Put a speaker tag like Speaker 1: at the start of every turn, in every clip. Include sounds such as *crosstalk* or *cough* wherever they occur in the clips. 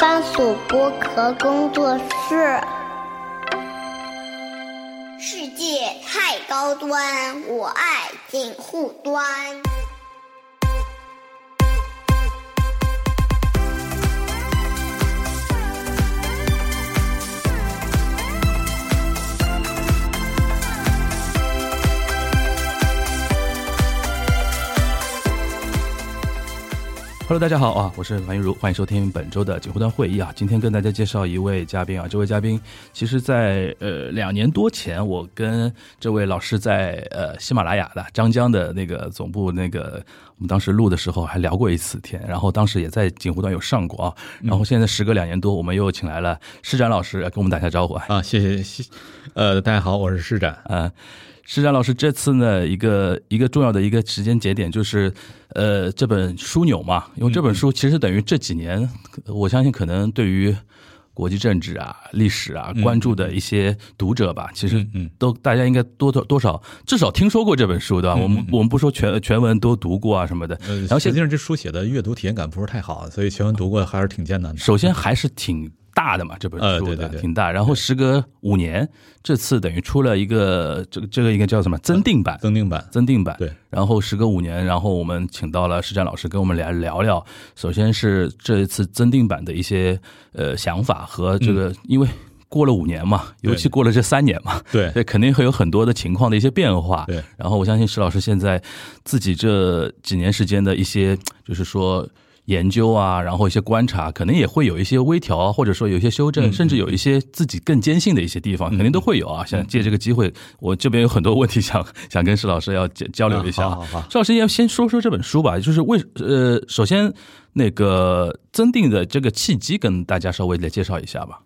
Speaker 1: 番薯剥壳工作室。世界太高端，我爱锦户端。
Speaker 2: Hello，大家好啊，我是樊玉茹，欢迎收听本周的锦湖端会议啊。今天跟大家介绍一位嘉宾啊，这位嘉宾其实在呃两年多前，我跟这位老师在呃喜马拉雅的张江的那个总部那个，我们当时录的时候还聊过一次天，然后当时也在锦湖端有上过啊。然后现在时隔两年多，我们又请来了施展老师来跟我们打一下招呼啊。
Speaker 3: 啊，谢谢谢，呃，大家好，我是施展。
Speaker 2: 呃，施展老师这次呢，一个一个重要的一个时间节点就是，呃，这本枢纽嘛，因为这
Speaker 3: 嗯
Speaker 2: 本书其实等于这几年，我相信可能对于国际政治啊、历史啊关注的一些读者吧，其实
Speaker 3: 嗯
Speaker 2: 都大家应该多多多少至少听说过这本书对吧？我们我们不说全全文都读过啊什么的，
Speaker 3: 嗯呃，
Speaker 2: 然后
Speaker 3: 实
Speaker 2: 现
Speaker 3: 际上这书写的阅读体验感不是太好，所以全文读过还是挺艰难的。
Speaker 2: 首先还是挺大的嘛，这本
Speaker 3: 呃
Speaker 2: 书
Speaker 3: 对
Speaker 2: 的
Speaker 3: 对对
Speaker 2: 挺大，然后时隔五年，这次等于出了一个这个这个应该叫什么增订版。
Speaker 3: 呃增订版，
Speaker 2: 增订版，
Speaker 3: 对，
Speaker 2: 然后时隔五年，然后我们请到了施展老师跟我们来聊聊，首先是这一次增订版的一些呃想法和这个，因为过了五年嘛，
Speaker 3: 嗯对
Speaker 2: 尤其过了这三年嘛，
Speaker 3: 对
Speaker 2: 对，肯定会有很多的情况的一些变化。
Speaker 3: 对，
Speaker 2: 然后我相信施老师现在自己这几年时间的一些，就是说。研究啊，然后一些观察，可能也会有一些微调啊，或者说有一些修正，甚至有一些自己更坚信的一些地方，肯定都会有啊。想借这个机会，我这边有很多问题 *laughs* 想想跟施老师要交交流一下啊。
Speaker 3: 啊好好好
Speaker 2: 施老师要先说说这本书吧，就是为呃，首先那个增订的这个契机，跟大家稍微来介绍一下吧。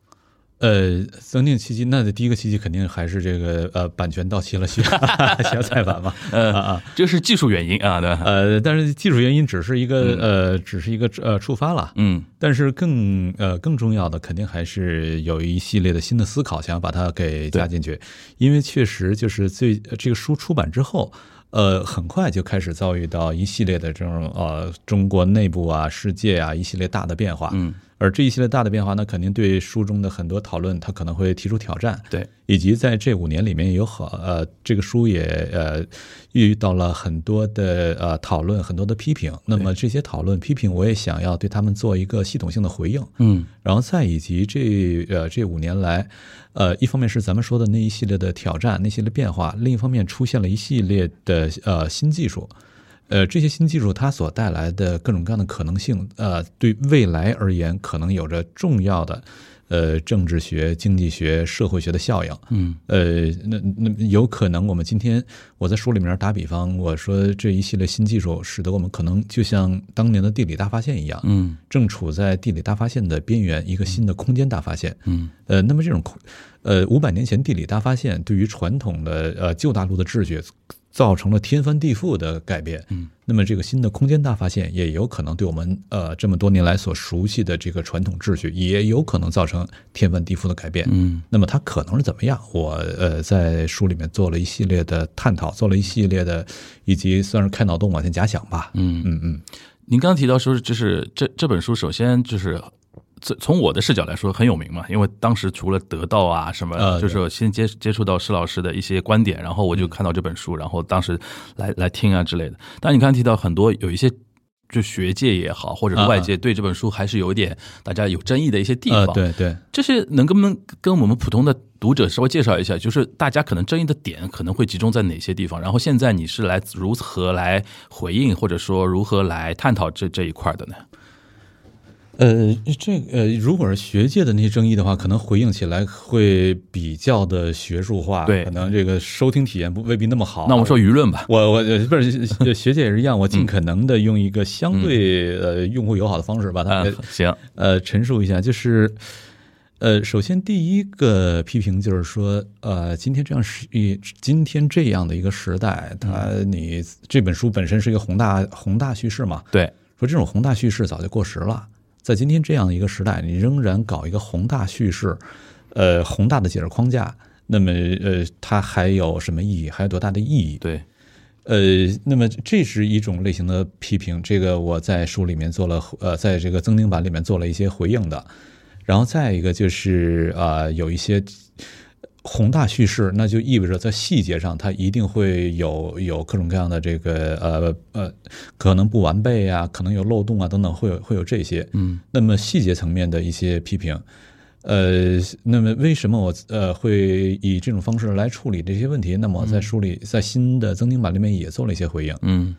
Speaker 3: 呃，增订契机，那第一个契机肯定还是这个呃版权到期了， *laughs* 需要需要再版嘛。
Speaker 2: 呃，
Speaker 3: 啊啊
Speaker 2: 这是技术原因啊，对吧，
Speaker 3: 呃，但是技术原因只是一个呃，只是一个呃触发了。
Speaker 2: 嗯
Speaker 3: 但是更呃更重要的，肯定还是有一系列的新的思考，想要把它给加进去，因为确实就是最呃这个书出版之后。呃，很快就开始遭遇到一系列的这种呃中国内部啊、世界啊一系列大的变化，
Speaker 2: 嗯，
Speaker 3: 而这一系列大的变化呢，肯定对书中的很多讨论，它可能会提出挑战，
Speaker 2: 对，
Speaker 3: 以及在这五年里面有很呃，这个书也呃遇到了很多的呃讨论，很多的批评。那么这些讨论批评，我也想要对他们做一个系统性的回应。
Speaker 2: 嗯
Speaker 3: 然后再以及这呃这五年来，呃，一方面是咱们说的那一系列的挑战，那一系列变化；另一方面出现了一系列的呃新技术，呃，这些新技术它所带来的各种各样的可能性，呃，对未来而言可能有着重要的呃政治学、经济学、社会学的效应。
Speaker 2: 嗯
Speaker 3: 呃，那那有可能我们今天我在书里面打比方，我说这一系列新技术使得我们可能就像当年的地理大发现一样，
Speaker 2: 嗯
Speaker 3: 正处在地理大发现的边缘，一个新的空间大发现。
Speaker 2: 嗯，
Speaker 3: 呃，那么这种空，呃，五百年前地理大发现对于传统的呃旧大陆的秩序造成了天翻地覆的改变。
Speaker 2: 嗯，
Speaker 3: 那么这个新的空间大发现也有可能对我们呃这么多年来所熟悉的这个传统秩序也有可能造成天翻地覆的改变。
Speaker 2: 嗯
Speaker 3: 那么它可能是怎么样？我呃在书里面做了一系列的探讨，做了一系列的，以及算是开脑洞往前假想吧。
Speaker 2: 嗯，
Speaker 3: 嗯嗯，
Speaker 2: 您刚刚提到说，就是这这本书，首先就是。自从我的视角来说很有名嘛，因为当时除了得到啊什么，
Speaker 3: 呃
Speaker 2: 就是先接接触到施老师的一些观点，然后
Speaker 3: 嗯
Speaker 2: 我就看到这本书，然后当时来来听啊之类的。但你刚刚提到很多有一些，就学界也好，或者是
Speaker 3: 啊
Speaker 2: 外
Speaker 3: 啊
Speaker 2: 界对这本书还是有一点大家有争议的一些地
Speaker 3: 呃
Speaker 2: 方。，
Speaker 3: 对对。
Speaker 2: 这些能跟我们跟我们普通的读者稍微介绍一下，就是大家可能争议的点可能会集中在哪些地方？然后现在你是来如何来回应，或者说如何来探讨这这一块的呢？
Speaker 3: 呃，这个呃，如果是学界的那些争议的话，可能回应起来会比较的学术化，
Speaker 2: 对
Speaker 3: 可能这个收听体验不未必那么好。
Speaker 2: 那我们说舆嗯论吧。
Speaker 3: 我我呃不是学 *laughs* 学界也是一样，我尽可能的用一个相对、呃用户友好的方式把它、
Speaker 2: 嗯，行，
Speaker 3: 呃陈述一下，就是呃，首先第一个批评就是说，呃，今天这样时一今天这样的一个时代，它
Speaker 2: 嗯
Speaker 3: 你这本书本身是一个宏大宏大叙事嘛，
Speaker 2: 对，
Speaker 3: 说这种宏大叙事早就过时了，在今天这样的一个时代，你仍然搞一个宏大叙事，呃，宏大的解释框架，那么呃，它还有什么意义？还有多大的意义？
Speaker 2: 对，
Speaker 3: 呃，那么这是一种类型的批评，这个我在书里面做了，呃，在这个增订版里面做了一些回应的。然后再一个就是呃，有一些宏大叙事，那就意味着在细节上它一定会有有各种各样的这个呃呃，可能不完备啊，可能有漏洞啊等等，会有会有这些。
Speaker 4: 嗯，
Speaker 3: 那么细节层面的一些批评。呃，那么为什么我呃会以这种方式来处理这些问题？那么我在书里在新的增订版里面也做了一些回应。
Speaker 4: 嗯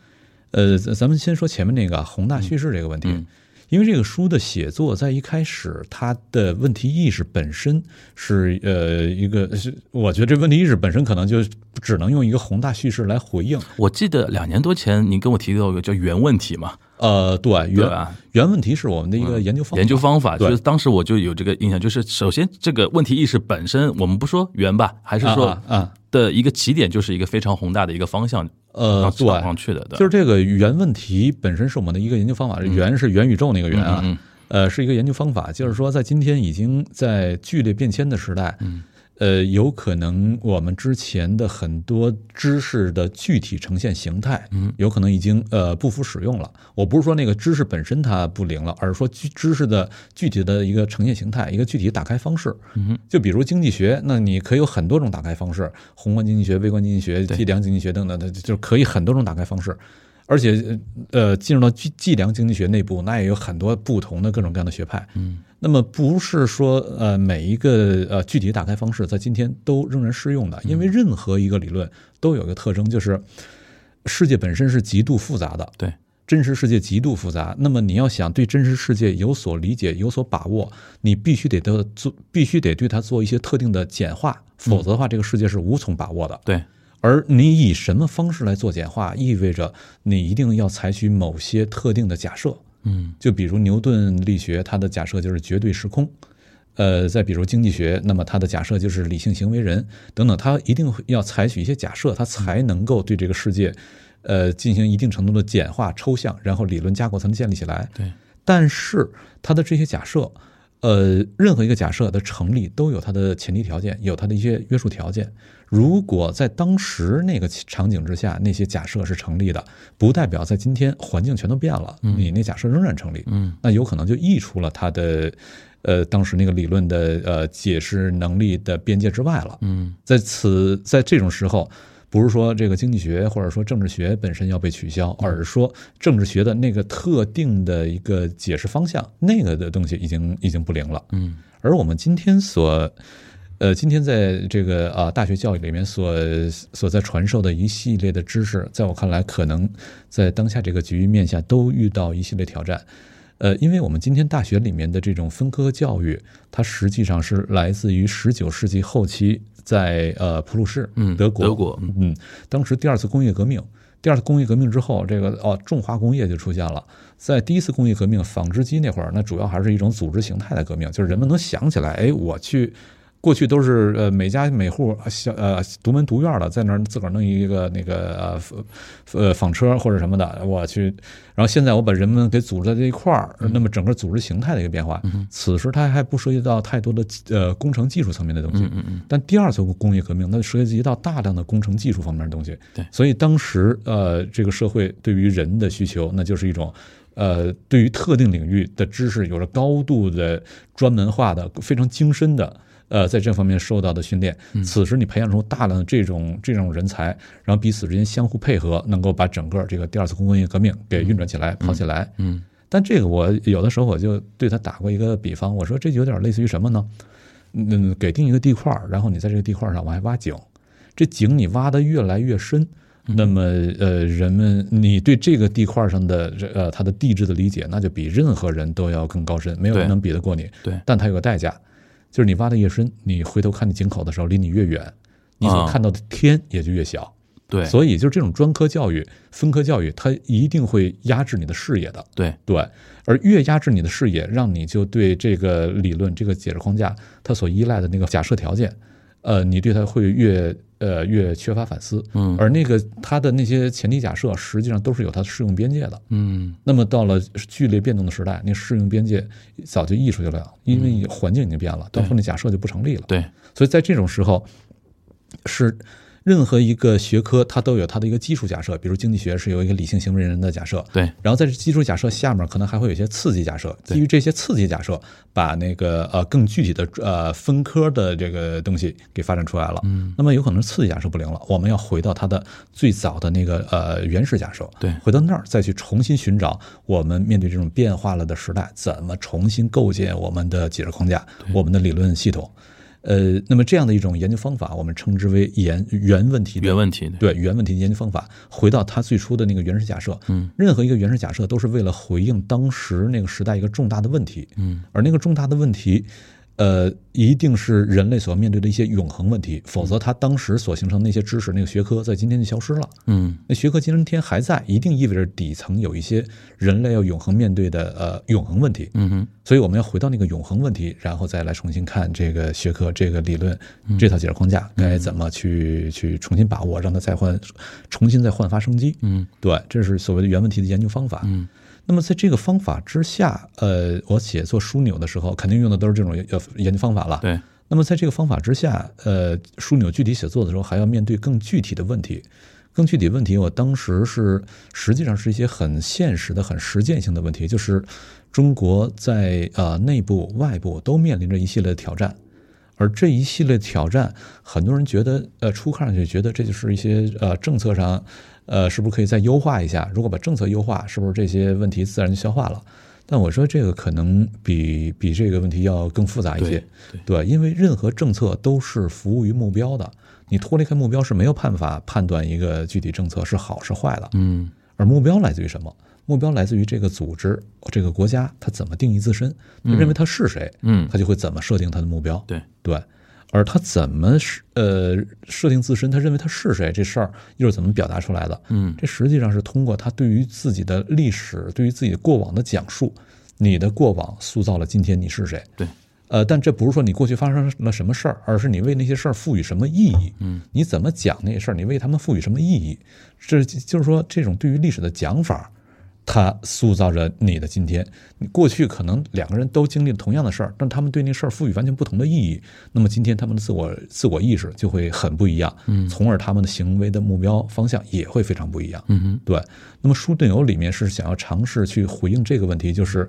Speaker 3: 呃，咱咱们先说前面那个啊宏大叙事这个问题，
Speaker 4: 嗯
Speaker 3: 因为这个书的写作在一开始，它的问题意识本身是呃一个是，我觉得这问题意识本身可能就只能用一个宏大叙事来回应。
Speaker 4: 我记得两年多前您跟我提到一个叫原问题嘛，
Speaker 3: 呃，对，原
Speaker 4: 对吧？
Speaker 3: 原问题是我们的一个研究方法，
Speaker 4: 研究方法，
Speaker 3: 对
Speaker 4: 就是当时我就有这个印象，就是首先这个问题意识本身，我们不说圆吧，还是说
Speaker 3: 啊啊啊
Speaker 4: 的一个起点，就是一个非常宏大的一个方向，
Speaker 3: 呃，
Speaker 4: 往
Speaker 3: 对，
Speaker 4: 上去的，对
Speaker 3: 就是这个原问题本身是我们的一个研究方法，原是元宇宙那个元啊，
Speaker 4: 嗯嗯
Speaker 3: 呃，是一个研究方法，就是说在今天已经在剧烈变迁的时代，
Speaker 4: 嗯
Speaker 3: 呃，有可能我们之前的很多知识的具体呈现形态，
Speaker 4: 嗯
Speaker 3: 有可能已经呃不敷使用了。我不是说那个知识本身它不灵了，而是说具知识的具体的一个呈现形态，一个具体的打开方式。
Speaker 4: 嗯
Speaker 3: 就比如经济学，那你可以有很多种打开方式，宏观经济学、微观经济学、
Speaker 4: 对
Speaker 3: 计量经济学等等的，就是可以很多种打开方式。而且，呃，进入到计计量经济学内部，那也有很多不同的各种各样的学派。
Speaker 4: 嗯，
Speaker 3: 那么不是说呃每一个呃具体打开方式在今天都仍然适用
Speaker 4: 嗯
Speaker 3: 的，因为任何一个理论都有一个特征，就是世界本身是极度复杂的，
Speaker 4: 对，
Speaker 3: 真实世界极度复杂。那么你要想对真实世界有所理解、有所把握，你必须得得做，必须得对它做一些特定的简化，否则的话，这个世界是无从把握的。
Speaker 4: 对，
Speaker 3: 而你以什么方式来做简化，意味着你一定要采取某些特定的假设。
Speaker 4: 嗯
Speaker 3: 就比如牛顿力学，它的假设就是绝对时空。呃，再比如经济学，那么它的假设就是理性行为人等等，它一定会要采取一些假设，它才能够对这个世界，呃，进行一定程度的简化、抽象，然后理论架构才能建立起来。
Speaker 4: 对，
Speaker 3: 但是它的这些假设，呃，任何一个假设的成立都有它的前提条件，有它的一些约束条件。如果在当时那个场景之下，那些假设是成立的，不代表在今天环境全都变了，你那假设仍然成立。
Speaker 4: 嗯
Speaker 3: 那有可能就溢出了它的，呃，当时那个理论的呃解释能力的边界之外了。
Speaker 4: 嗯
Speaker 3: 在此，在这种时候，不是说这个经济学或者说政治学本身要被取消，
Speaker 4: 嗯
Speaker 3: 而是说政治学的那个特定的一个解释方向，那个的东西已经已经不灵了。
Speaker 4: 嗯
Speaker 3: 而我们今天所，呃，今天在这个啊、大学教育里面所所在传授的一系列的知识，在我看来，可能在当下这个局面下都遇到一系列挑战。呃，因为我们今天大学里面的这种分科教育，它实际上是来自于十九世纪后期在呃普鲁士，
Speaker 4: 嗯
Speaker 3: 德国，
Speaker 4: 德国嗯
Speaker 3: 嗯，当时第二次工业革命，第二次工业革命之后，这个哦重化工业就出现了。在第一次工业革命纺织机那会儿，那主要还是一种组织形态的革命，就是人们能想起来，哎，我去。过去都是呃每家每户呃小呃独门独院的，在那儿自个儿弄一个那个呃呃纺车或者什么的，我去。然后现在我把人们给组织在这一块儿，那么整个组织形态的一个变化。此时它还不涉及到太多的呃工程技术层面的东西，但第二次工业革命，那涉及到大量的工程技术方面的东西。
Speaker 4: 对
Speaker 3: 所以当时呃，这个社会对于人的需求，那就是一种呃，对于特定领域的知识有着高度的专门化的、非常精深的。呃，在这方面受到的训练，
Speaker 4: 嗯
Speaker 3: 此时你培养出大量的这种这种人才，然后彼此之间相互配合，能够把整个这个第二次工业革命给运转起来、跑起来。
Speaker 4: 嗯
Speaker 3: 但这个我有的时候我就对他打过一个比方，我说这有点类似于什么呢？嗯，给定一个地块儿，然后你在这个地块儿上往下挖井，这井你挖的越来越深，
Speaker 4: 嗯
Speaker 3: 那么呃，人们你对这个地块儿上的这呃它的地质的理解，那就比任何人都要更高深，没有人
Speaker 4: 对
Speaker 3: 能比得过你。
Speaker 4: 对
Speaker 3: 但它有个代价，就是你挖的越深，你回头看你井口的时候，离你越远，你所
Speaker 4: 啊
Speaker 3: 看到的天也就越小。
Speaker 4: 对
Speaker 3: 所以，就是这种专科教育、分科教育，它一定会压制你的视野的。
Speaker 4: 对
Speaker 3: 对，而越压制你的视野，让你就对这个理论、这个解释框架它所依赖的那个假设条件，呃，你对它会越呃越缺乏反思。
Speaker 4: 嗯
Speaker 3: 而那个它的那些前提假设，实际上都是有它适用边界的。
Speaker 4: 嗯
Speaker 3: 那么到了剧烈变动的时代，那适用边界早就溢出去了，因为环境已经变了，到后那假设就不成立了。
Speaker 4: 对
Speaker 3: 所以在这种时候，是任何一个学科它都有它的一个基础假设，比如经济学是有一个理性行为人的假设，
Speaker 4: 对
Speaker 3: 然后在这基础假设下面，可能还会有一些刺激假设。基于这些刺激假设，把那个呃更具体的呃分科的这个东西给发展出来了。嗯，那么有可能刺激假设不灵了，我们要回到它的最早的那个呃原始假设，
Speaker 4: 对
Speaker 3: 回到那儿再去重新寻找我们面对这种变化了的时代，怎么重新构建我们的解释框架，我们的理论系统。呃，那么这样的一种研究方法，我们称之为原原问题的
Speaker 4: 原问题
Speaker 3: 对原问题的研究方法，回到它最初的那个原始假设。嗯，任何一个原始假设都是为了回应当时那个时代一个重大的问题。嗯，而那个重大的问题，呃，一定是人类所面对的一些永恒问题，否则它当时所形成的那些知识、那个学科，在今天就消失了。
Speaker 4: 嗯，
Speaker 3: 那学科今天还在，一定意味着底层有一些人类要永恒面对的呃永恒问题。嗯哼，所以我们要回到那个永恒问题，然后再来重新看这个学科、这个理论、这套解释框架该怎么去去重新把握，让它再焕重新再焕发生机。嗯，对，这是所谓的原问题的研究方法。嗯。那么在这个方法之下，呃，我写作枢纽的时候，肯定用的都是这种呃研究方法了。
Speaker 4: 对，
Speaker 3: 那么在这个方法之下，呃，枢纽具体写作的时候，还要面对更具体的问题。更具体问题，我当时是实际上是一些很现实的、很实践性的问题，就是中国在呃内部、外部都面临着一系列的挑战，而这一系列挑战，很多人觉得呃初看上去觉得这就是一些呃政策上，呃是不是可以再优化一下？如果把政策优化，是不是这些问题自然就消化了？但我说这个可能比比这个问题要更复杂一些
Speaker 4: 对，对
Speaker 3: 对，因为任何政策都是服务于目标的，你脱离开目标是没有办法判断一个具体政策是好是坏的。
Speaker 4: 嗯，
Speaker 3: 而目标来自于什么？目标来自于这个组织、这个国家，它怎么定义自身，它认为它是谁，
Speaker 4: 嗯
Speaker 3: 它就会怎么设定它的目标。
Speaker 4: 对
Speaker 3: 对，而它怎么是呃设定自身，它认为它是谁这事儿，又是怎么表达出来的？
Speaker 4: 嗯，
Speaker 3: 这实际上是通过他对于自己的历史、对于自己的过往的讲述，你的过往塑造了今天你是谁。
Speaker 4: 对，
Speaker 3: 呃，但这不是说你过去发生了什么事儿，而是你为那些事儿赋予什么意义。嗯，你怎么讲那些事儿，你为他们赋予什么意义？这就是说，这种对于历史的讲法，它塑造着你的今天。你过去可能两个人都经历了同样的事儿，但他们对那事儿赋予完全不同的意义。那么今天他们的自我自我意识就会很不一样，嗯，从而他们的行为的目标方向也会非常不一样。
Speaker 4: 嗯哼，
Speaker 3: 对。那么书顿游里面是想要尝试去回应这个问题，就是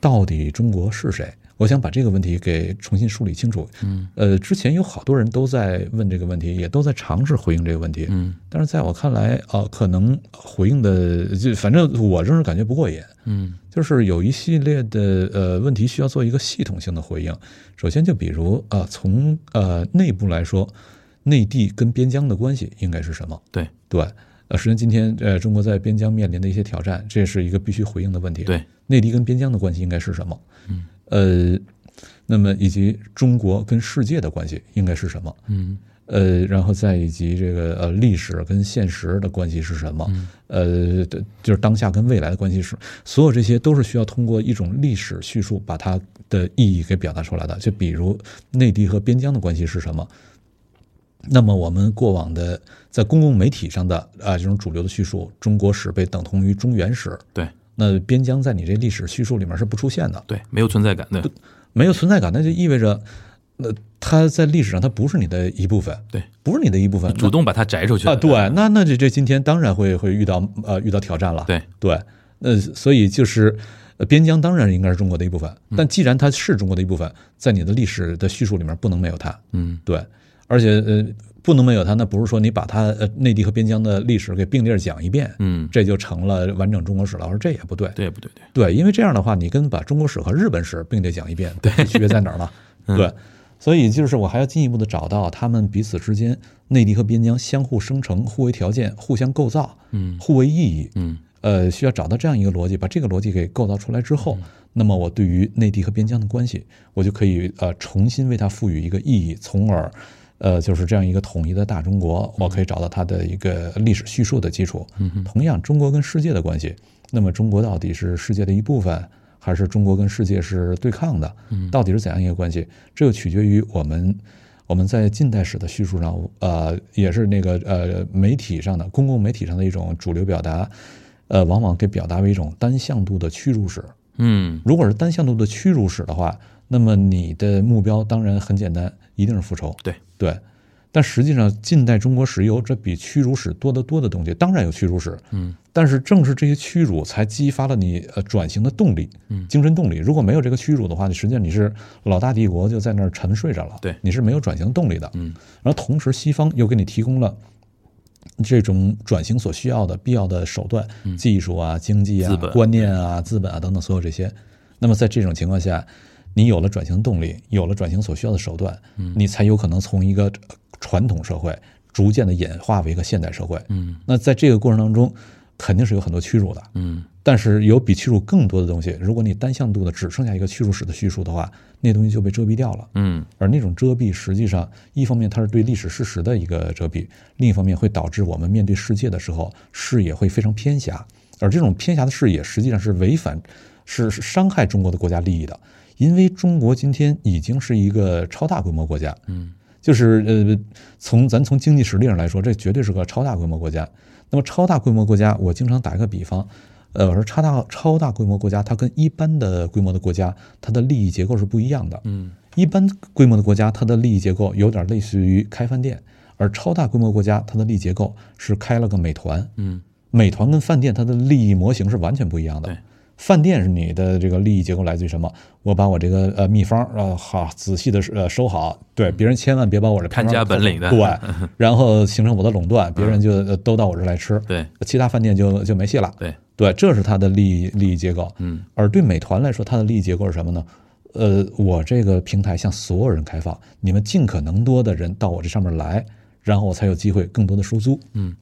Speaker 3: 到底中国是谁？我想把这个问题给重新梳理清楚。嗯，呃，之前有好多人都在问这个问题，也都在尝试回应这个问题。嗯，但是在我看来，呃，可能回应的就反正我仍然感觉不过瘾。
Speaker 4: 嗯，
Speaker 3: 就是有一系列的呃问题需要做一个系统性的回应。首先，就比如啊、呃从呃内部来说，内地跟边疆的关系应该是什么？
Speaker 4: 对
Speaker 3: 对，呃，实际上今天呃中国在边疆面临的一些挑战，这是一个必须回应的问题。，
Speaker 4: 对，
Speaker 3: 内地跟边疆的关系应该是什么？嗯，呃，那么以及中国跟世界的关系应该是什么？
Speaker 4: 嗯
Speaker 3: 呃，然后再以及这个呃历史跟现实的关系是什么？呃，对就是当下跟未来的关系是，所有这些都是需要通过一种历史叙述把它的意义给表达出来的。就比如内地和边疆的关系是什么？那么我们过往的在公共媒体上的啊、这种主流的叙述，中国史被等同于中原史，
Speaker 4: 对
Speaker 3: 那边疆在你这历史叙述里面是不出现的。
Speaker 4: 对，没有存在感，对
Speaker 3: 没有存在感，那就意味着，呃，它在历史上它不是你的一部分，
Speaker 4: 对，
Speaker 3: 不是你的一部分，
Speaker 4: 主动把它摘出去
Speaker 3: 啊，对，那那这这今天当然会会遇到呃遇到挑战了，
Speaker 4: 对
Speaker 3: 对，那所以就是。呃边疆当然应该是中国的一部分，
Speaker 4: 嗯
Speaker 3: 但既然它是中国的一部分，在你的历史的叙述里面不能没有它。
Speaker 4: 嗯
Speaker 3: 对，而且呃，不能没有它，那不是说你把它呃内地和边疆的历史给并列着讲一遍，
Speaker 4: 嗯，
Speaker 3: 这就成了完整中国史了。我说这也不对，
Speaker 4: 对不对？对，
Speaker 3: 对，因为这样的话，你跟把中国史和日本史并列讲一遍，对，区别在哪
Speaker 4: *laughs*
Speaker 3: 儿呢？
Speaker 4: 嗯
Speaker 3: 对，所以就是我还要进一步的找到他们彼此之间内地和边疆相互生成、互为条件、互相构造、
Speaker 4: 嗯
Speaker 3: 互为意义，
Speaker 4: 嗯
Speaker 3: 呃，需要找到这样一个逻辑，把这个逻辑给构造出来之
Speaker 4: 嗯
Speaker 3: 后，那么我对于内地和边疆的关系，我就可以呃重新为它赋予一个意义，从而。呃，就是这样一个统一的大中国，我可以找到它的一个历史叙述的基础。同样，中国跟世界的关系，那么中国到底是世界的一部分，还是中国跟世界是对抗的？到底是怎样一个关系？这个取决于我们我们在近代史的叙述上，呃，也是那个呃媒体上的公共媒体上的一种主流表达，呃，往往给表达为一种单向度的屈辱史。
Speaker 4: 嗯
Speaker 3: 如果是单向度的屈辱史的话，那么你的目标当然很简单，一定是复仇。
Speaker 4: 对
Speaker 3: 对，但实际上，近代中国石油这比屈辱史多得多的东西，当然有屈辱史，
Speaker 2: 嗯，
Speaker 3: 但是正是这些屈辱才激发了你呃转型的动力，
Speaker 2: 嗯
Speaker 3: 精神动力。如果没有这个屈辱的话，你实际上你是老大帝国就在那儿沉睡着了，
Speaker 2: 对
Speaker 3: 你是没有转型动力的，
Speaker 2: 嗯。
Speaker 3: 然后同时，西方又给你提供了。这种转型所需要的必要的手段，技术啊、经济啊
Speaker 2: 嗯资、本
Speaker 3: 观念啊、资本啊等等所有这些，那么在这种情况下，你有了转型动力，有了转型所需要的手段，
Speaker 2: 嗯
Speaker 3: 你才有可能从一个呃传统社会逐渐的演化为一个现代社会。
Speaker 2: 嗯
Speaker 3: 那在这个过程当中，肯定是有很多屈辱的，
Speaker 2: 嗯
Speaker 3: 但是有比屈辱更多的东西。如果你单向度的只剩下一个屈辱史的叙述的话，那东西就被遮蔽掉了。
Speaker 2: 嗯
Speaker 3: 而那种遮蔽，实际上一方面它是对历史事实的一个遮蔽，另一方面会导致我们面对世界的时候视野会非常偏狭，而这种偏狭的视野实际上是违反、是是伤害中国的国家利益的，因为中国今天已经是一个超大规模国家，
Speaker 2: 嗯，
Speaker 3: 就是呃，从咱从经济实力上来说，这绝对是个超大规模国家。那么超大规模国家，我经常打一个比方。呃，我说超大超大规模国家，它跟一般的规模的国家，它的利益结构是不一样的。
Speaker 2: 嗯
Speaker 3: 一般规模的国家，它的利益结构有点类似于开饭店，而超大规模国家，它的利益结构是开了个美团。
Speaker 2: 嗯
Speaker 3: 美团跟饭店它的利益模型是完全不一样
Speaker 2: 对
Speaker 3: 的。饭店是你的这个利益结构来自于什么？我把我这个呃秘方呃好仔细的呃收好，对别人千万别把我这
Speaker 2: 嗯看家本领的嗯
Speaker 3: 对，
Speaker 2: *laughs*
Speaker 3: 然后形成我的垄断，别人就呃都到我这儿来吃，
Speaker 2: 对
Speaker 3: 其他饭店就就没戏了。
Speaker 2: 对
Speaker 3: 对，这是它的利益利益结构。
Speaker 2: 嗯
Speaker 3: 而对美团来说，它的利益结构是什么呢？呃，我这个平台向所有人开放，你们尽可能多的人到我这上面来，然后我才有机会更多的收租。
Speaker 2: 嗯，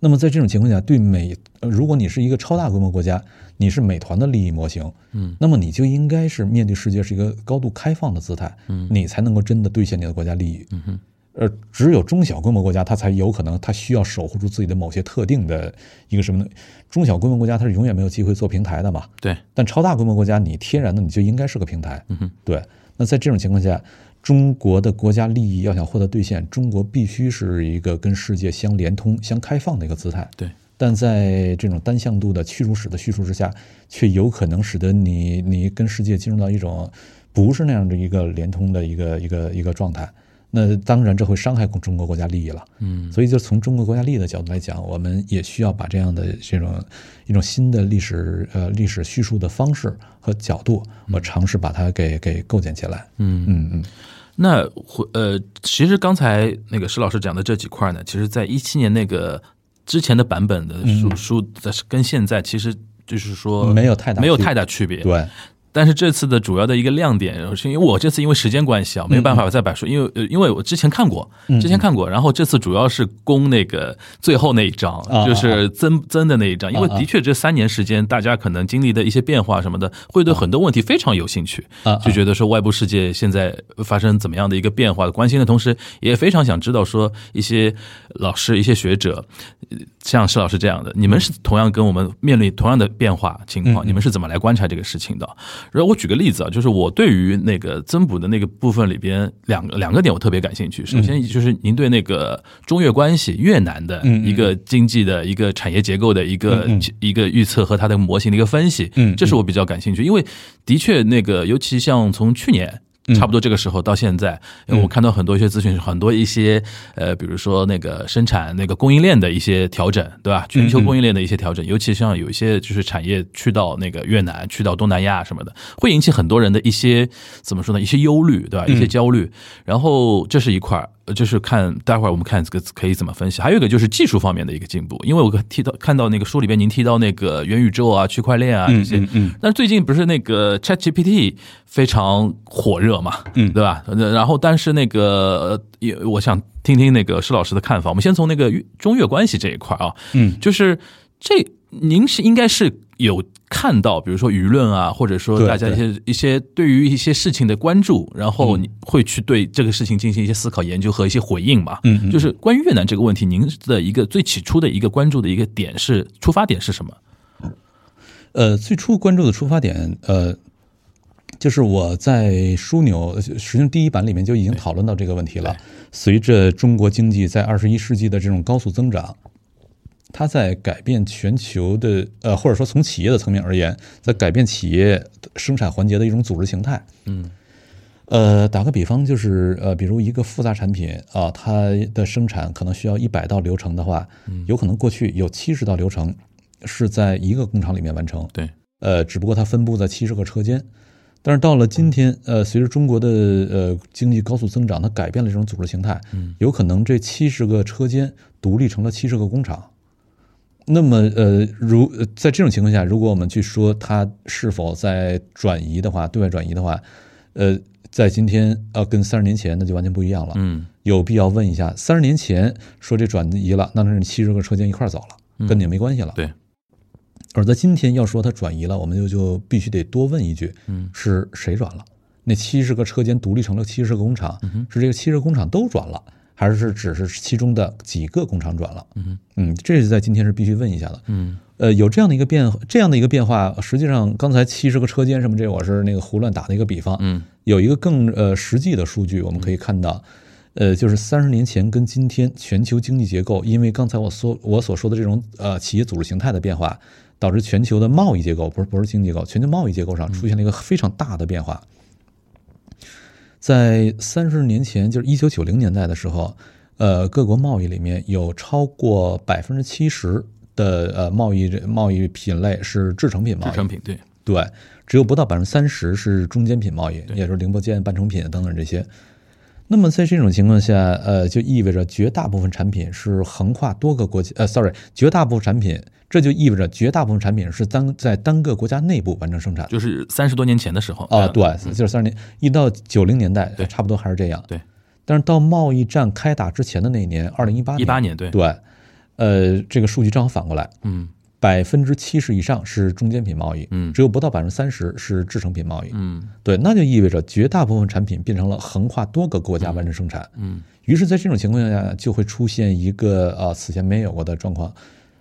Speaker 3: 那么在这种情况下，对美，呃如果你是一个超大规模国家，你是美团的利益模型，
Speaker 2: 嗯，
Speaker 3: 那么你就应该是面对世界是一个高度开放的姿态，嗯，你才能够真的兑现你的国家利益。嗯
Speaker 2: 哼。
Speaker 3: 呃，只有中小规模国家，它才有可能，它需要守护住自己的某些特定的一个什么呢？中小规模国家它是永远没有机会做平台的嘛。
Speaker 2: 对
Speaker 3: 但超大规模国家，你天然的你就应该是个平台。
Speaker 2: 嗯哼
Speaker 3: 对。那在这种情况下，中国的国家利益要想获得兑现，中国必须是一个跟世界相连通、相开放的一个姿态。
Speaker 2: 对
Speaker 3: 但在这种单向度的屈辱史的叙述之下，却有可能使得你你跟世界进入到一种不是那样的一个连通的一个一个一个状态。那当然，这会伤害中国国家利益了。
Speaker 2: 嗯
Speaker 3: 所以，就从中国国家利益的角度来讲，我们也需要把这样的这种一种新的历史呃历史叙述的方式和角度，我尝试把它给给构建起来。
Speaker 2: 嗯。
Speaker 3: 嗯嗯，
Speaker 2: 那回呃，其实刚才那个石老师讲的这几块呢，其实在一七年那个之前的版本的
Speaker 4: 嗯
Speaker 2: 书、书的跟现在其实就是说
Speaker 3: 没有太大
Speaker 2: 没有
Speaker 3: 区别
Speaker 2: 太大区别。
Speaker 3: 对，但
Speaker 2: 但是这次的主要的一个亮点，是因为我这次因为时间关系啊，没有办法再把书，因为呃因为我之前看过，之前看过，然后这次主要是攻那个最后那一章
Speaker 3: 啊，
Speaker 2: 就是增增的那一章，因为
Speaker 3: 啊啊
Speaker 2: 的确这三年时间，大家可能经历的一些变化什么的，会对很多问题非常有兴趣
Speaker 3: 啊啊，
Speaker 2: 就觉得说外部世界现在发生怎么样的一个变化，关心的同时，也非常想知道说一些老师、一些学者，呃像施老师这样的，你们是同样跟我们面临同样的变化情
Speaker 3: 嗯
Speaker 2: 况，你们是怎么来观察这个事情的？然后我举个例子啊，就是我对于那个增补的那个部分里边两个两个点我特别感兴趣。首
Speaker 3: 嗯
Speaker 2: 先就是您对那个中越关系越南的
Speaker 3: 嗯
Speaker 2: 一个经济的一个产业结构的一个一个预测和它的模型的一个分析，
Speaker 3: 嗯嗯
Speaker 2: 这是我比较感兴趣，因为的确那个尤其像从去年。差不多这个时候到现在，因为我看到很多一些资讯，很多一些呃，比如说那个生产那个供应链的一些调整，对吧？全球供应链的一些调整，尤其像有一些就是产业去到那个越南、去到东南亚什么的，会引起很多人的一些怎么说呢？一些忧虑，对吧？一些焦虑。然后这是一块儿。呃就是看待会儿我们看这个可以怎么分析，还有一个就是技术方面的一个进步，因为我提到看到那个书里边您提到那个元宇宙啊、区块链啊这些，但是最近不是那个 Chat GPT 非常火热嘛，嗯，对吧？呃然后但是那个呃也我想听听那个施老师的看法。我们先从那个越中越关系这一块啊，嗯，就是这您是应该是有看到，比如说舆论啊，或者说
Speaker 3: 对嗯
Speaker 2: 大家一些一些对于一些事情的关注，然后你会去对这个事情进行一些思考、研究和一些回应嘛？
Speaker 3: 嗯嗯
Speaker 2: 就是关于越南这个问题，您的一个最起初的一个关注的一个点是出发点是什么？
Speaker 3: 呃，最初关注的出发点，呃，就是我在枢纽，呃实际上第一版里面就已经讨论到这个问题了。随着中国经济在二十一世纪的这种高速增长，它在改变全球的，呃，或者说从企业的层面而言，在改变企业生产环节的一种组织形态。嗯。呃，打个比方，就是呃，比如一个复杂产品啊、它的生产可能需要一百道流程的话，有可能过去有七十道流程是在一个工厂里面完成，
Speaker 2: 对，
Speaker 3: 呃，只不过它分布在七十个车间。但是到了今天，呃，随着中国的呃经济高速增长，它改变了这种组织形态，
Speaker 2: 嗯
Speaker 3: 有可能这七十个车间独立成了七十个工厂。那么，呃，如呃在这种情况下，如果我们去说它是否在转移的话，对外转移的话，呃，在今天呃跟三十年前那就完全不一样了。
Speaker 2: 嗯
Speaker 3: 有必要问一下，三十年前说这转移了，那是七十个车间一块儿走了，跟你没关系了。
Speaker 2: 嗯对。
Speaker 3: 而在今天要说它转移了，我们就就必须得多问一句，嗯，是谁转了？那七十个车间独立成了七十个工厂，是这个七十个工厂都转了，还是只是其中的几个工厂转了？嗯这是在今天是必须问一下的。
Speaker 2: 嗯，
Speaker 3: 呃，有这样的一个变，这样的一个变化，实际上刚才七十个车间什么，这我是那个胡乱打的一个比方，
Speaker 2: 嗯，
Speaker 3: 有一个更呃实际的数据，我们可以看到，呃，就是三十年前跟今天全球经济结构，因为刚才我说我所说的这种呃企业组织形态的变化，导致全球的贸易结构不是不是经济结构，全球贸易结构上出现了一个非常大的变化。在三十年前，就是一九九零年代的时候，呃，各国贸易里面有超过百分之七十的呃贸易贸易品类是制成品贸
Speaker 2: 制
Speaker 3: 易，
Speaker 2: 成品对，
Speaker 3: 对，只有不到百分之三十是中间品贸易，也就是零部件、半成品等等这些。那么在这种情况下，呃，就意味着绝大部分产品是横跨多个国家，呃，sorry，绝大部分产品，这就意味着绝大部分产品是单在单个国家内部完成生产的。
Speaker 2: 就是三十多年前的时候
Speaker 3: 啊，
Speaker 2: 呃
Speaker 3: 对，就是三十年一到九零年代，
Speaker 2: 对
Speaker 3: 差不多还是这样。
Speaker 2: 对，
Speaker 3: 但是到贸易战开打之前的那一年，二零一八年，
Speaker 2: 18年对
Speaker 3: 对，呃，这个数据正好反过来，
Speaker 2: 嗯
Speaker 3: 百分之七十以上是中间品贸易，
Speaker 2: 嗯
Speaker 3: 只有不到百分之三十是制成品贸易，
Speaker 2: 嗯
Speaker 3: 对，那就意味着绝大部分产品变成了横跨多个国家完成生产。
Speaker 2: 嗯，
Speaker 3: 于是，在这种情况下，就会出现一个呃此前没有过的状况。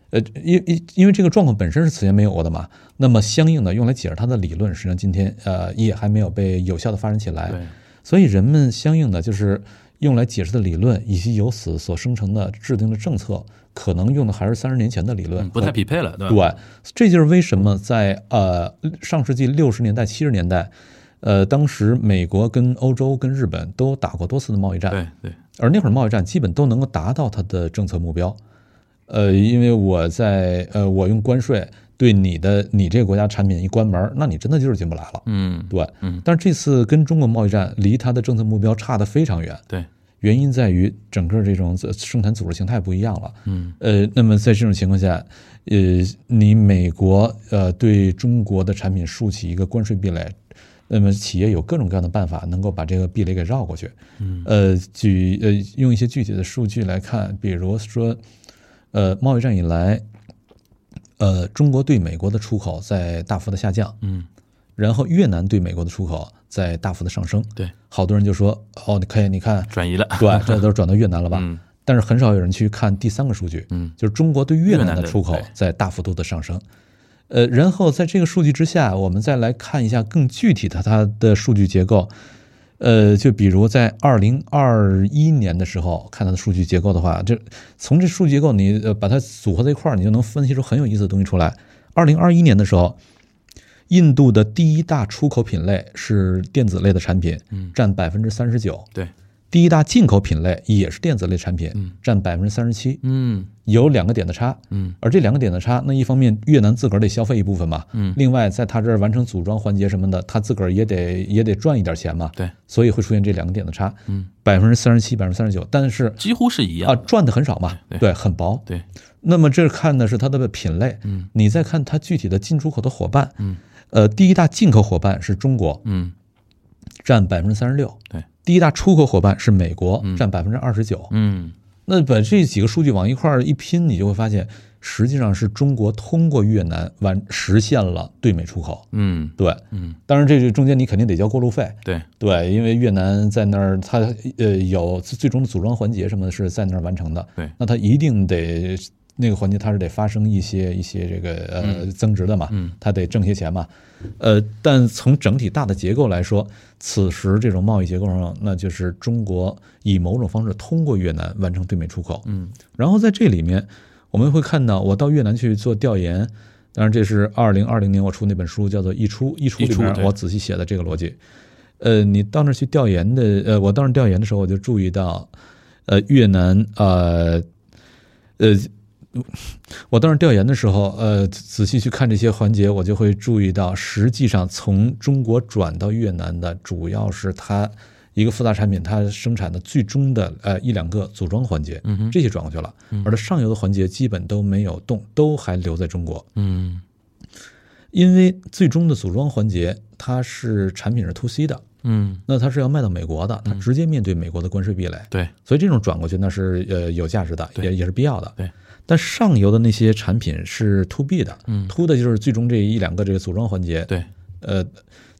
Speaker 3: 呃，因因因为这个状况本身是此前没有过的嘛，那么相应的用来解释它的理论，实际上今天呃也还没有被有效的发展起来。
Speaker 2: 对，
Speaker 3: 所以人们相应的就是用来解释的理论，以及由此所生成的制定的政策，可能用的还是三十年前的理论，
Speaker 2: 嗯不太匹配了，对吧？
Speaker 3: 对，这就是为什么在呃上世纪六十年代、七十年代，呃，当时美国跟欧洲、跟日本都打过多次的贸易战，
Speaker 2: 对对，
Speaker 3: 而那会儿贸易战基本都能够达到它的政策目标。呃，因为我在呃，我用关税对你的你这个国家产品一关门儿，那你真的就是进不来了。
Speaker 2: 嗯
Speaker 3: 对，
Speaker 2: 嗯，
Speaker 3: 但是这次跟中国贸易战离它的政策目标差得非常远，
Speaker 2: 对，
Speaker 3: 原因在于整个这种呃生产组织形态不一样了。
Speaker 2: 嗯
Speaker 3: 呃，那么在这种情况下，呃，你美国呃对中国的产品竖起一个关税壁垒，那么企业有各种各样的办法能够把这个壁垒给绕过去。嗯，呃，举呃用一些具体的数据来看，比如说，呃，贸易战以来，呃，中国对美国的出口在大幅的下降，
Speaker 2: 嗯，
Speaker 3: 然后越南对美国的出口在大幅的上升。
Speaker 2: 对，
Speaker 3: 好多人就说，哦，你可以，你看，
Speaker 2: 转移了，
Speaker 3: *laughs* 对，这都转到越南了吧？
Speaker 2: 嗯
Speaker 3: 但是很少有人去看第三个数据，
Speaker 2: 嗯
Speaker 3: 就是中国对越南的出口
Speaker 2: 越南的对
Speaker 3: 在大幅度的上升。呃，然后在这个数据之下，我们再来看一下更具体的它的数据结构。呃，就比如在二零二一年的时候看它的数据结构的话，这从这数据结构你呃把它组合在一块儿，你就能分析出很有意思的东西出来。二零二一年的时候，印度的第一大出口品类是电子类的产品，
Speaker 2: 嗯
Speaker 3: 占百分之三十九。
Speaker 2: 对，
Speaker 3: 第一大进口品类也是电子类产品，占百分之三十七，
Speaker 2: 嗯
Speaker 3: 有两个点的差。
Speaker 2: 嗯，
Speaker 3: 而这两个点的差，那一方面越南自个儿得消费一部分嘛，
Speaker 2: 嗯，
Speaker 3: 另外在他这儿完成组装环节什么的，他自个儿也得也得赚一点钱嘛，
Speaker 2: 对，
Speaker 3: 所以会出现这两个点的差，
Speaker 2: 嗯，
Speaker 3: 百分之三十七，百分之三十九，但是
Speaker 2: 几乎是一样
Speaker 3: 啊
Speaker 2: 的，
Speaker 3: 赚的很少嘛，
Speaker 2: 对
Speaker 3: 对，很薄，
Speaker 2: 对，
Speaker 3: 那么这看的是它的品类，
Speaker 2: 嗯，
Speaker 3: 你再看它具体的进出口的伙伴，
Speaker 2: 嗯，
Speaker 3: 呃，第一大进口伙伴是中国，
Speaker 2: 嗯
Speaker 3: 占百分之三十六，
Speaker 2: 对，
Speaker 3: 第一大出口伙伴是美国，占百分之二十九。
Speaker 2: 嗯
Speaker 3: 那把这几个数据往一块儿一拼，你就会发现，实际上是中国通过越南完实现了对美出口。
Speaker 2: 嗯
Speaker 3: 对，
Speaker 2: 嗯，
Speaker 3: 当然这个中间你肯定得交过路费。
Speaker 2: 对，
Speaker 3: 对，因为越南在那儿，它呃有最终的组装环节什么的是在那儿完成的。
Speaker 2: 对
Speaker 3: 那它一定得那个环节它是得发生一些一些这个呃增值的嘛，
Speaker 2: 嗯
Speaker 3: 它得挣些钱嘛。呃，但从整体大的结构来说，此时这种贸易结构上，那就是中国以某种方式通过越南完成对美出口。
Speaker 2: 嗯
Speaker 3: 然后在这里面，我们会看到，我到越南去做调研，当然这是二零二零年我出那本书叫做《一出》，一出里
Speaker 2: 一出
Speaker 3: 面
Speaker 2: 对
Speaker 3: 我仔细写的这个逻辑。呃，你到那儿去调研的，呃，我到那儿调研的时候，我就注意到，呃，越南，呃，呃，我到那儿调研的时候，呃，仔细去看这些环节，我就会注意到，实际上从中国转到越南的，主要是它一个复杂产品，它生产的最终的呃一两个组装环节，嗯，这些转过去了，而它上游的环节基本都没有动，都还留在中国，
Speaker 2: 嗯
Speaker 3: 因为最终的组装环节它是产品是 to C 的，
Speaker 2: 嗯，
Speaker 3: 那它是要卖到美国的，它直接面对美国的关税壁垒，
Speaker 2: 对，
Speaker 3: 所以这种转过去那是呃有价值的，也也是必要的。
Speaker 2: 对，
Speaker 3: 但上游的那些产品是 to B 的，
Speaker 2: 嗯
Speaker 3: ，to 的就是最终这一两个这个组装环节，
Speaker 2: 对，
Speaker 3: 呃，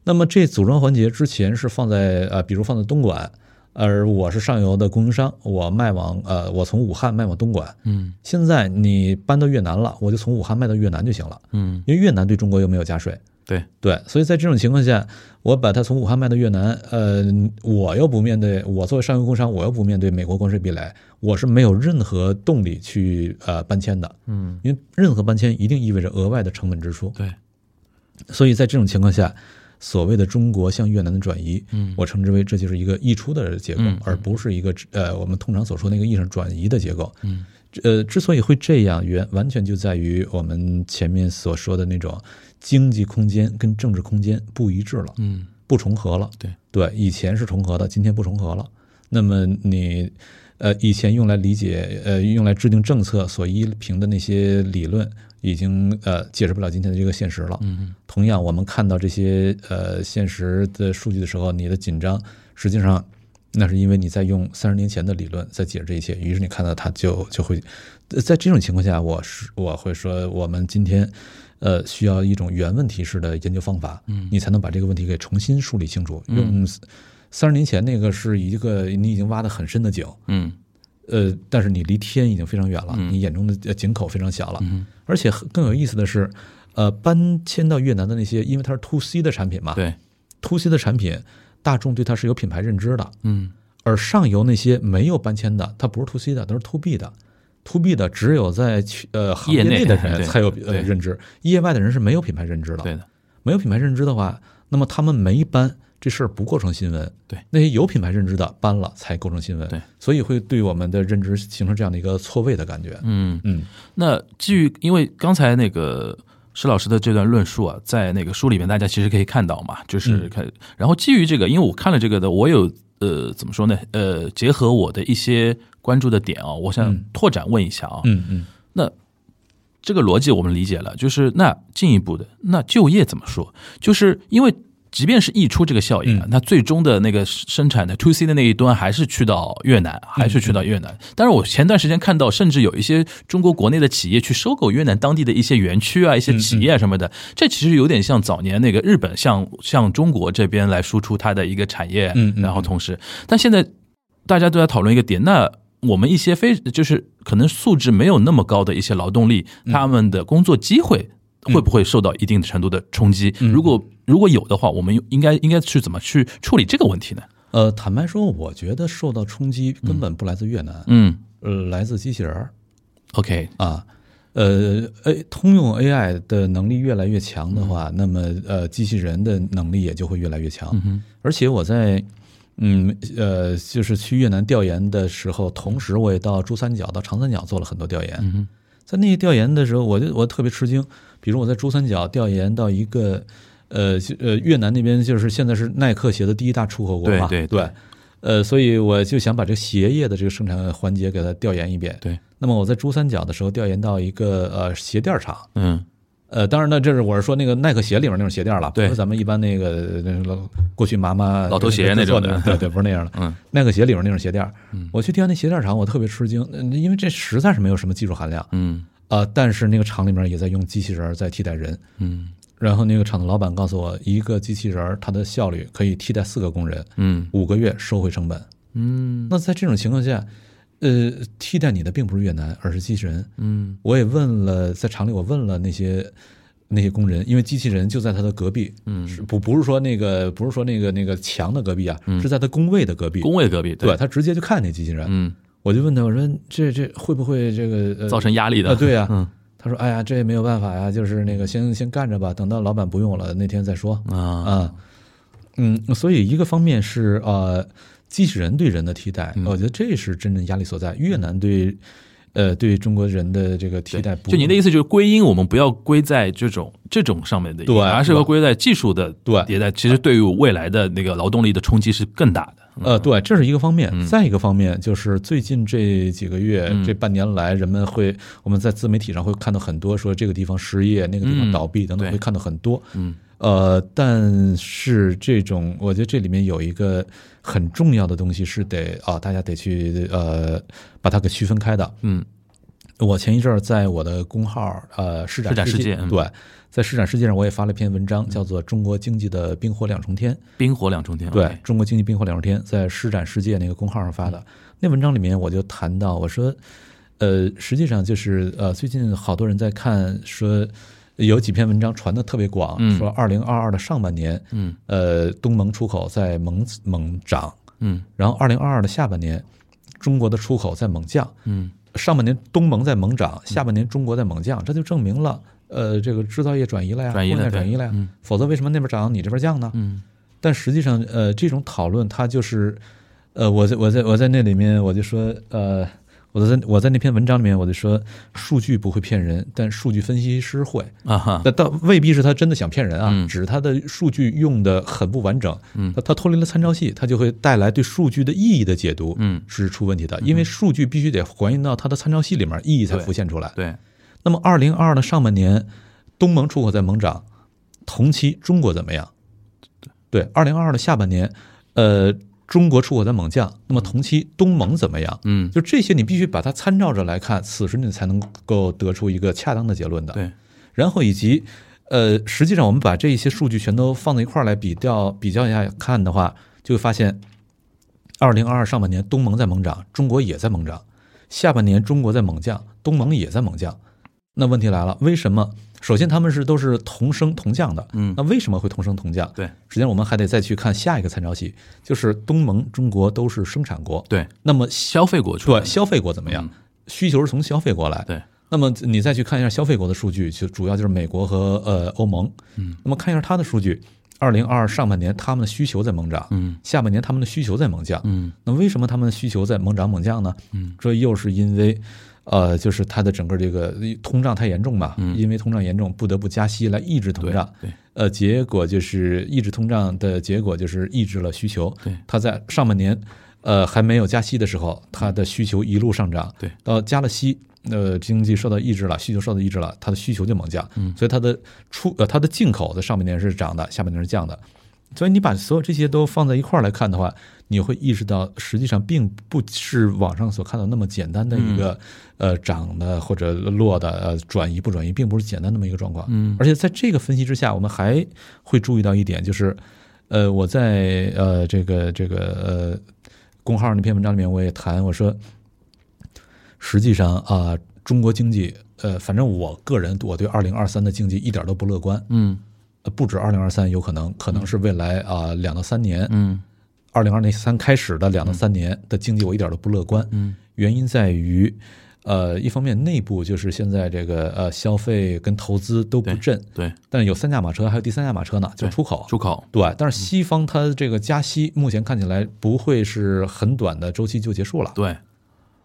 Speaker 3: 那么这组装环节之前是放在呃，比如放在东莞，而我是上游的供应商，我卖往呃，我从武汉卖往东莞，
Speaker 2: 嗯
Speaker 3: 现在你搬到越南了，我就从武汉卖到越南就行了，
Speaker 2: 嗯，
Speaker 3: 因为越南对中国又没有加税，
Speaker 2: 对，
Speaker 3: 对，所以在这种情况下，我把它从武汉卖到越南，呃，我又不面对，我作为上游工商，我又不面对美国关税壁垒，我是没有任何动力去呃搬迁的，
Speaker 2: 嗯，
Speaker 3: 因为任何搬迁一定意味着额外的成本支出，
Speaker 2: 对，
Speaker 3: 所以在这种情况下，所谓的中国向越南的转移，
Speaker 2: 嗯
Speaker 3: 我称之为这就是一个溢出的结构，而不是一个呃我们通常所说那个意义上转移的结构，
Speaker 2: 嗯
Speaker 3: 呃，之所以会这样，原完全就在于我们前面所说的那种经济空间跟政治空间不一致了，
Speaker 2: 嗯
Speaker 3: 不重合了。
Speaker 2: 对
Speaker 3: 对，以前是重合的，今天不重合了。那么你呃，以前用来理解呃，用来制定政策所依凭的那些理论，已经呃解释不了今天的这个现实了。
Speaker 2: 嗯
Speaker 3: 同样，我们看到这些呃现实的数据的时候，你的紧张实际上那是因为你在用三十年前的理论在解释这一切，于是你看到它就就会呃在这种情况下，我是我会说，我们今天呃需要一种原问题式的研究方法，嗯，你才能把这个问题给重新梳理清楚。用三十年前那个是一个你已经挖得很深的井，
Speaker 2: 嗯
Speaker 3: 呃，但是你离天已经非常远了，你眼中的呃井口非常小了，
Speaker 2: 嗯
Speaker 3: 而且很更有意思的是，呃，搬迁到越南的那些，因为它是 to C 的产品嘛，
Speaker 2: 对，
Speaker 3: to C 的产品，大众对它是有品牌认知的，
Speaker 2: 嗯
Speaker 3: 而上游那些没有搬迁的，它不是 to C 的，都是 to B 的，to B 的只有在去呃行业
Speaker 2: 业内
Speaker 3: 内的
Speaker 2: *laughs* 对
Speaker 3: 人才有呃
Speaker 2: 对
Speaker 3: 认知，业外的人是没有品牌认知的，
Speaker 2: 对的，
Speaker 3: 没有品牌认知的话，那么他们没搬这事儿不构成新闻。
Speaker 2: 对，
Speaker 3: 那些有品牌认知的搬了才构成新闻。
Speaker 2: 对，
Speaker 3: 所以会对我们的认知形成这样的一个错位的感觉。
Speaker 2: 嗯。
Speaker 3: 嗯
Speaker 2: 那基于因为刚才那个施老师的这段论述啊，在那个书里面大家其实可以看到嘛，就是看，然后基于这个，因为我看了这个的，我有呃怎么说呢？呃，结合我的一些关注的点啊，我想
Speaker 3: 嗯
Speaker 2: 拓展问一下啊，
Speaker 3: 嗯嗯
Speaker 2: 那这个逻辑我们理解了，就是那进一步的那就业怎么说？就是因为即便是溢出这个效应啊，
Speaker 3: 嗯
Speaker 2: 那最终的那个生产的 to C 的那一端还是去到越南，还是去到越南。
Speaker 3: 嗯
Speaker 2: 但是我前段时间看到，甚至有一些中国国内的企业去收购越南当地的一些园区啊、一些企业啊什么
Speaker 3: 嗯
Speaker 2: 的，这其实有点像早年那个日本向向中国这边来输出它的一个产业，
Speaker 3: 嗯嗯
Speaker 2: 然后同时，但现在大家都在讨论一个点，那我们一些非就是可能素质没有那么高的一些劳动力，
Speaker 3: 嗯
Speaker 2: 他们的工作机会会不会受到一定程度的冲击？
Speaker 3: 嗯
Speaker 2: 如果如果有的话，我们应该应该去怎么去处理这个问题呢？
Speaker 3: 呃，坦白说，我觉得受到冲击根本不来自越南，
Speaker 2: 嗯
Speaker 3: 呃，来自机器人儿
Speaker 2: ，OK，
Speaker 3: 啊。呃，A 通用 AI 的能力越来越强的
Speaker 2: 嗯
Speaker 3: 话，那么呃，机器人的能力也就会越来越强。
Speaker 2: 哼
Speaker 3: 而且我在嗯呃，就是去越南调研的时候，同时我也到珠三角、到长三角做了很多调研。
Speaker 2: 嗯哼
Speaker 3: 在那些调研的时候，我就我特别吃惊。比如我在珠三角调研到一个呃就呃越南那边，就是现在是耐克鞋的第一大出口国嘛，
Speaker 2: 对对
Speaker 3: 对
Speaker 2: 对
Speaker 3: 呃，所以我就想把这个鞋业的这个生产环节给它调研一遍。
Speaker 2: 对，
Speaker 3: 那么我在珠三角的时候调研到一个呃鞋垫儿厂，
Speaker 2: 嗯
Speaker 3: 呃，当然呢，这是我是说那个耐克鞋里面那种鞋垫儿了，不是
Speaker 2: 对
Speaker 3: 咱们一般那个那个过去妈妈
Speaker 2: 老头鞋
Speaker 3: 那
Speaker 2: 那种的
Speaker 3: 对对，不是那样的。
Speaker 2: 嗯，
Speaker 3: 耐克鞋里面那种鞋垫儿，我去调研那鞋垫儿厂，我特别吃惊，呃因为这实在是没有什么技术含量
Speaker 2: 嗯
Speaker 3: 啊、但是那个厂里面也在用机器人儿在替代人，
Speaker 2: 嗯
Speaker 3: 然后那个厂的老板告诉我，一个机器人儿它的效率可以替代四个工人，
Speaker 2: 嗯
Speaker 3: 五个月收回成本。
Speaker 2: 嗯
Speaker 3: 那在这种情况下，呃，替代你的并不是越南，而是机器人。
Speaker 2: 嗯
Speaker 3: 我也问了，在厂里我问了那些那些工人，因为机器人就在他的隔壁，嗯，是不不是说那个不是说那个那个墙的隔壁啊，是在他工位的隔壁，
Speaker 2: 嗯工位隔壁
Speaker 3: 对，他直接就看那机器人。
Speaker 2: 嗯，
Speaker 3: 我就问他，我说这这会不会这个、呃、
Speaker 2: 造成压力的，
Speaker 3: 啊，对呀、
Speaker 2: 嗯
Speaker 3: 他说：“哎呀，这也没有办法呀，就是那个先先干着吧，等到老板不用了那天再说。”
Speaker 2: 啊
Speaker 3: 啊，嗯，所以一个方面是呃，机器人对人的替
Speaker 2: 嗯
Speaker 3: 代，我觉得这是真正压力所在。越南对呃对中国人的这个替代不，
Speaker 2: 就您的意
Speaker 3: 思，
Speaker 2: 思就是归因，我们不要归在这种这种上面的原因，
Speaker 3: 对啊
Speaker 2: 而是要归在技术的
Speaker 3: 对啊
Speaker 2: 迭代。其实对于未来的那个劳动力的冲击是更大的。嗯
Speaker 3: 呃，对，这是一个方面。再一个方面就是最近这几个月、
Speaker 2: 嗯
Speaker 3: 这半年来，人们会我们在自媒体上会看到很多说这个地方失业，那个地
Speaker 2: 嗯
Speaker 3: 方倒闭等等，
Speaker 2: 对
Speaker 3: 会看到很多。
Speaker 2: 嗯，
Speaker 3: 呃，但是这种，我觉得这里面有一个很重要的东西是得啊、大家得去呃把它给区分开的。
Speaker 2: 嗯，
Speaker 3: 我前一阵儿在我的公号儿呃施展
Speaker 2: 施展世界嗯
Speaker 3: 对，在施展世界上我也发了一篇文章，叫做《中国经济的冰火两重天》。
Speaker 2: 冰火两重天，
Speaker 3: 对
Speaker 2: 嗯 OK，嗯
Speaker 3: 中国经济冰火两重天，在施展世界那个公号上发的那文章里面，我就谈到我说，呃，实际上就是呃，最近好多人在看说。有几篇文章传的特别广，说二零二二的上半年，
Speaker 2: 嗯，
Speaker 3: 呃，东盟出口在猛猛涨，
Speaker 2: 嗯
Speaker 3: 然后二零二二的下半年，中国的出口在猛降，
Speaker 2: 嗯，
Speaker 3: 上半年东盟在猛涨，下半年中国在猛降，这就证明了，呃，这个制造业转移了呀，
Speaker 2: 转移了
Speaker 3: 工业
Speaker 2: 对
Speaker 3: 转移了呀，
Speaker 2: 嗯
Speaker 3: 否则为什么那边涨你这边降呢？
Speaker 2: 嗯
Speaker 3: 但实际上，呃，这种讨论它就是，呃，我在我在我在那里面我就说，呃，我在我在那篇文章里面我就说，数据不会骗人，但数据分析师会。
Speaker 2: 啊嗯哈，
Speaker 3: 但但未必是他真的想骗人啊，只是他的数据用的很不完整，嗯，他他脱离了参照系，他就会带来对数据的意义的解读，
Speaker 2: 嗯
Speaker 3: 是出问题的，因为数据必须得还原到它的参照系里面，意义才
Speaker 2: 对
Speaker 3: 浮现出来。
Speaker 2: 对，
Speaker 3: 那么，二零二二的上半年，东盟出口在猛涨，同期中国怎么样？对，二零二二的下半年，呃，中国出口在猛降，那么同期东盟怎么样？
Speaker 2: 嗯
Speaker 3: 就这些，你必须把它参照着来看，此时你才能够得出一个恰当的结论的。
Speaker 2: 对，
Speaker 3: 然后以及，呃，实际上我们把这一些数据全都放在一块儿来比较比较一下看的话，就会发现，二零二二上半年东盟在猛涨，中国也在猛涨；下半年中国在猛降，东盟也在猛降。那问题来了，为什么？首先，他们是都是同升同降的，
Speaker 2: 嗯
Speaker 3: 那为什么会同升同降？
Speaker 2: 对，
Speaker 3: 实际上我们还得再去看下一个参照系，就是东盟、中国都是生产国，
Speaker 2: 对，
Speaker 3: 那么
Speaker 2: 消费国出来
Speaker 3: 对
Speaker 2: 的
Speaker 3: 消费国怎么样
Speaker 2: 嗯？
Speaker 3: 需求是从消费国来，
Speaker 2: 对，
Speaker 3: 那么你再去看一下消费国的数据，就主要就是美国和呃欧盟。
Speaker 2: 嗯，
Speaker 3: 那么看一下它的数据，二零二二上半年他们的需求在猛涨，
Speaker 2: 嗯
Speaker 3: 下半年他们的需求在猛降。
Speaker 2: 嗯
Speaker 3: 那为什么他们的需求在猛涨猛降呢？
Speaker 2: 嗯，
Speaker 3: 这又是因为，呃，就是它的整个这个通胀太严重嘛，
Speaker 2: 嗯
Speaker 3: 因为通胀严重不得不加息来抑制通
Speaker 2: 对
Speaker 3: 胀。
Speaker 2: 对
Speaker 3: 呃，结果就是抑制通胀的结果就是抑制了需求。
Speaker 2: 对
Speaker 3: 它在上半年，呃，还没有加息的时候，它的需求一路上涨。
Speaker 2: 嗯对
Speaker 3: 到加了息，呃，经济受到抑制了，需求受到抑制了，它的需求就猛降。
Speaker 2: 嗯
Speaker 3: 所以它的出呃它的进口在上半年是涨的，下半年是降的。所以你把所有这些都放在一块儿来看的话，你会意识到，实际上并不是网上所看到那么简单的一个、呃涨的或者落的呃转移不转移，并不是简单那么一个状况。
Speaker 2: 嗯
Speaker 3: 而且在这个分析之下，我们还会注意到一点，就是呃我在呃这个这个呃公号那篇文章里面我也谈，我说实际上啊、中国经济呃反正我个人我对二零二三的经济一点都不乐观。
Speaker 2: 嗯
Speaker 3: 呃不止二零二三，有可能，可能是未来啊两到三年，
Speaker 2: 嗯
Speaker 3: 二零二三开始的两到三年的经济，我一点都不乐观。
Speaker 2: 嗯，
Speaker 3: 原因在于，呃，一方面内部就是现在这个呃消费跟投资都不
Speaker 2: 对
Speaker 3: 振，
Speaker 2: 对，
Speaker 3: 但有三驾马车，还有第三驾马车呢，就
Speaker 2: 对
Speaker 3: 是出口。
Speaker 2: 出口
Speaker 3: 对，但是西方它这个加息，目前看起来不会是很短的周期就结束了，
Speaker 2: 对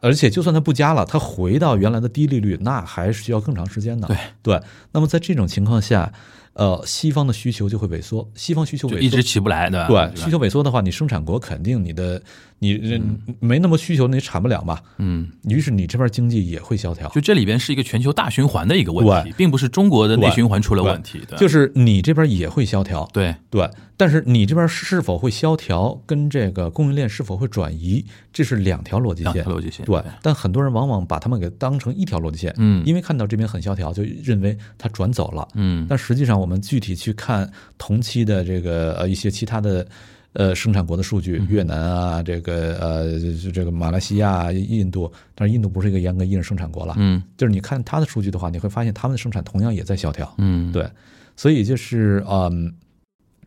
Speaker 3: 而且就算它不加了，它回到原来的低利率，那还是需要更长时间的。
Speaker 2: 对
Speaker 3: 对，那么在这种情况下，呃，西方的需求就会萎缩，西方需求萎
Speaker 2: 就
Speaker 3: 缩
Speaker 2: 一直起不来，对吧？
Speaker 3: 对需求萎缩的话，你生产国肯定你的你没那么需求，你产不了嘛。
Speaker 2: 嗯。
Speaker 3: 于是你这边经济也会萧条。
Speaker 2: 就这里边是一个全球大循环的一个问题，
Speaker 3: 对
Speaker 2: 并不是中国的内循环出了
Speaker 3: 对
Speaker 2: 问题，对，
Speaker 3: 就是是你这边也会萧条，
Speaker 2: 对，
Speaker 3: 对，但是你这边是否会萧条，跟这个供应链是否会转移，这是两条逻辑
Speaker 2: 两
Speaker 3: 线
Speaker 2: 条。逻辑线，
Speaker 3: 对，但很多人往往把他们给当成一条逻辑线，
Speaker 2: 嗯
Speaker 3: 因为看到这边很萧条，就认为它转走了，
Speaker 2: 嗯，
Speaker 3: 但实际上，我们具体去看同期的这个呃一些其他的呃生产国的数据，
Speaker 2: 嗯
Speaker 3: 越南啊，这个呃这这个马来西亚啊、印度，但是印度不是一个严格意义上生产国了，
Speaker 2: 嗯
Speaker 3: 就是你看它的数据的话，你会发现他们的生产同样也在萧条，
Speaker 2: 嗯，
Speaker 3: 对，呃所以就是嗯，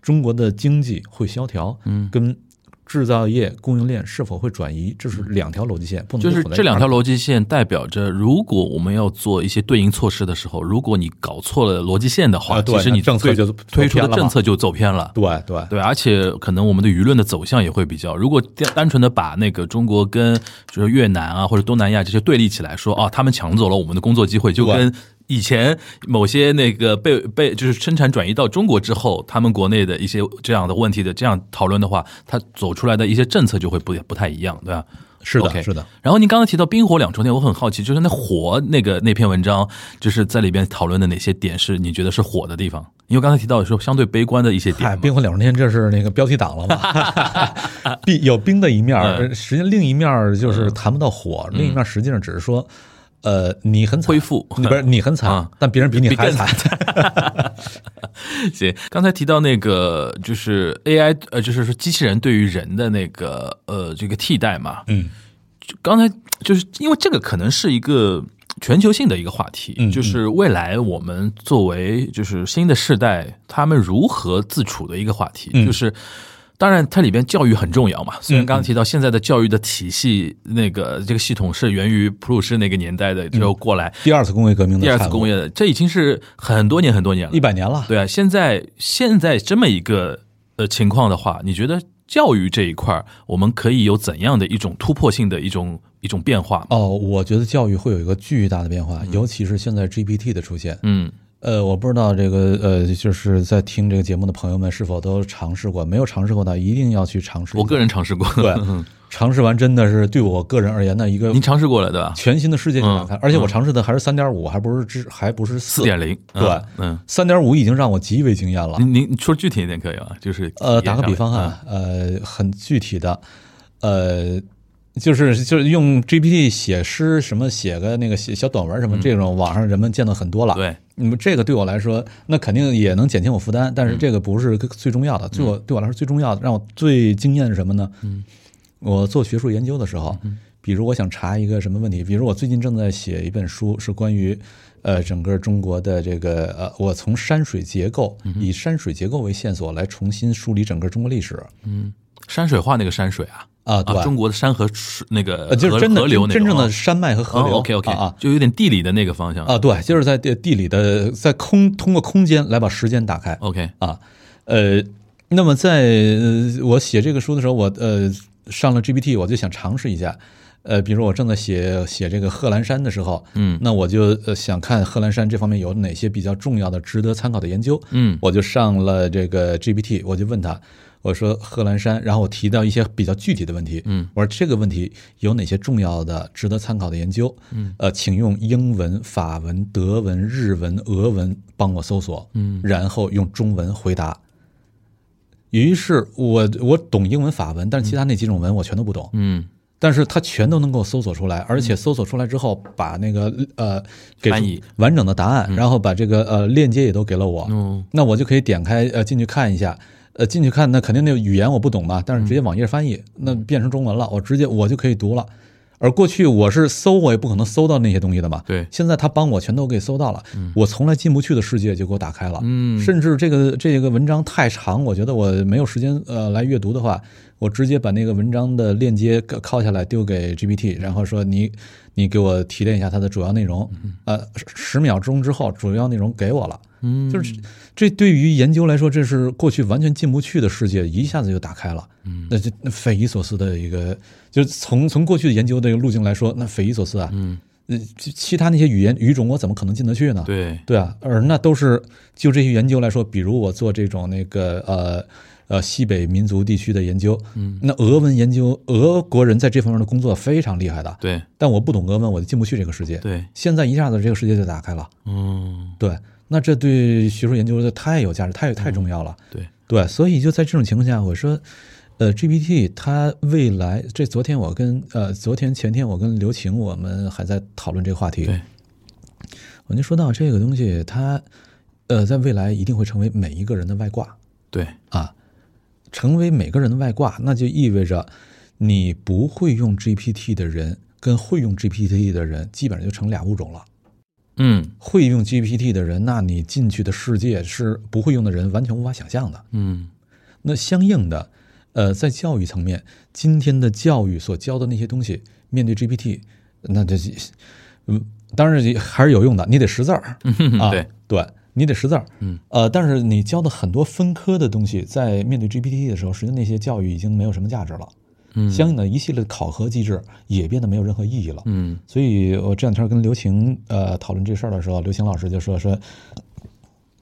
Speaker 3: 中国的经济会萧条，
Speaker 2: 嗯
Speaker 3: 跟制造业供应链是否会转移，这是两条逻辑线，不能
Speaker 2: 就是
Speaker 3: 混在一
Speaker 2: 这两条
Speaker 3: 块儿
Speaker 2: 逻辑线代表着，如果我们要做一些对应措施的时候，如果你搞错了逻辑线的话，
Speaker 3: 啊对
Speaker 2: 其实你
Speaker 3: 那政策
Speaker 2: 推
Speaker 3: 就
Speaker 2: 推出
Speaker 3: 走
Speaker 2: 的
Speaker 3: 偏了嘛
Speaker 2: 政策就走偏了。
Speaker 3: 对对
Speaker 2: 对，而且可能我们的舆论的走向也会比较，如果单单纯的把那个中国跟就是越南啊或者东南亚这些对立起来说，啊，他们抢走了我们的工作机会，就
Speaker 3: 对
Speaker 2: 跟以前某些那个被被就是生产转移到中国之后，他们国内的一些这样的问题的这样讨论的话，它走出来的一些政策就会不不太一样，对吧？
Speaker 3: 是的
Speaker 2: OK
Speaker 3: 是的。
Speaker 2: 然后您刚刚提到冰火两重天，我很好奇，就是那火那个那篇文章，就是在里边讨论的哪些点是你觉得是火的地方？因为刚才提到说相对悲观的一些点
Speaker 3: 嗨，
Speaker 2: 嘛，
Speaker 3: 冰火两重天，这是那个标题党了
Speaker 2: *laughs*
Speaker 3: 嘛？冰有冰的一面儿，
Speaker 2: 嗯
Speaker 3: 实际另一面儿就是谈不到火，另一面儿实际上只是说，呃，你很惨
Speaker 2: 恢复
Speaker 3: 你不是你很惨，
Speaker 2: 啊
Speaker 3: 但别人比你还
Speaker 2: 比更
Speaker 3: 惨。
Speaker 2: 行，刚才提到那个就是 AI，呃，就是说机器人对于人的那个呃这个替代嘛，
Speaker 3: 嗯，
Speaker 2: 就刚才就是因为这个可能是一个全球性的一个话题，
Speaker 3: 嗯
Speaker 2: 就是未来我们作为就是新的世代，他们如何自处的一个话题，
Speaker 3: 嗯
Speaker 2: 就是。当然，它里边教育很重要嘛。虽然刚刚提到现在的教育的体系，那个这个系统是源于普鲁士那个年代
Speaker 3: 嗯
Speaker 2: 的，之后过来
Speaker 3: 第二次工业革命的
Speaker 2: 第二次
Speaker 3: 产物
Speaker 2: 工业的，这已经是很多年很多年了，
Speaker 3: 一百年了，
Speaker 2: 对啊，现在现在这么一个呃情况的话，你觉得教育这一块儿，我们可以有怎样的一种突破性的一种一种变化吗？
Speaker 3: 哦，我觉得教育会有一个巨大的变化，尤其是现在 GPT 的出现。
Speaker 2: 嗯
Speaker 3: 呃，我不知道这个呃，就是在听这个节目的朋友们是否都尝试过，没有尝试过的一定要去尝试一下。
Speaker 2: 我嗯个人尝试过， *laughs*
Speaker 3: 对，尝试完真的是对我个人而言的一个
Speaker 2: 您尝试过了对吧？
Speaker 3: 全新的世界去打开，
Speaker 2: 嗯
Speaker 3: 而且我尝试的还是三点五，还不是之还不是
Speaker 2: 四
Speaker 3: 四
Speaker 2: 点零，嗯
Speaker 3: 对
Speaker 2: 嗯，
Speaker 3: 三点五已经让我极为惊艳了。
Speaker 2: 您您您说具体一点可以吗？就是
Speaker 3: 呃，
Speaker 2: 体验
Speaker 3: 打个比方
Speaker 2: 上面，
Speaker 3: 啊，呃，很具体的，呃，就是就是用 GPT 写诗，什么写个那个写小短文什么这种，网上人们见到很多了。
Speaker 2: 嗯对，
Speaker 3: 那么这个对我来说，那肯定也能减轻我负担，
Speaker 2: 嗯
Speaker 3: 但是这个不是最重要的。对我对我来说最重要的，让我最惊艳是什么呢？嗯，我做学术研究的时候，
Speaker 2: 嗯
Speaker 3: 比如我想查一个什么问题，比如我最近正在写一本书，是关于呃整个中国的这个呃，我从山水结构，
Speaker 2: 嗯
Speaker 3: 以山水结构为线索来重新梳理整个中国历史。
Speaker 2: 山水画那个山水啊
Speaker 3: 啊对
Speaker 2: 中国的山和水那个
Speaker 3: 呃，就是
Speaker 2: 河
Speaker 3: 真的
Speaker 2: 河流那
Speaker 3: 真真正的
Speaker 2: 种
Speaker 3: 山脉和河流。
Speaker 2: 哦，OK OK，
Speaker 3: 啊啊
Speaker 2: 就有点地理的那个方向
Speaker 3: 啊，对，就是在地地理的在空通过空间来把时间打开。
Speaker 2: ，OK，
Speaker 3: 啊，呃，那么在呃我写这个书的时候，我呃上了 GPT，我就想尝试一下。呃，比如我正在写写这个贺兰山的时候，
Speaker 2: 嗯
Speaker 3: 那我就呃想看贺兰山这方面有哪些比较重要的、值得参考的研究，
Speaker 2: 嗯
Speaker 3: 我就上了这个 GPT，我就问他，我说贺兰山，然后我提到一些比较具体的问题，
Speaker 2: 嗯，
Speaker 3: 我说这个问题有哪些重要的、值得参考的研究，嗯，呃，请用英文、法文、德文、日文、俄文帮我搜索，嗯，然后用中文回答。于是我我懂英文、法文，但是其他那几种文我全都不懂，
Speaker 2: 嗯，
Speaker 3: 但是它全都能够搜索出来，而且搜索出来之后，把那个呃给出
Speaker 2: 翻译嗯
Speaker 3: 完整的答案，然后把这个呃链接也都给了我，
Speaker 2: 哦
Speaker 3: 那我就可以点开呃进去看一下，呃进去看那肯定那个语言我不懂嘛，
Speaker 2: 嗯
Speaker 3: 但是直接网页翻译那变成中文了，我直接我就可以读了。而过去我是搜，我也不可能搜到那些东西的嘛。
Speaker 2: 对
Speaker 3: 现在他帮我全都给搜到了，我从来进不去的世界就给我打开了。嗯，甚至这个这个文章太长，我觉得我没有时间呃来阅读的话，我直接把那个文章的链接拷拷下来丢给 GPT，然后说你你给我提炼一下它的主要内容，呃，十秒钟之后主要内容给我了。嗯，就是这对于研究来说，这是过去完全进不去的世界，一下子就打开了。嗯，那就那匪夷所思的一个，就是从从过去的研究的路径来说，那匪夷所思啊。嗯，其其他那些语言语种，我怎么可能进得去呢？
Speaker 2: 对，
Speaker 3: 对啊，而那都是就这些研究来说，比如我做这种那个呃呃西北民族地区的研究，嗯，那俄文研究，俄国人在这方面的工作非常厉害的，
Speaker 2: 对
Speaker 3: 但我不懂俄文，我就进不去这个世界。，
Speaker 2: 对，
Speaker 3: 现在一下子这个世界就打开了，
Speaker 2: 嗯，
Speaker 3: 对，那这对学术研究的太有价值，太太重要了。
Speaker 2: 对，
Speaker 3: 对，所以就在这种情况下，我说，呃，GPT 它未来这昨天我跟呃昨天前天我跟刘晴我们还在讨论这个话题，
Speaker 2: 对，
Speaker 3: 我就说到这个东西，它呃在未来一定会成为每一个人的外挂
Speaker 2: 对，
Speaker 3: 啊，成为每个人的外挂，那就意味着你不会用 GPT 的人跟会用 GPT 的人基本上就成俩物种了。
Speaker 2: 嗯
Speaker 3: 会用 GPT 的人，那你
Speaker 2: *laughs*
Speaker 3: 进去的世界是不会用的人完全无法想象的。
Speaker 2: 嗯
Speaker 3: 那相应的，呃，在教育层面，今天的教育所教的那些东西，面对 GPT，那这，嗯，当然还是有用的，你得识字儿啊，
Speaker 2: 嗯对
Speaker 3: 对，你得识字儿，
Speaker 2: 嗯，
Speaker 3: 呃，但是你教的很多分科的东西，在面对 GPT 的时候，实际上那些教育已经没有什么价值了，
Speaker 2: 嗯
Speaker 3: 相应的一系列的考核机制也变得没有任何意义了，
Speaker 2: 嗯
Speaker 3: 所以我这两天跟刘晴呃讨论这事儿的时候，刘晴老师就说说，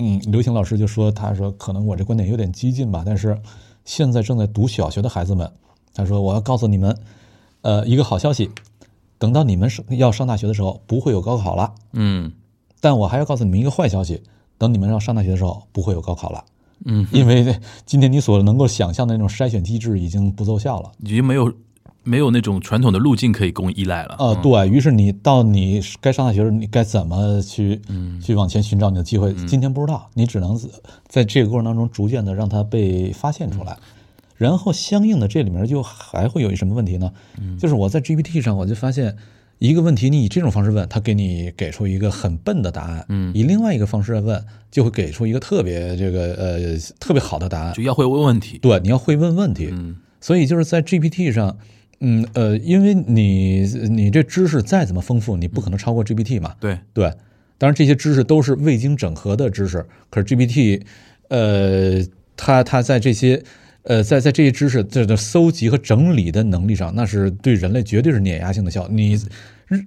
Speaker 3: 嗯，刘晴老师就说，他说可能我这观点有点激进吧，但是嗯现在正在读小学的孩子们，他说我要告诉你们，呃，一个好消息，等到你们上要上大学的时候，不会有高考了。
Speaker 2: 嗯
Speaker 3: 但我还要告诉你们一个坏消息，等你们要上大学的时候，不会有高考了。
Speaker 2: 嗯，
Speaker 3: 因为今天你所能够想象的那种筛选机制已经不奏效了。
Speaker 2: 已经没有没有那种传统的路径可以供依赖了。
Speaker 3: 呃，对于是你到你该上大学的时候，你该怎么去、去往前寻找你的机会？今天不知道，你只能自在这个过程当中逐渐的让它被发现出来。然后相应的这里面就还会有一什么问题呢？就是我在 GPT 上我就发现一个问题，你以这种方式问，它给你给出一个很笨的答案；以另外一个方式问，就会给出一个特别这个呃特别好的答案
Speaker 2: 就。要会问问题。
Speaker 3: 对，你要会问问题。所以就是在 GPT 上，嗯呃，因为你你这知识再怎么丰富，你不可能超过 GPT 嘛。
Speaker 2: 对，
Speaker 3: 对，当然这些知识都是未经整合的知识，可是 GPT，呃，它它在这些。呃，在在这些知识这的搜集和整理的能力上，那是对人类绝对是碾压性的效。你，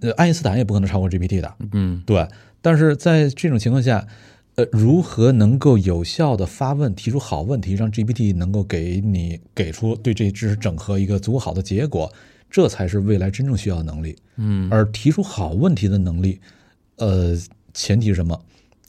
Speaker 3: 呃爱因斯坦也不可能超过 GPT 的。
Speaker 2: 嗯
Speaker 3: 对，但是在这种情况下，呃，如何能够有效的发问，提出好问题，让 GPT 能够给你给出对这些知识整合一个足够好的结果，这才是未来真正需要的能力。
Speaker 2: 嗯
Speaker 3: 而提出好问题的能力，呃，前提是什么？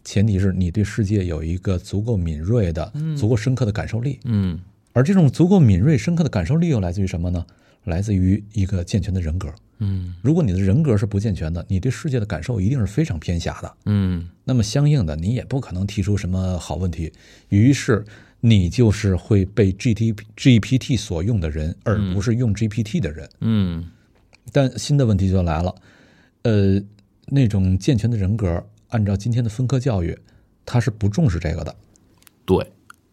Speaker 3: 前提是你对世界有一个足够敏锐的、足够深刻的感受力。
Speaker 2: 嗯
Speaker 3: 而这种足够敏锐、深刻的感受力又来自于什么呢？来自于一个健全的人格。
Speaker 2: 嗯
Speaker 3: 如果你的人格是不健全的，你对世界的感受一定是非常偏狭的。
Speaker 2: 嗯
Speaker 3: 那么相应的，你也不可能提出什么好问题，于是你就是会被 G T G P T 所用的人，而不是用 G P T 的人。
Speaker 2: 嗯
Speaker 3: 但新的问题就来了，呃，那种健全的人格，按照今天的分科教育，它是不重视这个的，
Speaker 2: 对，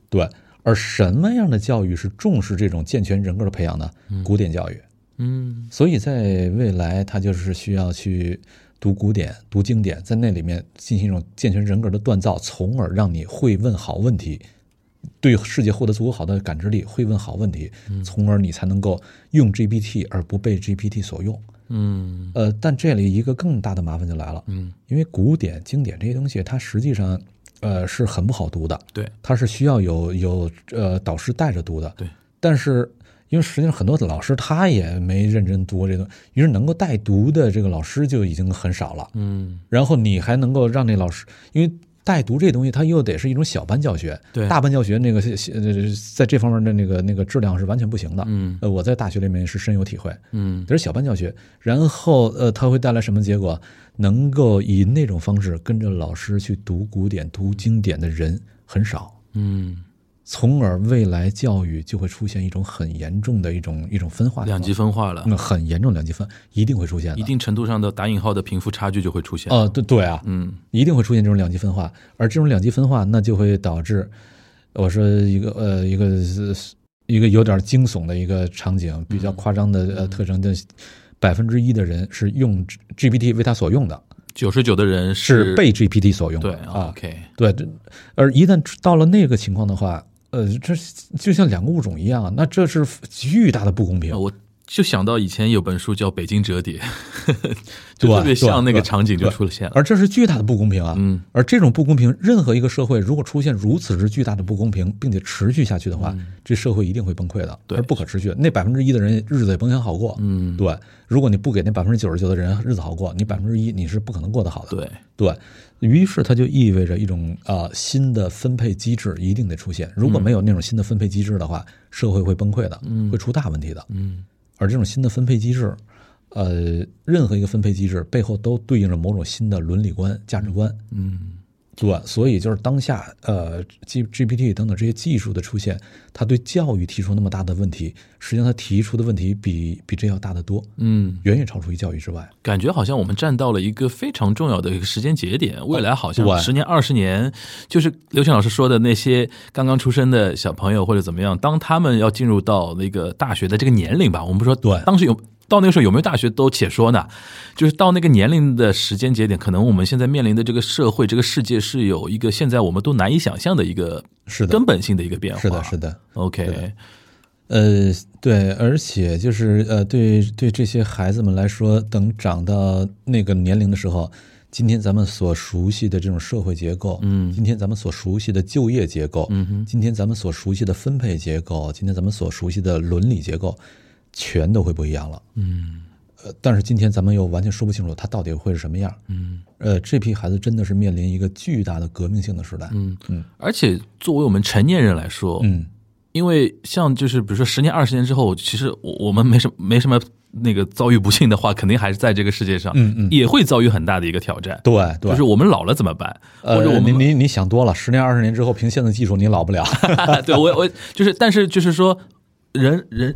Speaker 3: 对。而什么样的教育是重视这种健全人格的培养呢？古典教育。
Speaker 2: 嗯
Speaker 3: 所以在未来，他就是需要去读古典、读经典，在那里面进行一种健全人格的锻造，从而让你会问好问题，对世界获得足够好的感知力，会问好问题，从而你才能够用 GPT 而不被 GPT 所用。
Speaker 2: 嗯
Speaker 3: 呃，但这里一个更大的麻烦就来了，
Speaker 2: 嗯，
Speaker 3: 因为古典、经典这些东西，它实际上，呃，是很不好读的，
Speaker 2: 对，
Speaker 3: 它是需要有有呃导师带着读的，
Speaker 2: 对。
Speaker 3: 但是因为实际上很多的老师他也没认真读过这东西，于是能够带读的这个老师就已经很少了。
Speaker 2: 嗯
Speaker 3: 然后你还能够让那老师，因为带读这东西，它又得是一种小班教学，
Speaker 2: 对
Speaker 3: 大班教学那个呃在这方面的那个那个质量是完全不行的。
Speaker 2: 嗯
Speaker 3: 呃，我在大学里面是深有体会，
Speaker 2: 嗯
Speaker 3: 这是小班教学，然后呃，它会带来什么结果？能够以那种方式跟着老师去读古典、读经典的人很少，
Speaker 2: 嗯，
Speaker 3: 从而未来教育就会出现一种很严重的一种一种分化的
Speaker 2: 两极
Speaker 3: 方
Speaker 2: 分化了
Speaker 3: 式，，嗯，很严重两极分一定会出现的，
Speaker 2: 一定程度上的打引号的贫富差距就会出现。
Speaker 3: 呃，对对啊，
Speaker 2: 嗯
Speaker 3: 一定会出现这种两极分化，而这种两极分化，那就会导致，我说一个呃一个呃一个有点惊悚的一个场景，比较夸张的呃特征，就百分之一的人是用 G P T 为他所用的，
Speaker 2: 九十九的人
Speaker 3: 是被 G P T 所用的
Speaker 2: 对
Speaker 3: 啊，
Speaker 2: ，OK，
Speaker 3: 对，这而一旦到了那个情况的话，呃，这就像两个物种一样啊，那这是巨大的不公平
Speaker 2: 那。我就想到以前有本书叫《北京折叠》， *laughs* 就
Speaker 3: 对
Speaker 2: 特别像那个场景就
Speaker 3: 对
Speaker 2: 出现了。
Speaker 3: 而这是巨大的不公平啊！
Speaker 2: 嗯，
Speaker 3: 而这种不公平，任何一个社会如果出现如此之巨大的不公平，并且持续下去的话，这社会一定会崩溃的，
Speaker 2: 嗯对
Speaker 3: 而不可持续的。那百分之一的人日子也甭想好过。
Speaker 2: 嗯，
Speaker 3: 对，如果你不给那百分之九十九的人日子好过，你百分之一你是不可能过得好的。
Speaker 2: 对，
Speaker 3: 对于是，它就意味着一种呃新的分配机制一定得出现。
Speaker 2: 嗯
Speaker 3: 如果没有那种新的分配机制的话，社会会崩溃的，会出大问题的。
Speaker 2: 嗯
Speaker 3: 而这种新的分配机制，呃，任何一个分配机制背后都对应着某种新的伦理观、价值观。
Speaker 2: 嗯
Speaker 3: 对，所以就是当下呃，G GPT 等等这些技术的出现，它对教育提出那么大的问题，实际上它提出的问题比比这要大得多，
Speaker 2: 嗯，
Speaker 3: 远远超出于教育之外。
Speaker 2: 感觉好像我们站到了一个非常重要的一个时间节
Speaker 3: 哦
Speaker 2: 点，未来好像
Speaker 3: 对
Speaker 2: 十年、二十年，就是刘强老师说的那些刚刚出生的小朋友或者怎么样，当他们要进入到那个大学的这个年龄吧，我们说
Speaker 3: 对
Speaker 2: 当时有。到那个时候有没有大学都且说呢，就是到那个年龄的时间节点，可能我们现在面临的这个社会、这个世界是有一个现在我们都难以想象的一个
Speaker 3: 是的
Speaker 2: 根本性的一个变化。
Speaker 3: 是的，是的。
Speaker 2: OK，
Speaker 3: 呃，对，而且就是呃，对对这些孩子们来说，等长到那个年龄的时候，今天咱们所熟悉的这种社会结构，嗯，今天咱们所熟悉的就业结构，嗯今天咱们所熟悉的分配结构，今天咱们所熟悉的伦理结构，全都会不一样了，嗯，呃，但是今天咱们又完全说不清楚它到底会是什么样，嗯，呃，这批孩子真的是面临一个巨大的革命性的时代，嗯
Speaker 2: 而且作为我们成年人来说，
Speaker 3: 嗯，
Speaker 2: 因为像就是比如说十年二十年之后，其实我我们没什么没什么那个遭遇不幸的话，肯定还是在这个世界上，
Speaker 3: 嗯嗯
Speaker 2: 也会遭遇很大的一个挑战。
Speaker 3: 对对，
Speaker 2: 就是我们老了怎么办？
Speaker 3: 呃
Speaker 2: 或者我们、
Speaker 3: 你你你想多了，十年二十年之后，凭现在技术你老不了。
Speaker 2: *laughs* 对我我就是，但是就是说，人人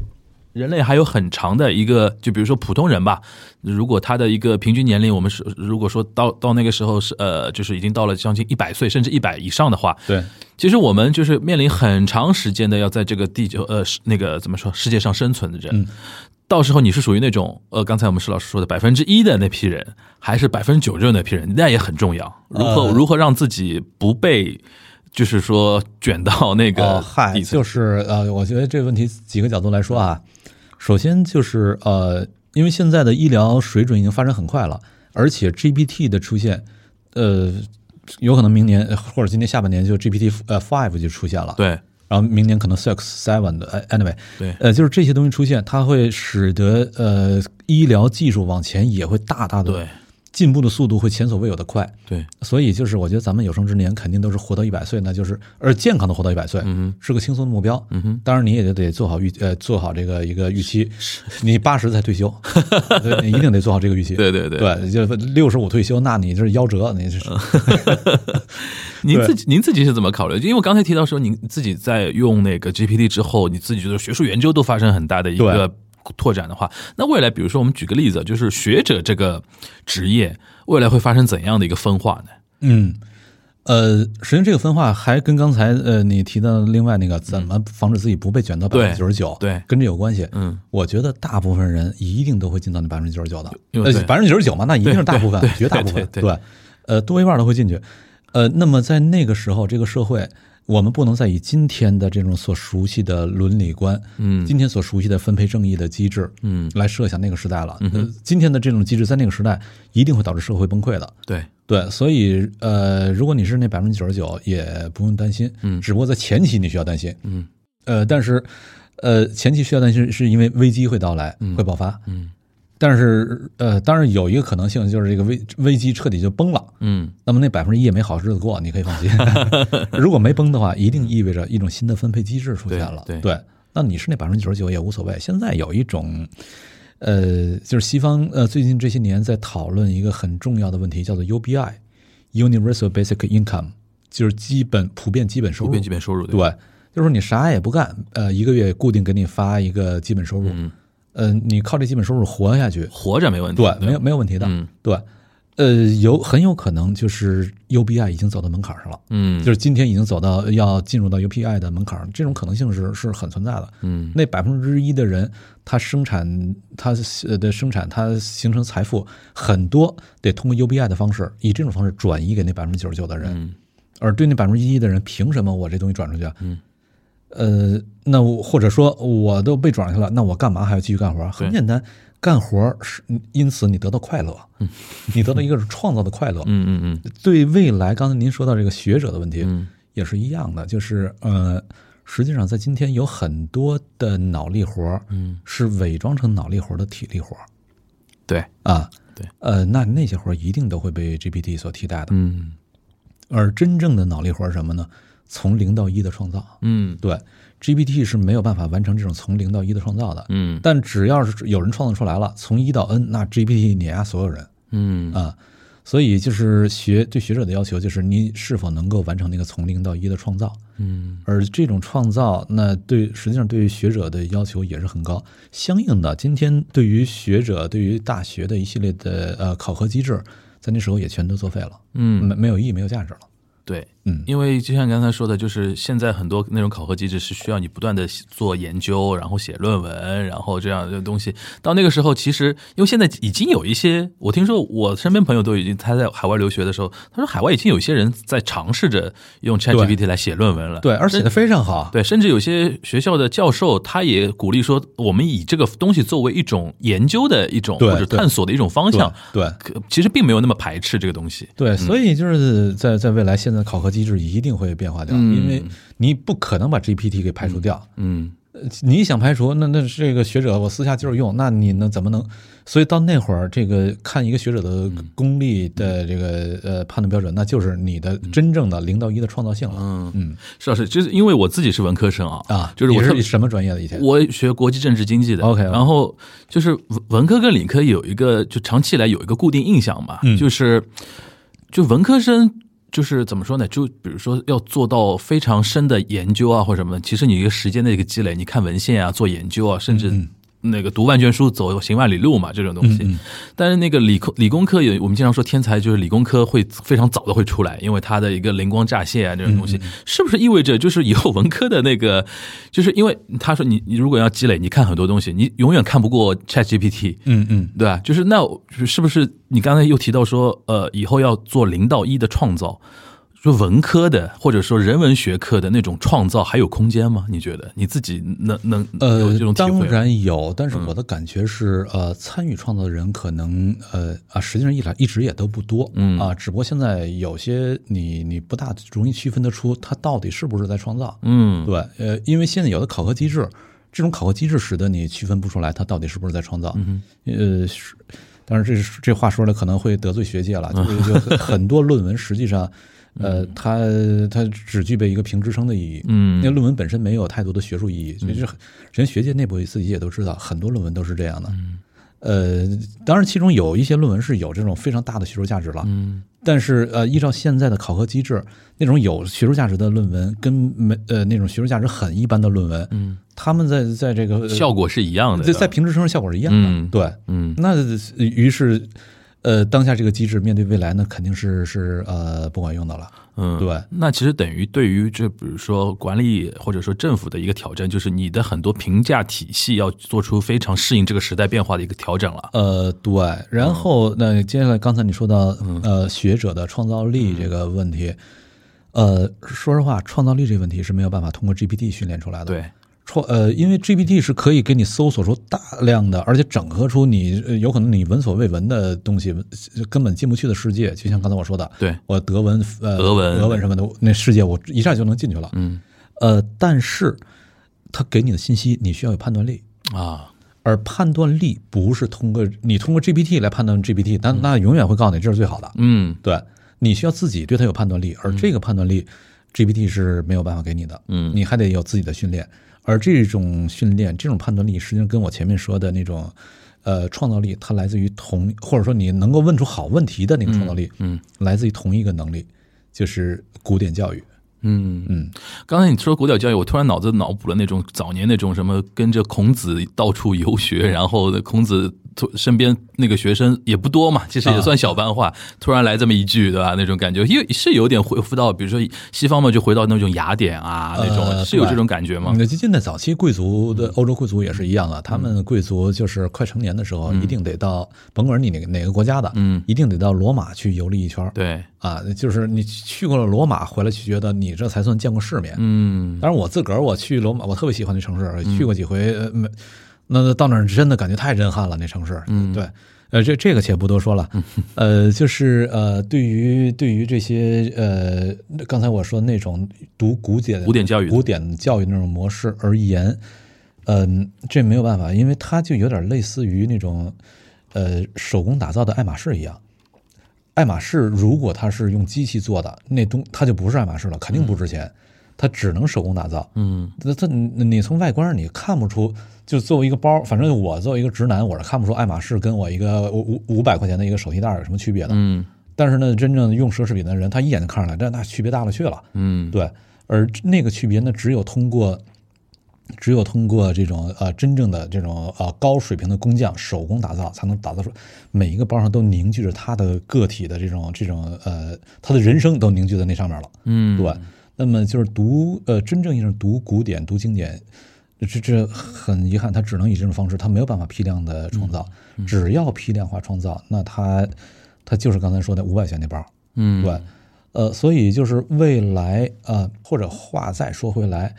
Speaker 2: 人类还有很长的一个，就比如说普通人吧，如果他的一个平均年龄，我们是如果说到到那个时候是呃，就是已经到了将近一百岁甚至一百以上的话，
Speaker 3: 对，
Speaker 2: 其实我们就是面临很长时间的要在这个地球呃是那个怎么说世界上生存的
Speaker 3: 嗯
Speaker 2: 人。到时候你是属于那种呃，刚才我们石老师说的百分之一的那批人，还是百分之九十的那批人，那也很重要。如何、
Speaker 3: 呃
Speaker 2: 如何让自己不被，就是说卷到那
Speaker 3: 哦
Speaker 2: 个
Speaker 3: 嗨，
Speaker 2: 底层？
Speaker 3: 就是呃，我觉得这个问题几个角度来说啊，首先就是呃，因为现在的医疗水准已经发展很快了，而且 GPT 的出现，呃，有可能明年呃或者今年下半年就 GPT 呃 Five 就出现了，
Speaker 2: 对，
Speaker 3: 然后明年可能 six seven 的呃 anyway，
Speaker 2: 对
Speaker 3: 呃，就是这些东西出现，它会使得呃医疗技术往前也会大大的
Speaker 2: 对
Speaker 3: 进步的速度会前所未有的快，
Speaker 2: 对，
Speaker 3: 所以就是，我觉得咱们有生之年肯定都是活到一百岁，那就是而健康的活到一百岁，嗯，是个轻松的目标。嗯哼，当然你也得做好预呃做好这个一个预期， *laughs* 你八十才退休，对你一定得做好这个预期。
Speaker 2: 对对对
Speaker 3: 对，就六十五退休，那你就是夭折，你这是
Speaker 2: *laughs* 您自己您自己是怎么考虑？因为我刚才提到说，您自己在用那个 GPT 之后，你自己觉得学术研究都发生很大的一个
Speaker 3: 对
Speaker 2: 拓展的话，那未来比如说我们举个例子，就是学者这个职业未来会发生怎样的一个分化呢？
Speaker 3: 嗯，呃，实际上这个分化还跟刚才呃你提到的另外那个怎么防止自己不被卷到百
Speaker 2: 嗯对
Speaker 3: 分之九十九，
Speaker 2: 对
Speaker 3: 跟这有关系。
Speaker 2: 嗯，
Speaker 3: 我觉得大部分人一定都会进到那百分之九十九的，
Speaker 2: 因
Speaker 3: 呃
Speaker 2: 为对，
Speaker 3: 百分之九十九嘛，那一定是大部分
Speaker 2: 对，对
Speaker 3: 绝大部分，
Speaker 2: 对对对
Speaker 3: 呃，多一半都会进去。呃，那么在那个时候，这个社会。我们不能再以今天的这种所熟悉的伦理观，
Speaker 2: 嗯
Speaker 3: 今天所熟悉的分配正义的机制，
Speaker 2: 嗯
Speaker 3: 来设想那个时代了。呃，今天的这种机制在那个时代一定会导致社会崩溃的。
Speaker 2: 对，
Speaker 3: 对，所以呃，如果你是那百分之九十九，也不用担心，嗯，只不过在前期你需要担心，
Speaker 2: 嗯，
Speaker 3: 呃，但是呃，前期需要担心是因为危机会到来，会爆发，
Speaker 2: 嗯
Speaker 3: 但是呃，当然有一个可能性就是这个危危机彻底就崩了，
Speaker 2: 嗯
Speaker 3: 那么那百分之一也没好日子过，你可以放
Speaker 2: *laughs*
Speaker 3: 心。如果没崩的话，一定意味着一种新的分配机制出现了。
Speaker 2: 对对
Speaker 3: 那你是那百分之九十九也无所谓。现在有一种，呃，就是西方呃最近这些年在讨论一个很重要的问题，叫做 UBI（Universal Basic Income），就是基本普遍基本收
Speaker 2: 普
Speaker 3: 入。
Speaker 2: 遍基本收入
Speaker 3: 哦对，就是说你啥也不干，呃，一个月固定给你发一个基本收入，嗯、呃，你靠这基本收入活下去，
Speaker 2: 活着没问题，
Speaker 3: 对，没有没有问题的，
Speaker 2: 嗯
Speaker 3: 对，呃，有很有可能就是 UBI 已经走到门槛上了，
Speaker 2: 嗯
Speaker 3: 就是今天已经走到要进入到 UPI 的门槛儿，这种可能性是是很存在的。
Speaker 2: 嗯
Speaker 3: 那百分之一的人，他生产他呃的生产，他形成财富很多得通过 UBI 的方式，以这种方式转移给那百分之九十九的人，
Speaker 2: 嗯
Speaker 3: 而对那百分之一的人，凭什么我这东西转出去啊？呃，那我或者说我都被转出去了，那我干嘛还要继续干活儿？很
Speaker 2: 对
Speaker 3: 简单，干活儿是因此你得到快乐，你得到一个是创造的快乐。
Speaker 2: 嗯嗯嗯
Speaker 3: 对未来，刚才您说到这个学者的问题，
Speaker 2: 嗯
Speaker 3: 也是一样的，就是呃，实际上在今天有很多的脑力活儿，
Speaker 2: 嗯，
Speaker 3: 是伪装成脑力活儿的体力活儿
Speaker 2: 对，
Speaker 3: 啊。
Speaker 2: 对，
Speaker 3: 呃，那那些活儿一定都会被 GPT 所替代的。
Speaker 2: 嗯
Speaker 3: 而真正的脑力活儿是什么呢？从零到一的创造。
Speaker 2: 嗯
Speaker 3: 对，GPT 是没有办法完成这种从零到一的创造的。
Speaker 2: 嗯
Speaker 3: 啊但只要是有人创造出来了，从一到 N，那 GPT 碾压所有人
Speaker 2: 嗯
Speaker 3: 啊。所以就是学对学者的要求就是你是否能够完成那个从零到一的创造，
Speaker 2: 嗯
Speaker 3: 而这种创造，那对实际上对于学者的要求也是很高。相应的，今天对于学者对于大学的一系列的呃考核机制，在那时候也全都作废了，
Speaker 2: 嗯，
Speaker 3: 没没有意义，没有价值了。
Speaker 2: 对，
Speaker 3: 嗯
Speaker 2: 因为就像你刚才说的，就是现在很多那种考核机制是需要你不断的做研究，然后写论文，然后这样的东西。到那个时候，其实因为现在已经有一些，我听说我身边朋友都已经他在海外留学的时候，他说海外已经有一些人在尝试着用 ChatGPT 来写论文了。
Speaker 3: 对，而且写的非常好。
Speaker 2: 对，甚至有些学校的教授他也鼓励说，我们以这个东西作为一种研究的一种
Speaker 3: 对
Speaker 2: 或者
Speaker 3: 对
Speaker 2: 探索的一种方
Speaker 3: 对
Speaker 2: 向，
Speaker 3: 对
Speaker 2: 可其实并没有那么排斥这个东西。
Speaker 3: 对，所以就是在在未来，现在的考核机制一定会变化掉，
Speaker 2: 嗯
Speaker 3: 因为你不可能把 GPT 给排除掉。
Speaker 2: 嗯
Speaker 3: 呃你想排除，那那这个学者我私下就是用，那你能怎么能？所以到那会儿，这个看一个学者的功力的这个呃判断标准，那就是你的真正的零到一的创造性了
Speaker 2: 嗯嗯，是啊是，就是因为我自己是文科生啊，
Speaker 3: 啊！
Speaker 2: 就是我
Speaker 3: 你
Speaker 2: 特别
Speaker 3: 是什么专业的以前？
Speaker 2: 我学国际政治经济的
Speaker 3: OK，OK
Speaker 2: 然后就是文文科跟理科有一个就长期以来有一个固定印象嘛，
Speaker 3: 嗯
Speaker 2: 就是就文科生。就是怎么说呢？就比如说要做到非常深的研究啊，或者什么的，其实你一个时间的一个积累，你看文献啊，做研究啊，甚至那个读万卷书，走行万里路嘛，这种东西。但是那个理科理工科有，我们经常说天才就是理工科会非常早的会出来，因为它的一个灵光乍现啊这种东西，是不是意味着就是以后文科的那个，就是因为他说你你如果要积累，你看很多东西，你永远看不过 ChatGPT，
Speaker 3: 嗯嗯，
Speaker 2: 对吧？就是那是不是你刚才又提到说，呃，以后要做零到一的创造？说文科的，或者说人文学科的那种创造还有空间吗？你觉得你自己能能有这种
Speaker 3: 呃，
Speaker 2: 体会吗？嗯
Speaker 3: 当然有，但是我的感觉是，呃，参与创造的人可能呃啊，实际上一来一直也都不多，
Speaker 2: 嗯
Speaker 3: 啊，只不过现在有些你你不大容易区分得出他到底是不是在创造，
Speaker 2: 嗯，
Speaker 3: 对，呃，因为现在有的考核机制，这种考核机制使得你区分不出来它到底是不是在创造。嗯、呃，是，当然这是这话说了可能会得罪学界
Speaker 2: 嗯
Speaker 3: 了，就是就很很多
Speaker 2: *laughs*
Speaker 3: 论文实际上，呃，它它只具备一个评职称的意义。
Speaker 2: 嗯
Speaker 3: 那论文本身没有太多的学术意义，所以这很人学界内部自己也都知道，很多论文都是这样的。
Speaker 2: 嗯
Speaker 3: 呃，当然，其中有一些论文是有这种非常大的学术价值了，嗯，但是呃，依照现在的考核机制，那种有学术价值的论文跟没呃那种学术价值很一般的论文，嗯，他们在在这个
Speaker 2: 效果是一样的，
Speaker 3: 在在评职称上效果是一样的，
Speaker 2: 嗯
Speaker 3: 对，
Speaker 2: 嗯
Speaker 3: 那于是呃，当下这个机制面对未来呢，肯定是是呃不管用的了，
Speaker 2: 嗯，
Speaker 3: 对
Speaker 2: 那其实等于对于这，比如说管理或者说政府的一个挑战，就是你的很多评价体系要做出非常适应这个时代变化的一个调整了。
Speaker 3: 呃，对，然
Speaker 2: 嗯
Speaker 3: 后那接下来刚才你说到呃学者的创造
Speaker 2: 嗯
Speaker 3: 力这个问题，呃，说实话，创造力这个问题是没有办法通过 GPT 训练出来的。
Speaker 2: 对，
Speaker 3: 创呃，因为 GPT 是可以给你搜索出大量的，而且整合出你呃有可能你闻所未闻的东西，呃根本进不去的世界。就像刚才我说的，
Speaker 2: 对
Speaker 3: 我德文、呃
Speaker 2: 俄文
Speaker 3: 俄文什么的，那世界我一下就能进去了。
Speaker 2: 嗯
Speaker 3: 呃，但是它给你的信息，你需要有判断力。
Speaker 2: 啊，
Speaker 3: 而判断力不是通过你通过 GPT 来判断 GPT，但那永远会告诉你这是最好的。
Speaker 2: 嗯
Speaker 3: 对，你需要自己对它有判断力，而这个判断力 GPT 是没有办法给你的。
Speaker 2: 嗯
Speaker 3: 你还得有自己的训练，而这种训练、这种判断力，实际上跟我前面说的那种，呃，创造力，它来自于同，或者说你能够问出好问题的那个创造力，
Speaker 2: 嗯嗯
Speaker 3: 来自于同一个能力，就是古典教育。
Speaker 2: 嗯
Speaker 3: 嗯，
Speaker 2: 刚才你说古典教育，我突然脑子脑补了那种早年那种什么跟着孔子到处游学，然后孔子突身边那个学生也不多嘛，其实也算小班
Speaker 3: 啊
Speaker 2: 化，突然来这么一句，对吧？那种感觉，因为是有点回复到，比如说西方嘛，就回到那种雅典啊那种，
Speaker 3: 呃
Speaker 2: 是有
Speaker 3: 对
Speaker 2: 这种感觉吗？嗯
Speaker 3: 那近代早期贵族的欧洲贵族也是一样啊，他们贵族就是快成年的时候，一定得到，甭管你哪个哪个国家的，
Speaker 2: 嗯
Speaker 3: 一定得到罗马去游历一圈儿。
Speaker 2: 对，
Speaker 3: 啊，就是你去过了罗马，回来就觉得你这才算见过世面。
Speaker 2: 嗯
Speaker 3: 当然，我自个儿我去罗马，我特别喜欢那城市，去过几回，呃，没，那到那儿真的感觉太震撼了，那城市。嗯，对，呃，这这个且不多说
Speaker 2: 嗯
Speaker 3: 了，呃，就是呃，对于对于这些呃，刚才我说那种读古典
Speaker 2: 古典教育的
Speaker 3: 古典教育那种模式而言，嗯、这没有办法，因为它就有点类似于那种呃手工打造的爱马仕一样。爱马仕如果它是用机器做的，那东它就不是爱马仕了，肯定不值钱，它只能手工打造。
Speaker 2: 嗯
Speaker 3: 那它你你从外观上你看不出，就作为一个包，反正我作为一个直男，我是看不出爱马仕跟我一个五五五百块钱的一个手提袋儿有什么区别的。
Speaker 2: 嗯
Speaker 3: 但是呢，真正用奢侈品的人，他一眼就看出来，这那区别大了去了。
Speaker 2: 嗯，
Speaker 3: 对，而那个区别呢，只有通过只有通过这种呃真正的这种呃高水平的工匠手工打造，才能打造出每一个包上都凝聚着他的个体的这种这种呃他的人生都凝聚在那上面了。
Speaker 2: 嗯，
Speaker 3: 对，那么就是读呃真正意义上读古典、读经典。这这很遗憾，他只能以这种方式，他没有办法批量的创造。
Speaker 2: 嗯
Speaker 3: 只要批量化创造，那他他就是刚才说的五百元那包，
Speaker 2: 嗯，
Speaker 3: 对，呃，所以就是未来呃，或者话再说回来，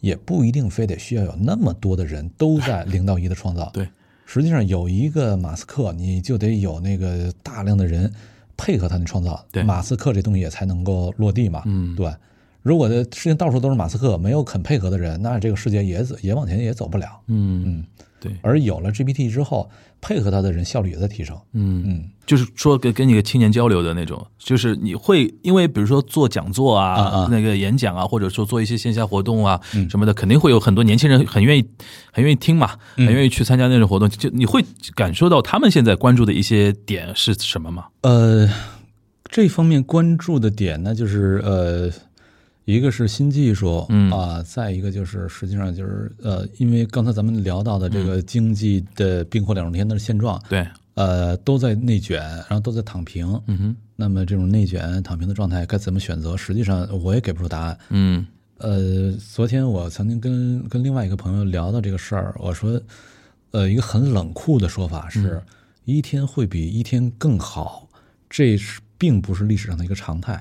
Speaker 3: 也不一定非得需要有那么多的人都
Speaker 2: *laughs*
Speaker 3: 在零到一的创造。
Speaker 2: 对，
Speaker 3: 实际上有一个马斯克，你就得有那个大量的人配合他的创造，
Speaker 2: 对
Speaker 3: 马斯克这东西也才能够落地嘛。嗯，对。如果这事情到处都是马斯克，没有肯配合的人，那这个世界也走也往前也走不了。
Speaker 2: 嗯
Speaker 3: 嗯，
Speaker 2: 对，
Speaker 3: 而有了 GPT 之后，配合他的人效率也在提升。
Speaker 2: 嗯。
Speaker 3: 嗯，
Speaker 2: 就是说跟跟你个青年交流的那种，就是你会因为比如说做讲座啊、
Speaker 3: 啊嗯啊
Speaker 2: 那个演讲啊，或者说做一些线下活动啊、什么的，肯定会有很多年轻人很愿意、很愿意听嘛，
Speaker 3: 嗯
Speaker 2: 很愿意去参加那种活动。就你会感受到他们现在关注的一些点是什么吗？
Speaker 3: 呃，这方面关注的点呢，就是呃，一个是新技术，
Speaker 2: 嗯
Speaker 3: 啊，再一个就是实际上就是呃，因为刚才咱们聊到的这个经济的冰火两重天的现状，
Speaker 2: 对，
Speaker 3: 呃，都在内卷，然后都在躺平，
Speaker 2: 嗯哼，
Speaker 3: 那么这种内卷躺平的状态该怎么选择？实际上我也给不出答案。
Speaker 2: 嗯
Speaker 3: 呃，昨天我曾经跟跟另外一个朋友聊到这个事儿，我说，呃，一个很冷酷的说法
Speaker 2: 嗯
Speaker 3: 是，一天会比一天更好，这是并不是历史上的一个常态，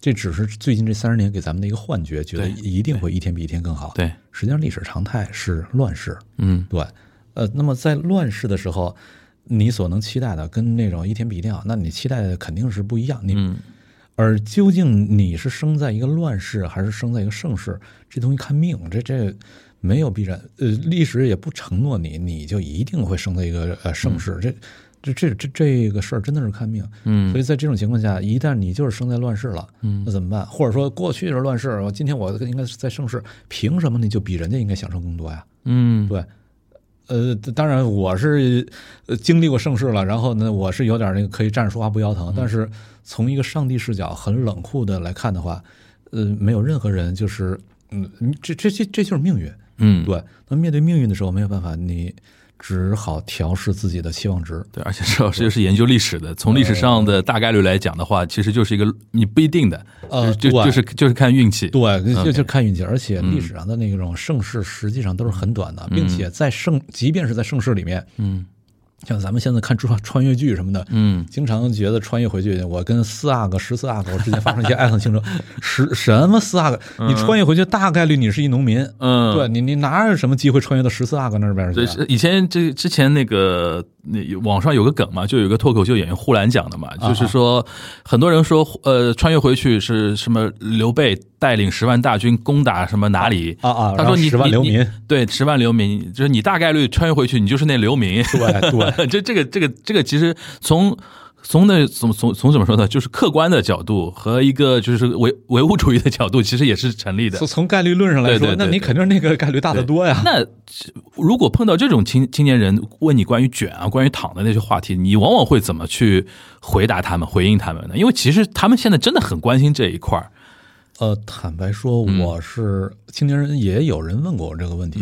Speaker 3: 这只是最近这三十年给咱们的一个幻觉，觉得
Speaker 2: 对
Speaker 3: 一定会一天比一天更好。
Speaker 2: 对，
Speaker 3: 实际上历史常态是乱世，
Speaker 2: 嗯
Speaker 3: 对，呃，那么在乱世的时候，你所能期待的跟那种一天比一天好，那你期待的肯定是不一样。你，而究竟你是生在一个乱世，还是生在一个盛世，这东西看命，这这没有必然。呃，历史也不承诺你，你就一定会生在一个呃盛世，这。这这这这个事儿真的是看命，嗯，所以在这种情况下，一旦你就是生在乱世了，嗯，那怎么办？或者说过去是乱世，我今天我应该是在盛世，凭什么你就比人家应该享受更多呀？
Speaker 2: 嗯
Speaker 3: 对，呃，当然我是呃经历过盛世了，然后呢，我是有点那个可以站着说话不腰
Speaker 2: 嗯
Speaker 3: 疼，但是从一个上帝视角很冷酷的来看的话，呃，没有任何人就是，嗯，这这这这就是命运，
Speaker 2: 嗯，
Speaker 3: 对。那面对命运的时候，没有办法，你只好调试自己的期望值。
Speaker 2: 对，而且石老师又是研究历
Speaker 3: 嗯
Speaker 2: 史的，从历史上的大概率来讲的话，其实就是一个你不一定的，
Speaker 3: 呃
Speaker 2: 就
Speaker 3: 对
Speaker 2: 就就是就是看运气。
Speaker 3: 对，就就看运气，而且
Speaker 2: 嗯
Speaker 3: 历史上的那种盛世实际上都是很短的，并且在盛，即便是在盛世里面，
Speaker 2: 嗯，
Speaker 3: 像咱们现在看穿穿越剧什么的，
Speaker 2: 嗯，
Speaker 3: 经常觉得穿越回去，我跟四阿哥、十四阿哥之间发生一些爱恨情仇，十什么四阿哥，你穿越回去大概率你是一农民，
Speaker 2: 嗯
Speaker 3: 对你你哪有什么机会穿越到十四阿哥那边去
Speaker 2: 对，
Speaker 3: 啊？
Speaker 2: 是以前这之前那个那网上有个梗嘛，就有一个脱口秀演员呼兰讲的嘛，
Speaker 3: 啊
Speaker 2: 就是说很多人说呃穿越回去是什么刘备带领十万大军攻打什么哪里
Speaker 3: 啊啊
Speaker 2: 他
Speaker 3: 然后
Speaker 2: 说你
Speaker 3: 10万
Speaker 2: 你
Speaker 3: 流
Speaker 2: 你
Speaker 3: 民
Speaker 2: 对十万流民，就是你大概率穿越回去，你就是那流民。 *laughs*
Speaker 3: 对对，
Speaker 2: 这这个这个这个其实从。从那从从从怎么说呢？就是客观的角度和一个就是唯唯物主义的角度，其实也是成立的
Speaker 3: 从。从概率论上来
Speaker 2: 对
Speaker 3: 说
Speaker 2: 对，
Speaker 3: 那
Speaker 2: 对
Speaker 3: 你肯定那个概率大得多呀。
Speaker 2: 那如果碰到这种青青年人问你关于卷啊、关于躺的那些话题，你往往会怎么去回答他们、回应他们呢？因为其实他们现在真的很关心这一块儿。
Speaker 3: 呃，坦白说，
Speaker 2: 嗯
Speaker 3: 我是青年人，也有人问过我这个问题，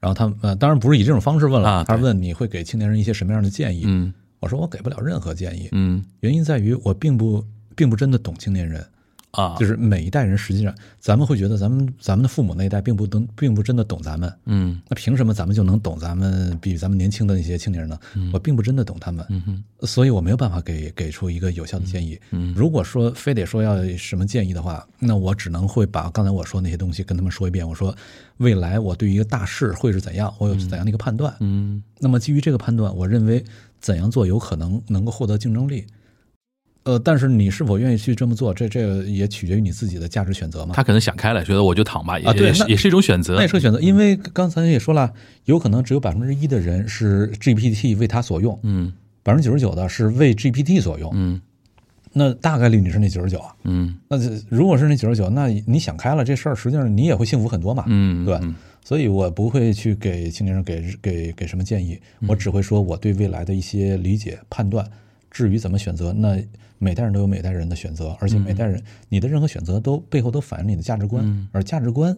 Speaker 3: 然后他们呃，当然不是以这种方式问了，
Speaker 2: 嗯啊
Speaker 3: 他
Speaker 2: 对
Speaker 3: 问你会给青年人一些什么样的建议？
Speaker 2: 嗯
Speaker 3: 我说我给不了任何建议，
Speaker 2: 嗯
Speaker 3: 原因在于我并不并不真的懂青年人，
Speaker 2: 啊
Speaker 3: 就是每一代人实际上，咱们会觉得咱们咱们的父母那一代并不懂，并不真的懂咱们，
Speaker 2: 嗯
Speaker 3: 那凭什么咱们就能懂咱们比咱们年轻的那些青年人呢？我并不真的懂他们，所以我没有办法给给出一个有效的建议。如果说非得说要什么建议的话，那我只能会把刚才我说那些东西跟他们说一遍。我说未来我对于一个大势会是怎样，我有怎样的一个判断。
Speaker 2: 嗯
Speaker 3: 那么基于这个判断，我认为怎样做有可能能够获得竞争力。呃，但是你是否愿意去这么做，这这也取决于你自己的价值选择嘛。
Speaker 2: 他可能想开了，觉得我就躺吧，也、
Speaker 3: 啊对
Speaker 2: 也是
Speaker 3: 那
Speaker 2: 也是一种选择嗯
Speaker 3: 那也。是个选择，因为刚才也说了，有可能只有百分之一的人是 GPT 为他所用，
Speaker 2: 嗯
Speaker 3: 百分之九十九的是为 GPT 所用。
Speaker 2: 嗯
Speaker 3: 那大概率你是那九十九啊。
Speaker 2: 嗯
Speaker 3: 那这如果是那九十九，那你想开了，这事儿实际上你也会幸福很多嘛。
Speaker 2: 嗯，
Speaker 3: 对，所以我不会去
Speaker 2: 嗯
Speaker 3: 给青年人给给给什么建议，我只会说我对未来的一些理解判断，至于怎么选择，那每代人都有每代人的选择，而且每
Speaker 2: 嗯
Speaker 3: 代人、你的任何选择都背后都反映你的价值观，而价值观，